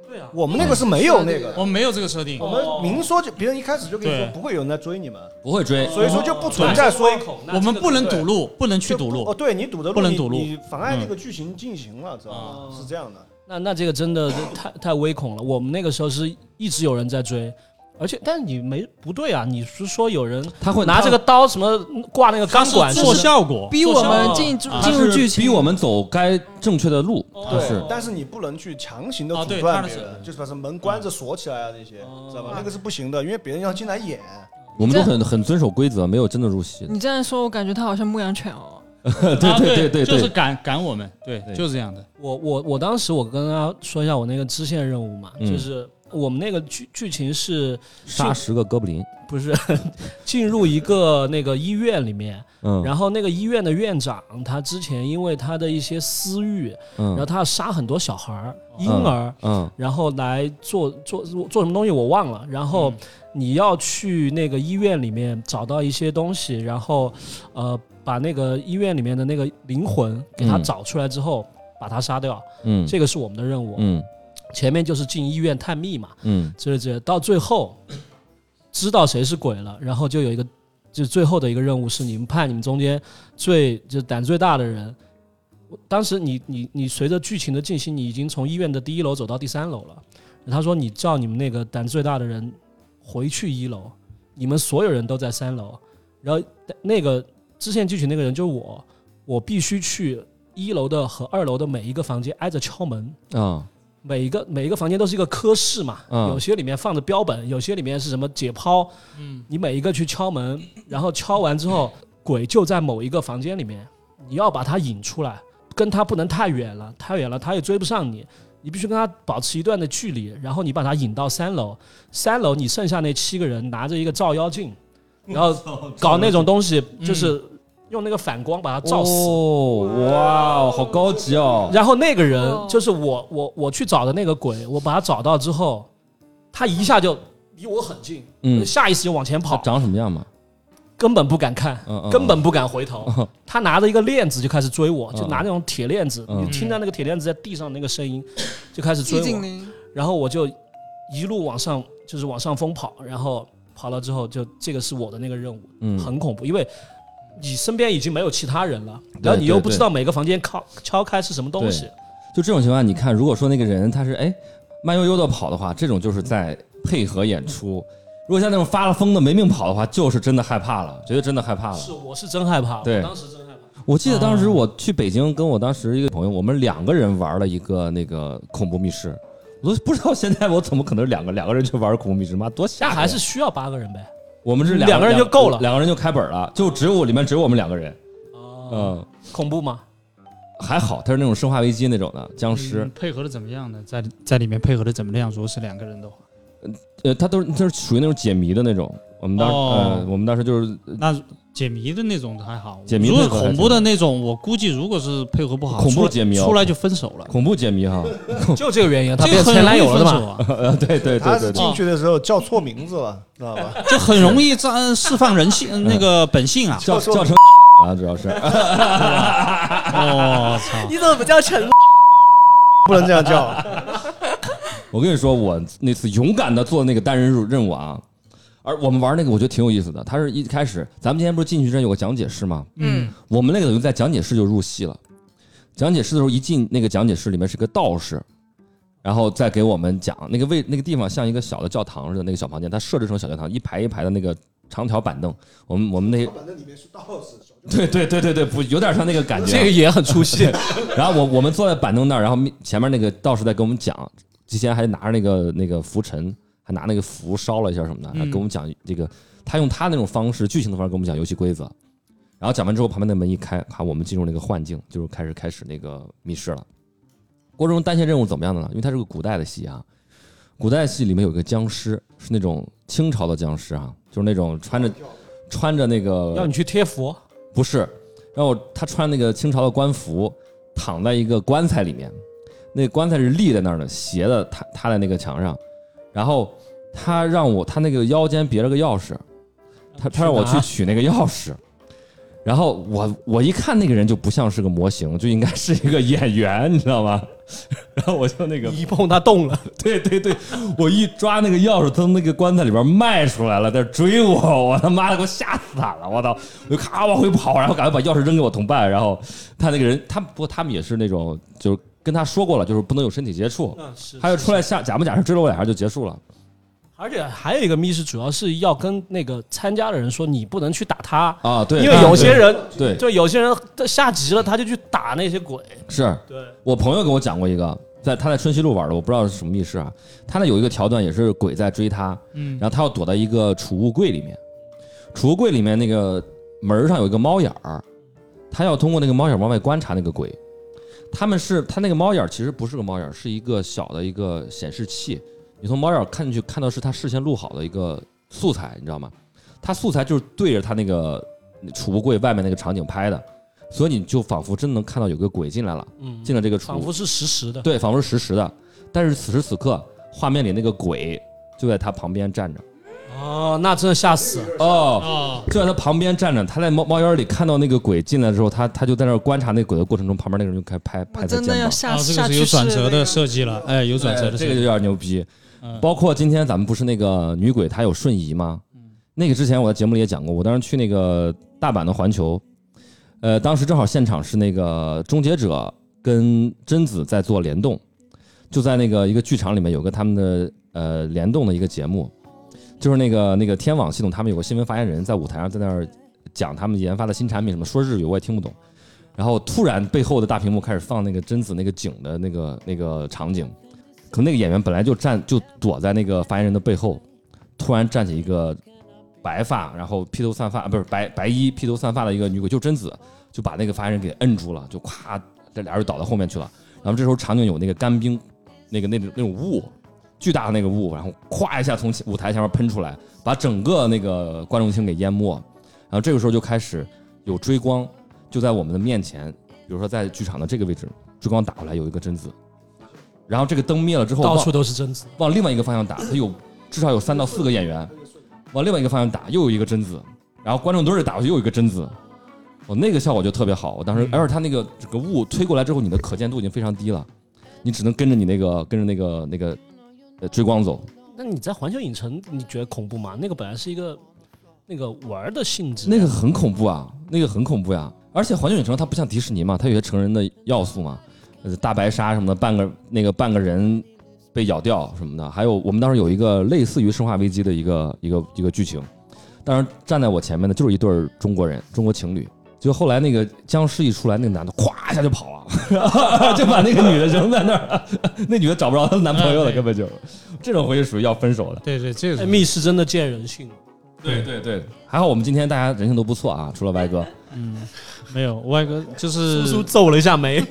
Speaker 3: 对啊，
Speaker 4: 我们那个是没有那个的。
Speaker 9: 我们没有这个设定
Speaker 4: 我，们明说就别人一开始就跟你说
Speaker 9: 哦对
Speaker 4: 不会有人来追你们，
Speaker 2: 不会追，
Speaker 4: 所以说就不存在说
Speaker 9: 我们不能堵路，不能去
Speaker 4: 就
Speaker 9: 堵
Speaker 4: 哦，
Speaker 9: 路。
Speaker 4: 对你堵的路
Speaker 9: 不能
Speaker 4: 你
Speaker 9: 堵路嗯哦
Speaker 4: 你妨碍那个剧情进行了，知道吗？是这样的。
Speaker 3: 那那这个真的太太微恐了。我们那个时候是一直有人在追，而且但你没不对啊，你是说有人
Speaker 2: 他会
Speaker 3: 拿这个刀什么挂那个钢管
Speaker 9: 做
Speaker 3: 做效？
Speaker 9: 效果，
Speaker 6: 逼我们进进
Speaker 2: 他
Speaker 6: 入
Speaker 2: 是
Speaker 6: 剧情，
Speaker 2: 逼我们走该正确的路，
Speaker 3: 哦
Speaker 2: 就
Speaker 4: 对
Speaker 2: 是，
Speaker 4: 哦但是你不能去强行的
Speaker 9: 哦
Speaker 4: 阻
Speaker 9: 对
Speaker 4: 断
Speaker 9: 他的
Speaker 4: 别人，
Speaker 9: 是哦
Speaker 4: 就是把什么门关着锁起来啊这些，知道吧？那个是不行的，因为别人要进来演。
Speaker 9: 哎
Speaker 2: 我们都很很遵守规则，没有真的入戏的。
Speaker 6: 你这样说，我感觉他好像牧羊犬哦。
Speaker 9: 啊对
Speaker 2: 对对对对
Speaker 9: 就是赶赶我们，对
Speaker 2: 对，
Speaker 9: 就是这样的。
Speaker 3: 我我我当时我跟大家说一下我那个支线任务嘛，
Speaker 2: 嗯
Speaker 3: 就是我们那个剧剧情是
Speaker 2: 杀十个哥布林，
Speaker 3: 不是 进入一个那个医院里面，
Speaker 2: 嗯，
Speaker 3: 然后那个医院的院长他之前因为他的一些私欲，
Speaker 2: 嗯，
Speaker 3: 然后他要杀很多小孩儿、婴儿，
Speaker 2: 嗯，
Speaker 3: 然后来做做做什么东西我忘了，然后
Speaker 2: 嗯
Speaker 3: 你要去那个医院里面找到一些东西，然后呃把那个医院里面的那个灵魂给他
Speaker 2: 嗯
Speaker 3: 找出来之后。把他杀掉，
Speaker 2: 嗯，
Speaker 3: 这个是我们的任务。
Speaker 2: 嗯
Speaker 3: 前面就是进医院探秘嘛，
Speaker 2: 嗯
Speaker 3: 之类之类的，到最后知道谁是鬼了，然后就有一个，就最后的一个任务是你们派你们中间最就胆最大的人。我当时你你你随着剧情的进行，你已经从医院的第一楼走到第三楼了。他说你叫你们那个胆最大的人回去一楼，你们所有人都在三楼，然后那个支线剧情那个人就是我，我必须去一楼的和二楼的每一个房间挨着敲门。
Speaker 2: 啊
Speaker 3: 每一个每一个房间都是一个科室嘛，
Speaker 2: 嗯
Speaker 3: 有些里面放着标本，有些里面是什么解剖，
Speaker 9: 嗯，
Speaker 3: 你每一个去敲门，然后敲完之后，鬼就在某一个房间里面，你要把它引出来，跟他不能太远了，太远了他也追不上你，你必须跟他保持一段的距离，然后你把他引到三楼，三楼你剩下那七个人拿着一个照妖镜，然后搞那种东西，就是用那个反光把他照死。
Speaker 2: 哦，哇，好高级哦！
Speaker 3: 然后那个人
Speaker 6: 哦
Speaker 3: 就是我，我我去找的那个鬼，我把他找到之后，他一下就离我很近，
Speaker 2: 嗯，
Speaker 3: 下意识就往前
Speaker 2: 他
Speaker 3: 跑，
Speaker 2: 长什么样嘛？
Speaker 3: 根本不敢看，
Speaker 2: 嗯嗯，
Speaker 3: 根本不敢回头。
Speaker 2: 嗯
Speaker 3: 他拿着一个链子就开始追我，
Speaker 2: 嗯
Speaker 3: 就拿那种铁链子，
Speaker 2: 嗯
Speaker 3: 你听到那个铁链子在地上那个声音，就开始追
Speaker 6: 寂静
Speaker 3: 我。
Speaker 6: 岭，
Speaker 3: 然后我就一路往上，就是往上疯跑，然后跑了之后，就这个是我的那个任务，
Speaker 2: 嗯
Speaker 3: 很恐怖，因为。你身边已经没有其他人了，
Speaker 2: 对
Speaker 3: 然后你又
Speaker 2: 对
Speaker 3: 不知
Speaker 2: 对
Speaker 3: 道每个房间敲敲开是什么东西，
Speaker 2: 就这种情况，你看，如果说那个人他是哎慢悠悠的跑的话，这种就是在配合演出；如果像那种发了疯的没命跑的话，就是真的害怕了，觉得真的害怕了。
Speaker 3: 是，我是真害怕，
Speaker 2: 啊对
Speaker 3: 我当时真害怕。
Speaker 2: 我记得当时
Speaker 3: 哦
Speaker 2: 我去北京，跟我当时一个朋友，我们两个人玩了一个那个恐怖密室，我都不知道现在我怎么可能两个两个人去玩恐怖密室，妈多吓
Speaker 3: 但
Speaker 2: 人！啊
Speaker 3: 还是需要八个人呗。
Speaker 2: 我们是
Speaker 3: 两个人就够了
Speaker 2: 两个人就开本了，就只有我里面只有我们两个人，
Speaker 3: 哦，
Speaker 2: 嗯，
Speaker 3: 恐怖吗？
Speaker 2: 还好，他是那种《生化危机》那种的僵尸。
Speaker 9: 嗯配合的怎么样呢？在在里面配合的怎么样？如果是两个人的话，
Speaker 2: 呃，他都是他是属于那种解谜的那种。我们当时、
Speaker 9: 哦
Speaker 2: 呃，我们当时就是
Speaker 9: 那解谜的那种还好。
Speaker 2: 解谜
Speaker 9: 如果
Speaker 2: 配合还
Speaker 9: 恐
Speaker 2: 行
Speaker 9: 怖的那种，我估计如果是配合不好，
Speaker 2: 恐
Speaker 9: 出
Speaker 2: 怖
Speaker 9: 来
Speaker 2: 解谜哦
Speaker 9: 出来就分手了。
Speaker 2: 恐怖解谜哈。
Speaker 10: 就这个原因，他
Speaker 9: 这
Speaker 10: 变
Speaker 9: 个很
Speaker 10: 前男友了的
Speaker 9: 容易分手
Speaker 10: 嘛？
Speaker 9: 啊
Speaker 2: 呃，对对
Speaker 4: 他
Speaker 2: 对对
Speaker 4: 是
Speaker 2: 对，
Speaker 4: 进去的时候叫错名字 了，知道吧？
Speaker 9: 就很容易占 释放人
Speaker 2: 嗯
Speaker 9: 性那个本性啊。
Speaker 2: 叫 叫成 啊，主要是。
Speaker 9: 我操！
Speaker 5: 你怎么不叫陈露？
Speaker 4: 不能这样叫。
Speaker 2: 我跟你说，我那次勇敢的做那个单人任任务啊，而我们玩那个我觉得挺有意思的。它是一开始，咱们今天不是进去之前有个讲解室吗？
Speaker 5: 嗯，
Speaker 2: 我们那个等于在讲解室就入戏了。讲解室的时候，一进那个讲解室里面是个道士，然后再给我们讲那个位那个地方像一个小的教堂似的那个小房间，它设置成小教堂，一排一排的那个长条板凳。我们我们那
Speaker 7: 反正里面是道士，
Speaker 2: 对对对对对，不有点像那个感觉啊、
Speaker 10: 这个也很出戏。
Speaker 2: 然后我我们坐在板凳那儿，然后面前面那个道士在跟我们讲，之前还拿着那个那个拂尘，还拿那个符烧了一下什么的，然后跟我
Speaker 10: 嗯
Speaker 2: 们讲这个，他用他那种方式剧情的方式跟我们讲游戏规则。然后讲完之后，旁边的门一开，好，我们进入那个幻境，就是开始开始那个密室了。过程中单线任务怎么样的呢？因为它是个古代的戏啊，古代戏里面有个僵尸，是那种清朝的僵尸啊，就是那种穿着穿着那个
Speaker 10: 要你去贴佛，
Speaker 2: 不是，然后他穿那个清朝的官服，躺在一个棺材里面，那个棺材是立在那儿的，斜的塌塌在那个墙上，然后他让我他那个腰间别了个钥匙，
Speaker 10: 哦
Speaker 2: 他他让我去取那个钥匙，然后我我一看那个人就不像是个模型，就应该是一个演员，你知道吗？ 然后我就那个
Speaker 10: 你一碰他动了，
Speaker 2: 对对对，我一抓那个钥匙从那个棺材里边迈出来了，在追我，我他妈的给我吓惨了，我操！我就咔往回跑，然后赶快把钥匙扔给我同伴，然后他那个人，他不过他们也是那种，就是跟他说过了，就是不能有身体接触，
Speaker 10: 嗯是
Speaker 2: 他就出来吓假模假式追了我两下就结束了。
Speaker 10: 而且还有一个密室，主要是要跟那个参加的人说，你不能去打他，
Speaker 2: 啊，对，
Speaker 10: 因为有些
Speaker 2: 啊
Speaker 10: 人
Speaker 2: 对对
Speaker 10: 就有些人下急了，他就去打那些鬼。
Speaker 2: 是
Speaker 10: 对，
Speaker 2: 我朋友跟我讲过一个，在他在春熙路玩的，我不知道是什么密室啊。他那有一个桥段也是鬼在追他，
Speaker 9: 嗯，
Speaker 2: 然后他要躲到一个储物柜里面，储物柜里面那个门儿上有一个猫眼儿，他要通过那个猫眼儿往外观察那个鬼。他们是他那个猫眼儿其实不是个猫眼儿，是一个小的一个显示器，你从猫眼儿看进去看到是他事先录好的一个素材，你知道吗？他素材就是对着他那个储物柜外面那个场景拍的，所以你就仿佛真能看到有个鬼进来了，
Speaker 10: 嗯，
Speaker 2: 进了这个储
Speaker 10: 仿
Speaker 2: 物
Speaker 10: 佛是实时 的。
Speaker 2: 对，仿佛是实时的。但是此时此刻，画面里那个鬼就在他旁边站着。
Speaker 10: 哦，那真的吓死了。
Speaker 2: 哦，
Speaker 9: 哦，
Speaker 2: 就在他旁边站着。他在猫猫眼里看到那个鬼进来之后，他他就在那儿观察那鬼的过程中，旁边那个人就开始拍
Speaker 6: 我
Speaker 2: 拍他
Speaker 6: 真的
Speaker 2: 肩
Speaker 6: 要
Speaker 2: 膀。
Speaker 6: 下
Speaker 9: 啊，这个
Speaker 6: 下
Speaker 9: 是
Speaker 6: 去
Speaker 9: 有转
Speaker 6: 试
Speaker 9: 折
Speaker 6: 那
Speaker 9: 的
Speaker 6: 个
Speaker 9: 设计了，哎，有转折
Speaker 2: 哎
Speaker 9: 的设
Speaker 2: 这个就
Speaker 9: 计。
Speaker 2: 有点牛逼
Speaker 9: 嗯。
Speaker 2: 包括今天咱们不是那个女鬼，她有瞬移吗？那个之前我在节目里也讲过，我当时去那个大阪的环球，呃，当时正好现场是那个终结者跟贞子在做联动，就在那个一个剧场里面有个他们的呃联动的一个节目，就是那个那个天网系统他们有个新闻发言人在舞台上在那儿讲他们研发的新产品什么，说日语我也听不懂。然后突然背后的大屏幕开始放那个贞子那个景的那个那个场景，可能那个演员本来就站就躲在那个发言人的背后，突然站起一个白发，然后披头散发，啊不是白白衣披头散发的一个女鬼，就贞子，就把那个发言人给摁住了，就咵，这俩人就倒到后面去了。然后这时候场景有那个干冰，那个那种那种雾，巨大的那个雾，然后咵一下从舞台前面喷出来，把整个那个观众厅给淹没。然后这个时候就开始有追光，就在我们的面前，比如说在剧场的这个位置，追光打过来有一个贞子，然后这个灯灭了之后，
Speaker 10: 到
Speaker 2: 往
Speaker 10: 处都是贞子，
Speaker 2: 往另外一个方向打，它有至少有三到四个演员，往另外一个方向打又有一个贞子，然后观众堆里打过去又有一个贞子，我那个效果就特别好。我当时，而且它那个整个雾推过来之后，你的可见度已经非常低了，你只能跟着你那个跟着那个那个呃追光走。
Speaker 10: 那你在环球影城，你觉得恐怖吗？那个本来是一个那个玩儿的性质，
Speaker 2: 那个很恐怖啊，那个很恐怖呀、而且环球影城它不像迪士尼嘛，它有些成人的要素嘛，呃，大白鲨什么的，半个那个半个人被咬掉什么的，还有我们当时有一个类似于《生化危机》的一个一个一个剧情，当时站在我前面的就是一对儿中国人，中国情侣。就后来那个僵尸一出来，那个男的咵一下就跑了， 就把那个女的扔在那儿了，那女的找不着她男朋友了，
Speaker 9: 嗯对
Speaker 2: 根本就， 这种回去属于要分手的。
Speaker 9: 对对，这
Speaker 10: 哎
Speaker 9: 个
Speaker 10: 密室真的见人性。
Speaker 2: 对对对，还好我们今天大家人性都不错啊，除了歪哥，
Speaker 9: 嗯，没有，歪哥就是
Speaker 10: 叔叔皱了一下 眉。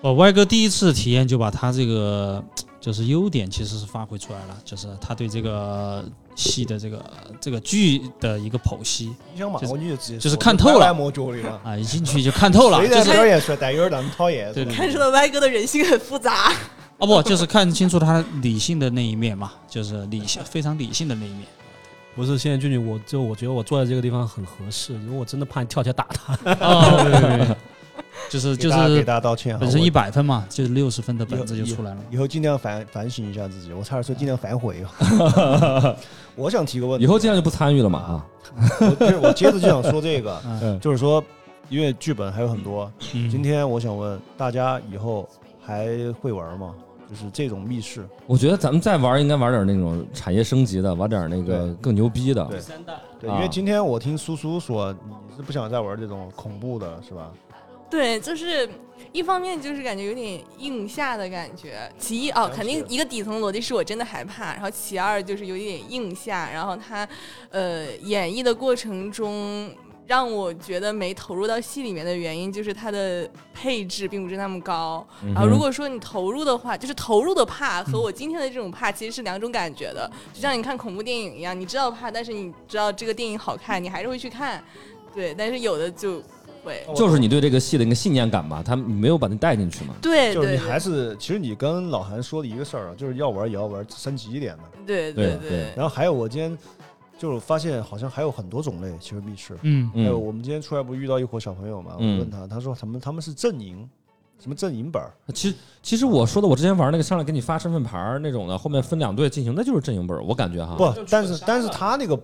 Speaker 9: 我歪哥第一次体验就把他这个就是优点其实是发挥出来了，就是他对这个戏的这个这个剧的一个剖析。
Speaker 4: 你想嘛，我就直接
Speaker 9: 就是看透了
Speaker 4: 摸脚里 了
Speaker 9: 啊，一进去就看透了。
Speaker 4: 谁在表演出来，但有点让人讨厌。
Speaker 9: 对对
Speaker 5: 看出了歪哥的人性很复杂。
Speaker 9: 哦不，就是看清楚他理性的那一面嘛，就是理性非常理性的那一面。
Speaker 10: 不是，现在俊俊，我就我觉得我坐在这个地方很合适，因为我真的怕你跳起来打他。
Speaker 9: 哦，对对对， 就是就
Speaker 4: 嗯给
Speaker 9: 是
Speaker 4: 大家道歉啊，
Speaker 9: 本身
Speaker 4: 我
Speaker 9: 一百分嘛，就是六十分的本子就出来了。
Speaker 4: 以后尽量反反省一下自己，我差点说尽量反悔。 我想提个问 题，
Speaker 2: 以后这样就不参与了嘛啊。
Speaker 4: 我就是我接着就想说这个，
Speaker 2: 嗯
Speaker 4: 就是说，因为剧本还有很多，
Speaker 9: 嗯
Speaker 4: 今天我想问大家，以后还会玩吗？就是这种密室，
Speaker 2: 我觉得咱们再玩儿应该玩点儿那种产业升级的，玩点儿那个
Speaker 4: 对
Speaker 2: 更牛逼的。
Speaker 4: 对
Speaker 10: 三代，
Speaker 4: 对，
Speaker 2: 啊
Speaker 4: 因为今天我听苏苏说你是不想再玩这种恐怖的，是吧？
Speaker 5: 对，就是一方面就是感觉有点硬下的感觉，其一哦，肯定一个底层逻辑是我真的害怕，然后其二就是有一点硬下，然后他呃演绎的过程中。让我觉得没投入到戏里面的原因，就是它的配置并不是那么高。
Speaker 2: 嗯哼嗯
Speaker 4: 啊
Speaker 5: 然后如果说你投入的话，就是投入的怕和我今天的这种怕其实是两种感觉的。就像你看恐怖电影一样，你知道怕，但是你知道这个电影好看，你还是会去看。对，但是有的就会。
Speaker 2: 就是你对这个戏的一个信念感吧，他你没有把你带进去嘛。
Speaker 5: 对，
Speaker 4: 就是
Speaker 5: 对
Speaker 4: 你还是，其实你跟老韩说的一个事儿啊，就是要玩也要玩升级一点的。
Speaker 5: 对
Speaker 2: 对对
Speaker 5: 对，
Speaker 4: 然后还有我今天就是发现好像还有很多种类，其实密室。
Speaker 9: 嗯
Speaker 4: 还有
Speaker 2: 嗯，
Speaker 4: 哎我们今天出来不是遇到一伙小朋友嘛，我
Speaker 2: 嗯
Speaker 4: 问他，他说他们他们是阵营，什么阵营本儿，
Speaker 2: 其实其实我说的，我之前玩那个上来给你发身份牌儿那种的，后面分两队进行，那就是阵营本儿，我感觉哈。
Speaker 4: 不，但是但是他那个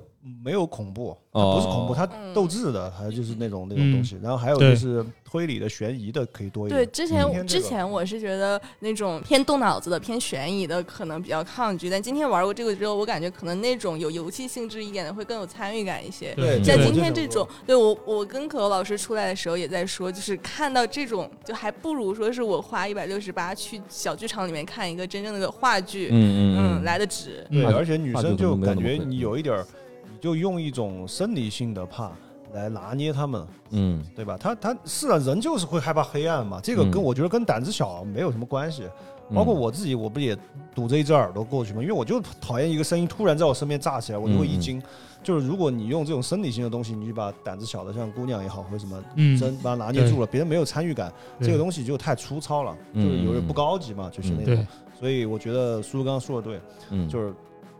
Speaker 4: 没有恐怖，他不是恐怖，
Speaker 2: 啊哦
Speaker 4: 他斗智的，还有就是那种那种东西。然后还有就是推理的、悬疑的可以多一
Speaker 5: 对，
Speaker 4: 点。
Speaker 5: 之前、
Speaker 4: 今天这
Speaker 5: 之
Speaker 4: 个
Speaker 5: 前我是觉得那种偏动脑子的、偏悬疑的可能比较抗拒，但今天玩过这个之后，我感觉可能那种有游戏性质一点的会更有参与感一些。
Speaker 4: 对
Speaker 9: 嗯
Speaker 5: 像
Speaker 4: 对
Speaker 5: 今天这种，对我，我跟可欧老师出来的时候也在说，就是看到这种，就还不如说是我花一百六十八去小剧场里面看一个真正的话剧，
Speaker 2: 嗯
Speaker 5: 嗯，
Speaker 2: 嗯嗯，
Speaker 5: 来的值。
Speaker 4: 对，
Speaker 2: 嗯
Speaker 4: 而且女生就感觉
Speaker 2: 怕就
Speaker 4: 你有一点儿，你就用一种生理性的怕来拿捏他们，
Speaker 2: 嗯，
Speaker 4: 对吧？他他是啊，人就是会害怕黑暗嘛，这个跟
Speaker 2: 嗯
Speaker 4: 我觉得跟胆子小没有什么关系。
Speaker 2: 嗯
Speaker 4: 包括我自己，我不也堵着一只耳朵过去吗？因为我就讨厌一个声音突然在我身边炸起来，我就
Speaker 2: 嗯
Speaker 4: 会一惊。就是如果你用这种生理性的东西，你就把胆子小的像姑娘也好，或者什么
Speaker 9: 嗯
Speaker 4: 真把它拿捏住了，别人没有参与感，
Speaker 9: 对
Speaker 4: 这个东西就太粗糙了，就
Speaker 2: 嗯
Speaker 4: 是有点不高级嘛，就是那种
Speaker 9: 对。
Speaker 4: 所以我觉得苏叔刚刚说的对，
Speaker 2: 嗯
Speaker 4: 就是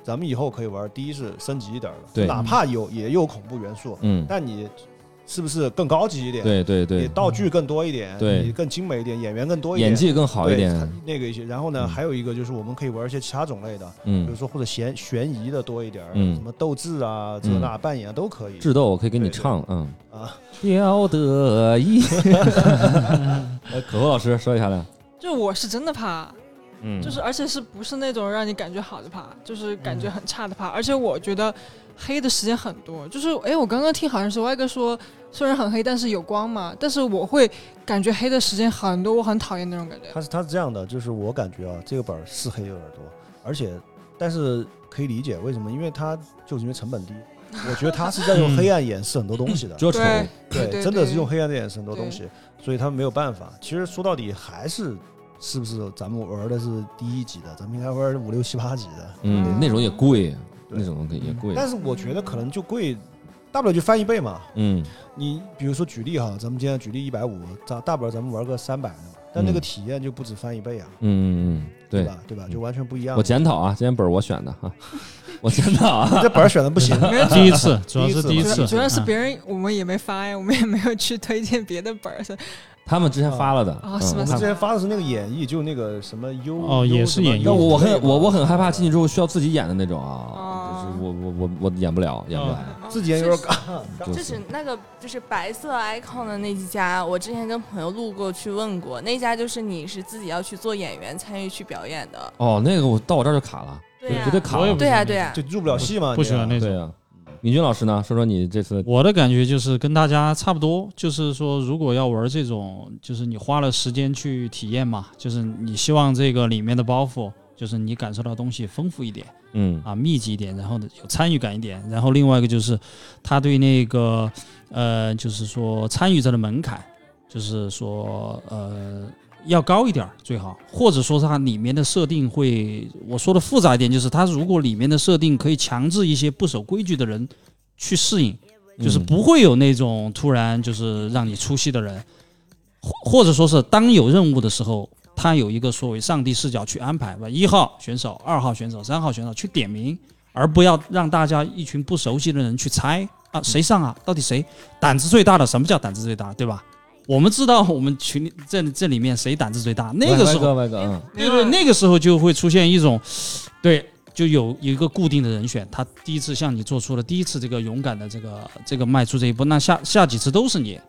Speaker 4: 咱们以后可以玩，第一是升级一点的，
Speaker 2: 对
Speaker 4: 哪怕有也有恐怖元素，
Speaker 2: 嗯，
Speaker 4: 但你是不是更高级一点？
Speaker 2: 对对
Speaker 4: 你
Speaker 2: 对，
Speaker 4: 道具更多一点，
Speaker 2: 对
Speaker 4: 你更精美一点，演员更多一点，
Speaker 2: 演技更好一
Speaker 4: 对
Speaker 2: 点，
Speaker 4: 它那个一些。然后呢，
Speaker 2: 嗯
Speaker 4: 还有一个就是我们可以玩一些其他种类的，比
Speaker 2: 嗯
Speaker 4: 如，说或者悬悬疑的多一点儿，
Speaker 2: 嗯
Speaker 4: 什么斗智啊、这那扮演啊都可以
Speaker 2: 智斗我可以给你
Speaker 4: 对对
Speaker 2: 唱，嗯，
Speaker 4: 啊。
Speaker 2: 雕的一，呃 可可老师说一下来，
Speaker 6: 就我是真的怕，
Speaker 2: 嗯，
Speaker 6: 就是而且是不是那种让你感觉好的怕，就是感觉很差的怕，而且我觉得黑的时间很多，就是哎，我刚刚听好像是歪哥说，虽然很黑，但是有光嘛，但是我会感觉黑的时间很多，我很讨厌那种感觉。
Speaker 4: 它是它是这样的，就是我感觉啊，这个本儿是黑有点多，而且但是可以理解为什么，因为它就是因为成本低。我觉得他是在
Speaker 2: 嗯
Speaker 4: 用黑暗掩饰很多东西的，
Speaker 2: 遮丑，
Speaker 6: 对对
Speaker 4: 对，
Speaker 6: 对
Speaker 4: 真的是用黑暗的眼神很多东西，所以他们没有办法。其实说到底还是是不是咱们玩的是第一集的，咱们应该玩五六七八集的。
Speaker 2: 嗯，那种也贵，
Speaker 4: 对
Speaker 2: 那种东西也贵，啊
Speaker 4: 但是我觉得可能就贵，大不了就翻一倍嘛。
Speaker 2: 嗯
Speaker 4: 你比如说举例哈，咱们今天举例一百五，咱大不了咱们玩个三百的，但那个
Speaker 2: 嗯
Speaker 4: 体验就不止翻一倍啊，
Speaker 2: 嗯嗯嗯，对，
Speaker 4: 吧？对吧？就完全不一样
Speaker 2: 我。检讨啊，今天本儿我选的哈，我检讨啊，
Speaker 4: 你这本儿选的 不行，
Speaker 9: 第一次，主要是
Speaker 4: 第
Speaker 9: 第
Speaker 4: 一
Speaker 9: 一
Speaker 4: 次
Speaker 9: 次，
Speaker 6: 主要是
Speaker 9: 嗯
Speaker 6: 别人，我们也没发呀，我们也没有去推荐别的本儿，是
Speaker 2: 他们之前发了的
Speaker 6: 啊是吗
Speaker 4: 我
Speaker 2: 嗯
Speaker 4: 们之前发的是那个演绎，就那个什么优
Speaker 9: 哦也是演绎
Speaker 2: 那我我很我我
Speaker 4: 很
Speaker 2: 很害怕进去之后需要自己演的那种
Speaker 6: 哦
Speaker 2: 啊，就是我我我我演不了，演不了，
Speaker 4: 自己也有点尬。
Speaker 6: 哦
Speaker 2: 就
Speaker 5: 就是是那个就是白色 icon 的那几家，我之前跟朋友路过去问过，那家就是你是自己要去做演员参与去表演的，
Speaker 2: 哦，那个我到我这儿就卡了，
Speaker 5: 对
Speaker 6: 啊
Speaker 5: 呀、
Speaker 2: 绝对卡
Speaker 9: 我也
Speaker 2: 了
Speaker 9: 不，
Speaker 5: 对呀、啊对呀、
Speaker 4: 就入不了戏嘛，
Speaker 9: 不
Speaker 4: 你
Speaker 9: 喜欢那种
Speaker 2: 对。啊。敏俊老师呢？说说你这次，
Speaker 9: 我的感觉就是跟大家差不多，就是说，如果要玩这种，就是你花了时间去体验嘛，就是你希望这个里面的包袱，就是你感受到的东西丰富一点
Speaker 2: 嗯
Speaker 9: 啊，密集一点，然后呢有参与感一点。然后另外一个就是，他对那个呃，就是说参与者的门槛，就是说呃要高一点儿最好，或者说是它里面的设定会，我说的复杂一点，就是它如果里面的设定可以强制一些不守规矩的人去适应，就是
Speaker 2: 嗯
Speaker 9: 不会有那种突然就是让你出戏的人，或或者说是当有任务的时候，他有一个所谓上帝视角去安排吧，一号选手、二号选手、三号选手去点名，而不要让大家一群不熟悉的人去猜啊谁上啊，到底谁胆子最大的？什么叫胆子最大？对吧？我们知道我们群里这这里面谁胆子最大，那个时候
Speaker 2: 歪哥，嗯，
Speaker 9: 对对，那个时候就会出现一种，对，就有有一个固定的人选，他第一次向你做出了第一次这个勇敢的这个这个迈出这一步，那下下几次都是你，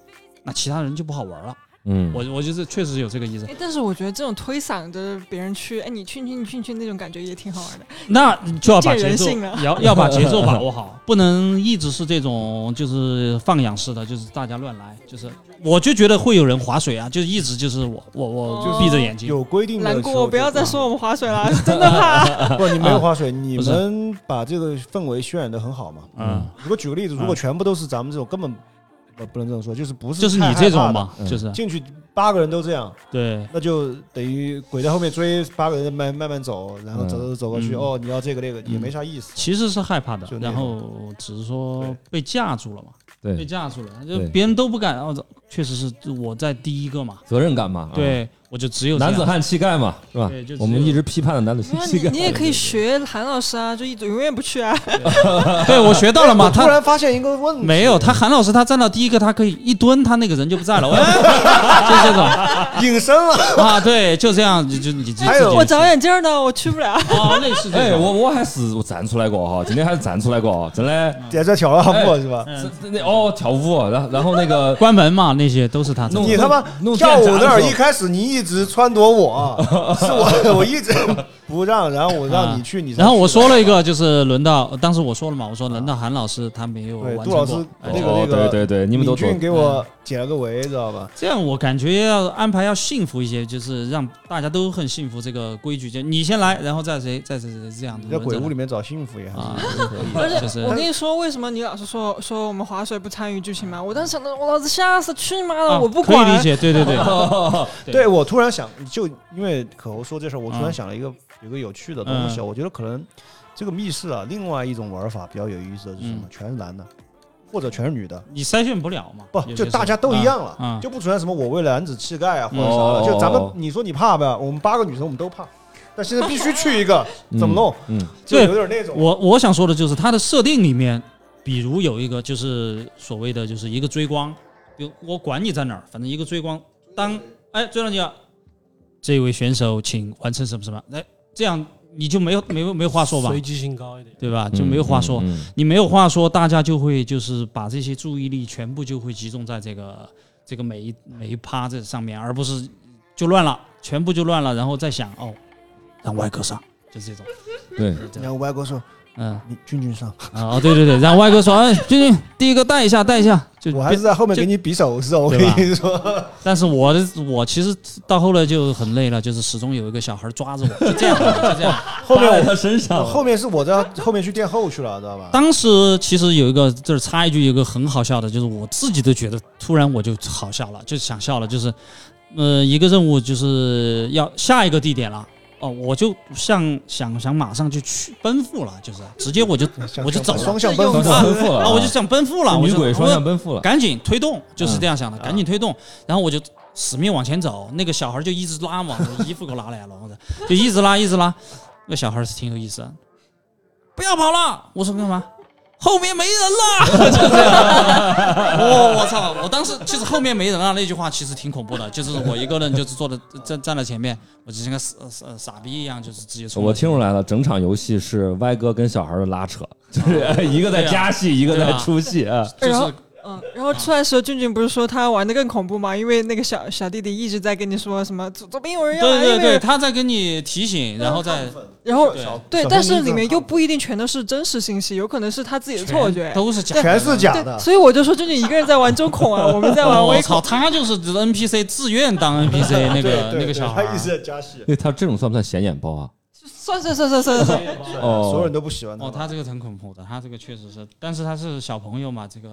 Speaker 9: 那其他人就不好玩了。
Speaker 2: 嗯，
Speaker 9: 我我觉得确实有这个意思
Speaker 6: 哎。，但是我觉得这种推搡着别人去，哎，你去你去你去你去那种感觉也挺好玩的。
Speaker 9: 那你就要把
Speaker 6: 见
Speaker 9: 节
Speaker 6: 人
Speaker 9: 奏
Speaker 6: 性了
Speaker 9: 要要把节奏把握好，不能一直是这种就是放养式的，就是大家乱来，就是我就觉得会有人划水啊，就一直就是我我我
Speaker 6: 哦
Speaker 9: 闭着眼睛。
Speaker 4: 有规定的。
Speaker 6: 难过，不要再说我们划水了，真的怕。
Speaker 4: 啊不，你没
Speaker 2: 啊
Speaker 4: 有划水，你
Speaker 9: 不是
Speaker 4: 们把这个氛围渲染的很好嘛。
Speaker 9: 嗯，
Speaker 4: 如果举个例子，如
Speaker 2: 啊
Speaker 4: 果全部都是咱们这种，根本呃不不能这么说，就是不是
Speaker 9: 就是
Speaker 4: 太
Speaker 9: 你
Speaker 4: 害
Speaker 9: 这
Speaker 4: 怕
Speaker 9: 种
Speaker 4: 的
Speaker 9: 嘛，
Speaker 2: 嗯
Speaker 9: 就是
Speaker 4: 进去八个人都这样，
Speaker 9: 对，
Speaker 4: 那就等于鬼在后面追，八个人慢慢慢走，然后走走走过去，
Speaker 9: 嗯
Speaker 4: 哦，你要这个那个
Speaker 9: 嗯
Speaker 4: 也没啥意思。
Speaker 9: 其实是害怕的
Speaker 4: 就，那
Speaker 9: 然
Speaker 4: 种
Speaker 9: 后只是说
Speaker 4: 对
Speaker 9: 被架住了嘛，被
Speaker 2: 对，
Speaker 9: 架住了，就
Speaker 2: 对
Speaker 9: 别人都不敢，哦，确实是我在第一个嘛，
Speaker 2: 责任感嘛，啊，
Speaker 9: 对我就只有这
Speaker 2: 男
Speaker 9: 样
Speaker 2: 子汉气概嘛，是吧
Speaker 9: 对就？只
Speaker 2: 我们
Speaker 9: 有
Speaker 2: 一直批判的男子
Speaker 6: 没有
Speaker 2: 气
Speaker 6: 你
Speaker 2: 概，
Speaker 6: 你也 可以学韩老师啊，就一直永远不去啊。
Speaker 9: 对我学到了 嘛，
Speaker 4: 我突
Speaker 9: 他
Speaker 4: 然发现一个问题，
Speaker 9: 没有他韩老师他站到第一个，他可以一蹲，他那个人就 不在了，喂就这种
Speaker 4: 隐身了。
Speaker 9: 啊，对，就这样，就就你自己
Speaker 4: 还有
Speaker 9: 自己
Speaker 6: 我长眼镜儿呢，我去不了。
Speaker 9: 啊，类似这
Speaker 2: 哎，
Speaker 9: 种，
Speaker 2: 我我还是站出来过哈，今天还是站出来过，真的。
Speaker 4: 在这跳了步是吧？
Speaker 9: 嗯
Speaker 2: 这那哦，跳舞，然后然后那个
Speaker 9: 关门嘛，那些都是他
Speaker 2: 弄
Speaker 4: 你他妈
Speaker 2: 弄
Speaker 4: 跳舞
Speaker 2: 电闸
Speaker 4: 那
Speaker 2: 的
Speaker 4: 儿
Speaker 2: 时候
Speaker 4: 一开始你一直撺掇我，是我我一直不让，然后我让你去，你才
Speaker 9: 然后我
Speaker 4: 去的
Speaker 9: 说了一个，就是轮到当时我说了嘛，我说轮到韩老师他没有
Speaker 4: 对
Speaker 9: 完成
Speaker 4: 杜老
Speaker 9: 过，
Speaker 4: 师
Speaker 9: 哎
Speaker 4: 那个
Speaker 2: 哦
Speaker 4: 那个
Speaker 2: 对对对，你们都
Speaker 4: 敏
Speaker 2: 做
Speaker 4: 俊给我解了个围，知道吧？
Speaker 9: 这样我感觉要安排要幸福一些，就是让大家都很幸福。这个规矩就你先来，然后再谁再谁谁这样
Speaker 4: 你在鬼屋里
Speaker 9: 面
Speaker 4: 面找幸福也还
Speaker 9: 啊
Speaker 4: 是，
Speaker 9: 而 且就是
Speaker 6: 我跟你说，为什么你老是说说我们划水不参与剧情嘛？我当时想到，我老子吓死，去你妈的，
Speaker 9: 啊
Speaker 6: 我不
Speaker 9: 可以理
Speaker 6: 管。
Speaker 9: 解，对对对，对
Speaker 4: 对我突然想，就因为可猴说这事儿，我突
Speaker 9: 嗯
Speaker 4: 然想了一个有个有趣的东西啊，
Speaker 9: 嗯
Speaker 4: 我觉得可能这个密室啊，另外一种玩法比较有意思的是什么
Speaker 9: 嗯？
Speaker 4: 全是男的，或者全是女的，
Speaker 9: 你筛选不了嘛，
Speaker 4: 不
Speaker 9: 有些
Speaker 4: 就
Speaker 9: 时候
Speaker 4: 大家都一样
Speaker 9: 啊
Speaker 4: 了
Speaker 9: 啊，
Speaker 4: 就不存在什么我为了男子气概啊或者
Speaker 2: 嗯
Speaker 4: 啥
Speaker 2: 哦
Speaker 4: 的，就咱们
Speaker 2: 哦哦
Speaker 4: 你说你怕吧，我们八个女生我们都怕，但现在必须去一个，怎么弄？
Speaker 2: 嗯，
Speaker 4: 就
Speaker 9: 对
Speaker 4: 有点那种。
Speaker 9: 我我想说的就是它的设定里面，比如有一个就是所谓的就是一个追光，比如我管你在哪儿，反正一个追光，当哎追到你了，这位选手请完成什么什么，哎这样你就没有没有没有话说吧，
Speaker 10: 随机性高一点。
Speaker 9: 对吧？
Speaker 2: 嗯
Speaker 9: 就没有话说。。
Speaker 2: 嗯嗯
Speaker 9: 你没有话说，大家就会就是把这些注意力全部就会集中在这个这个每一每一趴这上面，而不是就乱了，全部就乱了，然后再想哦，让歪哥上，就是这种，
Speaker 2: 嗯对，
Speaker 4: 然后外国说
Speaker 9: 嗯，
Speaker 4: 你俊俊上，
Speaker 9: 啊、哦，对对对，让歪哥说，哎，君君第一个带一下，带一下，就
Speaker 4: 我还是
Speaker 9: 别
Speaker 4: 在后面
Speaker 9: 就
Speaker 4: 给你比手势，我跟
Speaker 9: 对吧
Speaker 4: 你说，
Speaker 9: 但是我的我其实到后来就很累了，就是始终有一个小孩抓着我，就这样，就这样。
Speaker 4: 后面
Speaker 2: 搭在
Speaker 4: 我
Speaker 2: 他身
Speaker 9: 嗯
Speaker 2: 上，
Speaker 4: 后面是我在后面去垫后去了，知道吧？
Speaker 9: 当时其实有一个，这儿插一句，有一个很好笑的，就是我自己都觉得，突然我就好笑了，就想笑了，就是，呃，一个任务就是要下一个地点了，哦，我就像想想马上就去奔赴了，就是直接我就
Speaker 4: 想
Speaker 9: 我就走了
Speaker 4: 双向奔
Speaker 2: 双
Speaker 4: 赴，
Speaker 2: 向奔赴了
Speaker 9: 啊，我就想奔赴了，我
Speaker 2: 哦女
Speaker 9: 就
Speaker 2: 鬼双
Speaker 9: 我
Speaker 2: 向奔赴了，
Speaker 9: 赶紧推动，就是这样想的，
Speaker 4: 嗯
Speaker 9: 赶紧推动。然后我就死命往前走，那个小孩就一直拉嘛，我衣服给我拉来了，我的就一直拉，一直拉。那小孩是挺有意思的，不要跑了！我说干嘛？后面没人了，就 这样。我我操！我当时其实后面没人了那句话其实挺恐怖的，就是我一个人就是坐的站站在前面，我就像个傻傻傻逼一样，就是直接冲。
Speaker 2: 我听出来了，整场游戏是歪哥跟小孩的拉 扯，就是哎一个
Speaker 9: 啊
Speaker 2: 在加戏，一个在出戏啊。
Speaker 9: 就
Speaker 6: 然后
Speaker 9: 是
Speaker 6: 嗯，然后出来的时候，俊俊不是说他玩的更恐怖吗？因为那个小小弟弟一直在跟你说什么左左边有人要
Speaker 9: 对
Speaker 6: 来，
Speaker 9: 对
Speaker 6: 右边有
Speaker 9: 对，
Speaker 6: 人
Speaker 9: 他在跟你提醒，然后再
Speaker 6: 然后
Speaker 9: 对
Speaker 6: 对，
Speaker 4: 小
Speaker 6: 但
Speaker 4: 兄
Speaker 6: 是
Speaker 4: 弟
Speaker 6: 里面
Speaker 4: 更
Speaker 6: 又不一定全都是真实信息，有可能是他自己的错觉。
Speaker 9: 都是假的，
Speaker 4: 全是假
Speaker 6: 对，
Speaker 4: 的。
Speaker 6: 所以我就说，俊俊一个人在玩中恐啊，我们在玩
Speaker 9: 我
Speaker 6: 微
Speaker 9: 操，
Speaker 6: 恐。
Speaker 9: 他就是 NPC 自愿当 NPC 那
Speaker 4: 对
Speaker 9: 个
Speaker 2: 啊
Speaker 4: 对
Speaker 9: 那
Speaker 4: 对
Speaker 9: 个小孩
Speaker 4: 他
Speaker 9: 儿，
Speaker 4: 一直在加戏，
Speaker 2: 对他这种算不算显眼包啊？
Speaker 6: 算算算算算 算，
Speaker 2: 哦
Speaker 4: 啊所有人都不喜欢
Speaker 9: 哦，
Speaker 4: 他。
Speaker 9: 他这个很恐怖的，他这个确实是，但是他是小朋友嘛，这个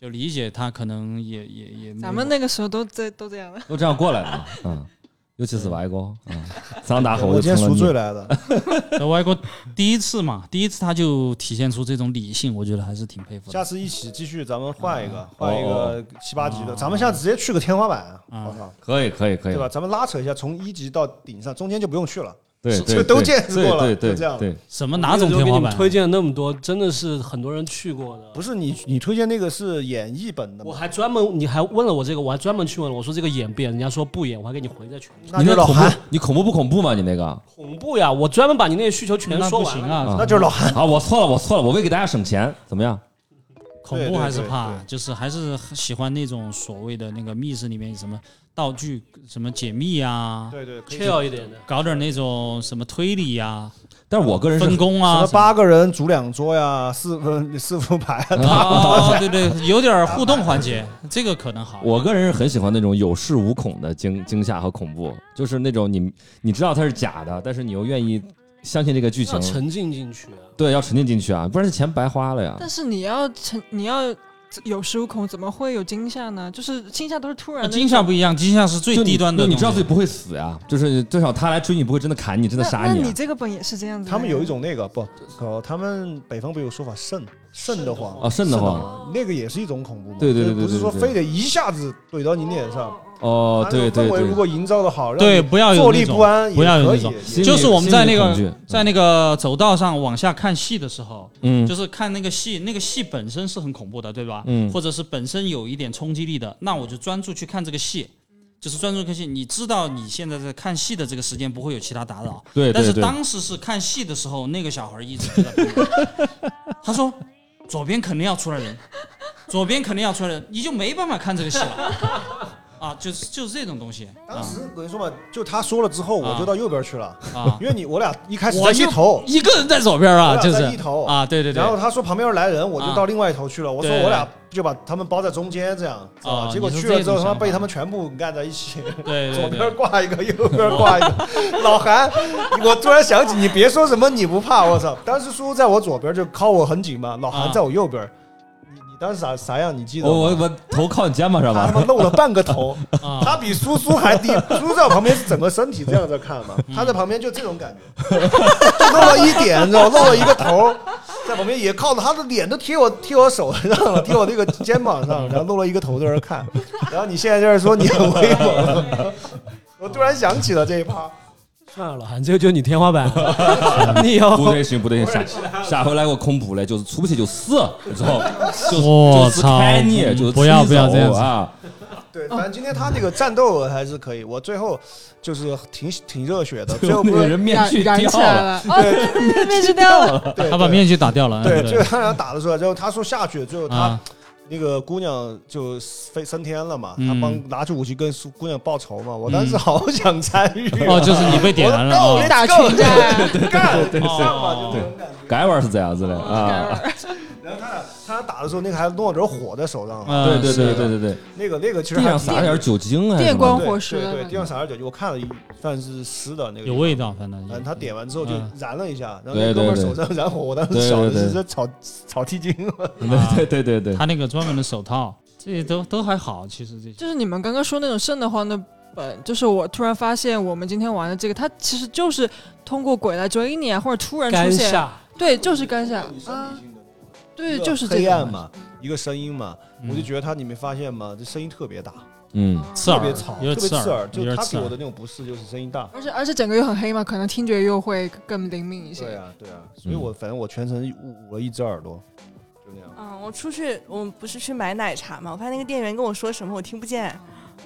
Speaker 9: 就理解他可能也也也没有。
Speaker 6: 咱们那个时候都这都这样的，
Speaker 2: 都这样过来的，嗯，尤其是外国，嗯，张大吼
Speaker 4: 我
Speaker 2: 就
Speaker 4: 今天
Speaker 2: 成了
Speaker 4: 赎
Speaker 2: 你
Speaker 4: 罪来的，
Speaker 9: 那外国第一次嘛，第一次他就体现出这种理性，我觉得还是挺佩服的。
Speaker 4: 下次一起继续，咱们换一个，换一
Speaker 2: 哦
Speaker 4: 个七八级的，咱们下次直接去个天花板，啊
Speaker 2: 嗯
Speaker 4: 我操，
Speaker 2: 可以可以可以
Speaker 4: 对，吧？咱们拉扯一下，从一级到顶上，中间就不用去了。
Speaker 2: 对
Speaker 4: 是
Speaker 2: 对
Speaker 4: 这都
Speaker 2: 对
Speaker 4: 见识
Speaker 2: 对
Speaker 4: 过了
Speaker 2: 对对
Speaker 4: 就这样
Speaker 2: 对，
Speaker 9: 什么哪种天
Speaker 10: 我那个时候给
Speaker 9: 花
Speaker 10: 你们
Speaker 9: 板？啊
Speaker 10: 推荐那么多，真的是很多人去过的。
Speaker 4: 不是你，你推荐那个是演绎本的
Speaker 10: 我
Speaker 4: 吗？
Speaker 10: 还专门，你还问了我这个，我还专门去问了，我说这个演变，人家说不演，我还给你回在群里。
Speaker 4: 那
Speaker 2: 你
Speaker 4: 就是
Speaker 2: 那
Speaker 4: 老
Speaker 2: 恐怖
Speaker 4: 韩，，
Speaker 2: 你恐怖不恐怖嘛？你那个
Speaker 10: 恐怖呀！我专门把你那个需求全
Speaker 9: 那
Speaker 10: 说
Speaker 9: 不
Speaker 10: 完
Speaker 9: 行
Speaker 10: 了。
Speaker 9: 啊，
Speaker 4: 那就是老韩。
Speaker 2: 啊，我错了，我错了，我为给大家省钱，怎么样？
Speaker 9: 恐怖还是怕，就是还是喜欢那种所谓的那个密室里面什么道具、什么解密啊，
Speaker 4: 对对，可以
Speaker 10: chill 一点的，
Speaker 9: 搞点那种什么推理呀、
Speaker 2: 但是我个人是
Speaker 9: 分工
Speaker 4: 什
Speaker 9: 啊
Speaker 4: 么。八个人组两桌呀，四分四副牌 啊，
Speaker 9: 啊，对对，有点互动环节，这个可能好。
Speaker 2: 我个人是很喜欢那种有恃无恐的惊惊吓和恐怖，就是那种你你知道它是假的，但是你又愿意相信这个剧
Speaker 10: 要
Speaker 2: 情，
Speaker 10: 沉浸进去啊。
Speaker 2: 对，要沉浸进去啊，不然这钱白花了呀。
Speaker 6: 但是你要成，你要有恃无恐，怎么会有惊吓呢？就是惊吓都是突然
Speaker 9: 那
Speaker 6: 的，
Speaker 9: 啊惊吓不一样，惊吓是最
Speaker 2: 就你
Speaker 9: 低端的
Speaker 2: 就
Speaker 9: 东西，
Speaker 2: 你知道自己不会死呀，就是至少他来追你不会真的砍你，真的
Speaker 6: 那
Speaker 2: 杀
Speaker 6: 那
Speaker 2: 你啊
Speaker 6: 你。这个本也是这样子的呀。
Speaker 4: 他们有一 种那个不，哦，他们北方不是有说法瘆瘆得慌
Speaker 2: 啊，瘆得慌。
Speaker 4: 慌，那个也是一种恐怖嘛。
Speaker 2: 对对对对
Speaker 4: 就不是
Speaker 2: 对
Speaker 4: 说
Speaker 2: 对
Speaker 4: 非得一下子怼到你脸上。
Speaker 2: 哦，
Speaker 4: 它
Speaker 2: 对
Speaker 4: 那个
Speaker 2: 对
Speaker 4: 氛围
Speaker 2: 对
Speaker 4: 如，果营造的好，让你
Speaker 9: 对，不要有
Speaker 4: 坐
Speaker 9: 那
Speaker 4: 立
Speaker 9: 种
Speaker 4: 不安，
Speaker 9: 不要有
Speaker 4: 可
Speaker 9: 那
Speaker 4: 以
Speaker 9: 种。
Speaker 2: 心理
Speaker 9: 就是我们在那
Speaker 2: 心理
Speaker 9: 个
Speaker 2: 恐惧
Speaker 9: 在那个走道上往下看戏的时候，
Speaker 2: 嗯，
Speaker 9: 就是看那个戏，那个戏本身是很恐怖的，对吧？
Speaker 2: 嗯
Speaker 9: 或者是本身有一点冲击力的，那我就专注去看这个戏，就是专注看戏。你知道你现在在看戏的这个时间不会有其他打扰，
Speaker 2: 对
Speaker 9: 但
Speaker 2: 对
Speaker 9: 是
Speaker 2: 对，
Speaker 9: 当时是看戏的时候，那个小孩一直就在旁边他说左边肯定要出来人，左边肯定要出来人，你就没办法看这个戏了。啊，就是就是这种东西
Speaker 4: 当
Speaker 9: 啊
Speaker 4: 时等于说嘛，就他说了之后，我就到右边去了，
Speaker 9: 啊，
Speaker 4: 因为你我俩一开始
Speaker 9: 我
Speaker 4: 在一
Speaker 9: 就
Speaker 4: 头，
Speaker 9: 一个人在左边
Speaker 4: 我
Speaker 9: 啊，
Speaker 4: 俩
Speaker 9: 就是
Speaker 4: 在一头
Speaker 9: 啊，对对对
Speaker 4: 然，后他说旁边要来人，我就
Speaker 9: 啊
Speaker 4: 到另外一头去了。我说
Speaker 9: 对
Speaker 4: 我俩就把他们包在中间，这样知道吧？
Speaker 9: 哦
Speaker 4: 结果
Speaker 9: 你是
Speaker 4: 去了之后，
Speaker 9: 这种
Speaker 4: 他妈被
Speaker 9: 想法
Speaker 4: 他们全部干在一起，
Speaker 9: 对
Speaker 4: 左边
Speaker 9: 对对，
Speaker 4: 挂一个，右边挂一个。 老韩，我突然想起，你别说什么你不怕，我操！当时叔叔在我左边就靠我很紧嘛，老韩
Speaker 9: 啊
Speaker 4: 在我右边。你你当时啥啥样？你记得
Speaker 2: 我我
Speaker 4: 吗？
Speaker 2: 我头靠你肩膀上
Speaker 4: 他他
Speaker 2: 吧。
Speaker 4: 妈露了半个头，
Speaker 9: 啊
Speaker 4: 他比苏苏还低，苏苏在我旁边是整个身体这样在看嘛， 他在旁边就这种感觉，就露了一点，你知道吗，露了一个头，在旁边也靠着他的脸都贴我贴我手上了，贴我那个肩膀上，然后露了一个头在那儿看，然后你现在在这说你很威猛，我突然想起了这一趴，
Speaker 10: 算了，老韩，这个就是你天花板 了，你以后
Speaker 2: 不对行不对行，下下回来我空补嘞，就是出不去就死，之后就
Speaker 9: 我
Speaker 2: 就是
Speaker 9: 操
Speaker 2: 开嗯你，就是
Speaker 9: 不要不要
Speaker 2: 踢走
Speaker 9: 这样子
Speaker 2: 啊！
Speaker 4: 对，反正今天他这个战斗还是可以，我最后就是挺挺热血的，最
Speaker 2: 最后
Speaker 4: 后
Speaker 2: 那
Speaker 4: 不
Speaker 2: 个
Speaker 4: 是
Speaker 2: 人面
Speaker 6: 燃
Speaker 2: 具
Speaker 6: 燃
Speaker 2: 掉
Speaker 6: 起来
Speaker 2: 了，
Speaker 6: 了，哦，对对对，面具掉了，
Speaker 4: 对
Speaker 9: 他把面具打掉了，
Speaker 4: 对，
Speaker 9: 嗯对
Speaker 4: 最后他俩打的时候，然后他说下去，最后他
Speaker 9: 啊，
Speaker 4: 那个姑娘就飞升天了嘛，
Speaker 9: 嗯
Speaker 4: 他帮拿出武器跟苏姑娘报仇嘛。我当时好想参与啊，
Speaker 9: 哦，就是你被点燃了哦
Speaker 4: 我
Speaker 9: 啊
Speaker 4: 说，打群战，干
Speaker 2: 对对
Speaker 4: 上吧，就这
Speaker 9: 对
Speaker 4: 种感觉。
Speaker 2: 改玩是这样子
Speaker 4: 嗯
Speaker 2: 的
Speaker 6: 盖
Speaker 2: 啊！
Speaker 6: 尔
Speaker 4: 然后他俩他俩打的时候，那个还弄着火在手上嘛，
Speaker 9: 啊
Speaker 2: 对对
Speaker 9: 是
Speaker 2: 对
Speaker 9: 的
Speaker 2: 对对对，
Speaker 4: 那个那个其实
Speaker 2: 地
Speaker 4: 还
Speaker 2: 上撒点儿酒精啊，
Speaker 6: 电光
Speaker 4: 对
Speaker 6: 火石
Speaker 4: 对对，
Speaker 6: 了
Speaker 4: 地上撒点酒精，我看了一算是湿的那个
Speaker 9: 有。味道，反正
Speaker 4: 嗯，他点完之后就
Speaker 9: 嗯
Speaker 4: 燃了一下，然后
Speaker 2: 对对
Speaker 4: 那哥们儿
Speaker 2: 对
Speaker 4: 手上燃火，我当时
Speaker 2: 对
Speaker 4: 想的
Speaker 2: 对
Speaker 4: 是
Speaker 2: 对
Speaker 4: 这草草剃精，
Speaker 2: 对对对对对，
Speaker 9: 他那个专门的手套，这些都都还好，其实这些
Speaker 6: 就是你们刚刚说那种瘆得慌的本，就是我突然发现我们今天玩的这个，它其实就是通过鬼来追你啊，或者突然
Speaker 10: 干
Speaker 6: 出现，
Speaker 10: 下。
Speaker 6: 对，就是干下啊，对，就是这
Speaker 4: 黑
Speaker 6: 个
Speaker 4: 暗嘛，一个声音嘛，我就
Speaker 9: 嗯
Speaker 4: 觉得他你没发现吗？这声音特别大，
Speaker 2: 嗯，
Speaker 4: 特
Speaker 9: 刺耳
Speaker 4: 别，吵，
Speaker 9: 有
Speaker 4: 特别
Speaker 9: 点刺
Speaker 4: 耳，
Speaker 9: 耳，有
Speaker 4: 就
Speaker 9: 点
Speaker 4: 他
Speaker 9: 刺
Speaker 4: 给我的
Speaker 9: 耳。
Speaker 4: 那种不适就是声音大。
Speaker 6: 而且而且整个又很黑嘛，可能听觉又会更灵敏一些。
Speaker 4: 对啊，对啊，所以
Speaker 2: 嗯
Speaker 4: 我反正我全程捂捂了一只耳朵，就那样。
Speaker 5: 嗯，我出去，我不是去买奶茶嘛，我发现那个店员跟我说什么我听不见，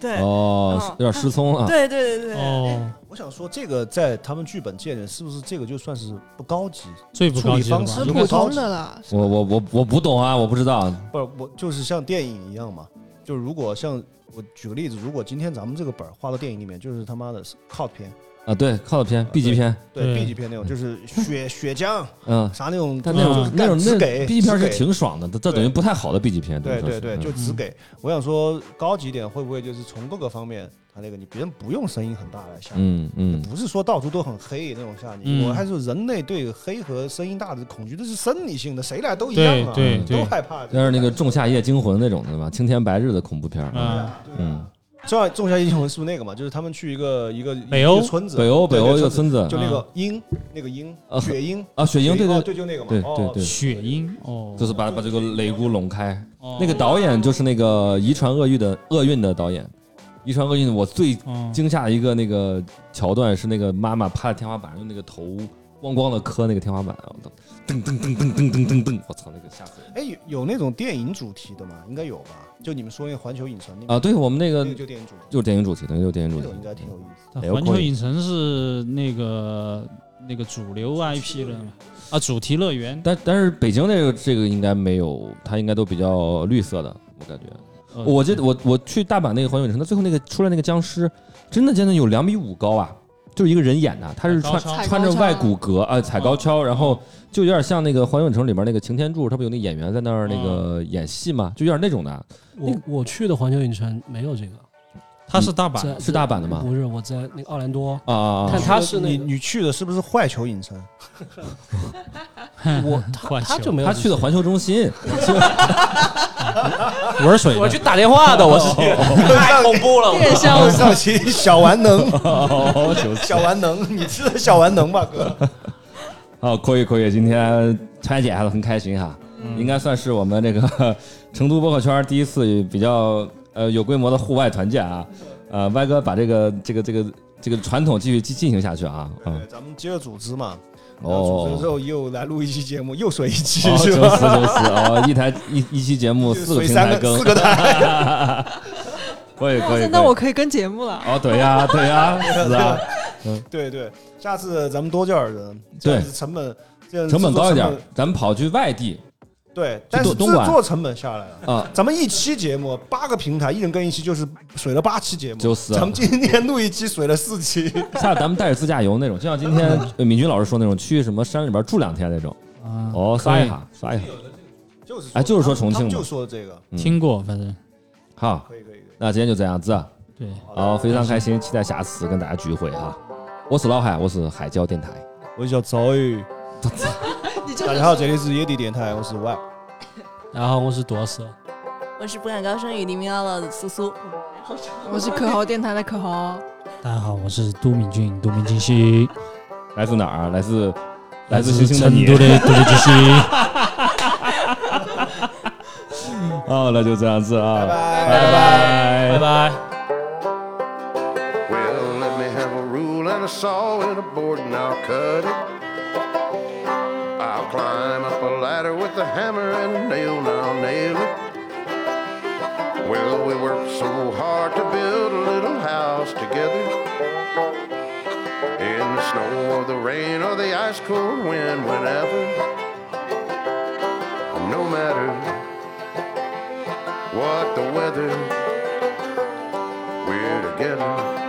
Speaker 5: 对，
Speaker 2: 哦
Speaker 5: 嗯，
Speaker 2: 有点失聪啊，
Speaker 5: 对对对对，
Speaker 9: 哦，
Speaker 4: 我想说，这个在他们剧本界里，是不是这个就算是不高级？
Speaker 9: 最不高级的
Speaker 4: 处
Speaker 9: 吧
Speaker 4: 理方式
Speaker 6: 是
Speaker 4: 如
Speaker 6: 普
Speaker 4: 果高
Speaker 6: 通
Speaker 4: 级
Speaker 6: 的了，
Speaker 2: 我我我我不懂啊，我不知道，
Speaker 4: 不是，我就是像电影一样嘛，就是如果像我举个例子，如果今天咱们这个本儿画到电影里面，就是他妈的 cult 片，
Speaker 2: 啊，对，cult 片、B 级片，
Speaker 4: 对
Speaker 10: 对
Speaker 4: B 级片那种，就是血血浆
Speaker 2: 嗯，
Speaker 4: 啥那种，
Speaker 2: 但那
Speaker 4: 就
Speaker 2: 种
Speaker 4: 是
Speaker 2: 那种
Speaker 4: 嗯干只
Speaker 2: 那
Speaker 4: 给
Speaker 2: B 级片
Speaker 4: 只
Speaker 2: 是
Speaker 4: 给
Speaker 2: 挺爽的，这这等于不太好的 B 级片，等于
Speaker 4: 对
Speaker 2: 说
Speaker 4: 对
Speaker 2: 是
Speaker 4: 对，
Speaker 2: 嗯
Speaker 4: 就只给。我想说高级一点，会不会就是从各个方面，他那个你别人不用声音很大来吓你，
Speaker 2: 嗯嗯，
Speaker 4: 不是说到处都很黑那种吓你。
Speaker 9: 嗯
Speaker 4: 我还是人类对黑和声音大的恐惧，这是生理性的，谁来都一
Speaker 9: 对
Speaker 4: 样啊，
Speaker 9: 对
Speaker 2: 嗯
Speaker 4: 都
Speaker 9: 对，
Speaker 4: 害怕。
Speaker 2: 但是那个《仲夏夜惊魂》那种的对吧，青天白日的恐怖片儿，
Speaker 9: 啊，
Speaker 2: 嗯，
Speaker 4: 知道《仲夏夜惊魂》是不是那个嘛？就是他们去一个一个
Speaker 9: 北欧
Speaker 4: 一个村子，
Speaker 2: 北欧北
Speaker 4: 对
Speaker 2: 欧
Speaker 4: 对
Speaker 2: 一个村
Speaker 4: 村
Speaker 2: 子
Speaker 4: 就那个鹰，那个鹰
Speaker 2: 啊，
Speaker 4: 雪鹰，
Speaker 2: 啊，雪鹰，对
Speaker 4: 哦
Speaker 2: 对
Speaker 4: 对，就那个嘛，
Speaker 2: 对
Speaker 4: 哦
Speaker 2: 对对
Speaker 9: 雪鹰哦，
Speaker 2: 就是把把这个擂鼓拢开。
Speaker 9: 哦
Speaker 2: 那个导演就是那个《遗传厄运》的厄运的导演，《遗传厄运》我最
Speaker 9: 哦
Speaker 2: 惊吓的一个那个桥段是那个妈妈趴在天花板上用那个头咣咣的磕那个天花板，我操，噔噔噔噔噔噔噔噔，我操，那个吓死人
Speaker 4: 哎，有有那种电影主题的吗？应该有吧？就你们说那个环球影城那个
Speaker 2: 啊！对我们那个
Speaker 4: 那个就电影主题，
Speaker 2: 就是电影主题，等于就是电影主
Speaker 4: 这
Speaker 2: 题
Speaker 4: 种应该挺有意思。
Speaker 2: 北欧
Speaker 9: 环球影城是那个那个主流 IP 了嘛啊，主题乐园，
Speaker 2: 但但是北京那个这个应该没有，它应该都比较绿色的，我感觉。
Speaker 9: 呃
Speaker 2: 我记得我我去大阪那个环球影城，它最后那个出来那个僵尸，真的真的有两米五高啊，就是一个人演的，他是穿
Speaker 9: 高跷
Speaker 2: 穿着外骨骼啊、踩高跷，然后就有点像那个环球影城里面那个擎天柱，他不有那演员在那儿那个演戏嘛，就有点那种的，啊
Speaker 3: 我我去的环球影城没有这个，
Speaker 9: 它是大阪
Speaker 3: 在
Speaker 2: 是大阪的吗？
Speaker 3: 不是，我在那个奥兰多。
Speaker 2: 啊啊啊
Speaker 3: 看！他是
Speaker 4: 你
Speaker 3: 那个
Speaker 4: 你去的是不是坏球影城？
Speaker 3: 我
Speaker 9: 环球
Speaker 3: 他他就没有
Speaker 2: 他去的环球中心，
Speaker 9: 玩水
Speaker 10: 我去打电话的，我是太恐怖了。
Speaker 5: 电 商
Speaker 4: 上期小玩能，
Speaker 2: 哦，球
Speaker 4: 小玩能，你吃的小玩能吧，哥？
Speaker 2: 好，啊可以可以，今天川姐还是很开心哈， 应该算是我们这个 成都播客圈第一次比较呃有规模的户外团建啊，呃，歪哥把这个这个这个这个传统继续进进行下去啊，嗯，
Speaker 4: 咱们接着组织嘛，然后组织之
Speaker 2: 哦，
Speaker 4: 后又来录一期节目，又水一期
Speaker 2: 哦，九
Speaker 4: 是
Speaker 2: 四九四
Speaker 4: 吧？
Speaker 2: 哦，一台一一期节目四个
Speaker 4: 水
Speaker 2: 平
Speaker 4: 三
Speaker 2: 台
Speaker 4: 个
Speaker 2: 更
Speaker 4: 四，个台，
Speaker 2: 可以
Speaker 6: 哇
Speaker 2: 可以
Speaker 6: 塞，，
Speaker 2: 可以
Speaker 6: 那我可以跟节目了。
Speaker 2: 哦，对呀对呀，是啊，
Speaker 4: 对对，下次咱们多叫点人，
Speaker 2: 对
Speaker 4: 这样子成本这样子
Speaker 2: 成本高一点
Speaker 4: 制作成，
Speaker 2: 咱们跑去外地
Speaker 4: 本，对，但是
Speaker 2: 东
Speaker 4: 制
Speaker 2: 莞
Speaker 4: 作成本下来了。
Speaker 2: 啊，
Speaker 4: 咱们一期节目八个平台，一人跟一期，就是水了八期节目。
Speaker 2: 就是啊
Speaker 4: 咱们今天录一期，水了四 期。
Speaker 2: 下次咱们带着自驾游那种，就像今天呃敏君老师说那种，去什么山里边住两天那种，
Speaker 9: 啊，
Speaker 2: 哦，
Speaker 9: 可
Speaker 2: 刷一
Speaker 9: 以
Speaker 2: 下刷一下。
Speaker 4: 就是
Speaker 2: 哎就是说
Speaker 4: 他们
Speaker 2: 重庆嘛
Speaker 4: 就说这个，
Speaker 2: 嗯
Speaker 9: 听过，反正
Speaker 2: 好，
Speaker 4: 可以可以可以。
Speaker 2: 那今天就这样子，啊
Speaker 9: 对。
Speaker 2: 好，非常开心，期待下次跟大家聚会哈。我是老海，我是海椒电台。
Speaker 4: 我叫赵宇，
Speaker 6: 你就
Speaker 4: 大
Speaker 6: 是
Speaker 4: 家好，这里是野地电台，我是 Y。
Speaker 10: 然后我是多斯，
Speaker 5: 我是不敢高声语黎明姥姥的苏苏，
Speaker 6: 我是可豪电台的可豪。
Speaker 9: 大家好，我是都敏俊，都敏俊熙，
Speaker 2: 来自哪儿？啊来自来
Speaker 9: 来
Speaker 2: 自
Speaker 9: 自
Speaker 2: 星星的
Speaker 9: 成
Speaker 2: 你
Speaker 9: 都。的都敏俊熙，
Speaker 2: 哦，那就这样子啊，
Speaker 4: 拜
Speaker 10: 拜
Speaker 2: 拜拜
Speaker 10: 拜。
Speaker 8: Well, let me have a rule and a saw and a board and I'll cut it. I'll climb up a ladder with a hammer and a nail and I'll nail it. Well, we worked so hard to build a little house together. In the snow or the rain or the ice cold wind, whenever. No matter what the weather, we're together.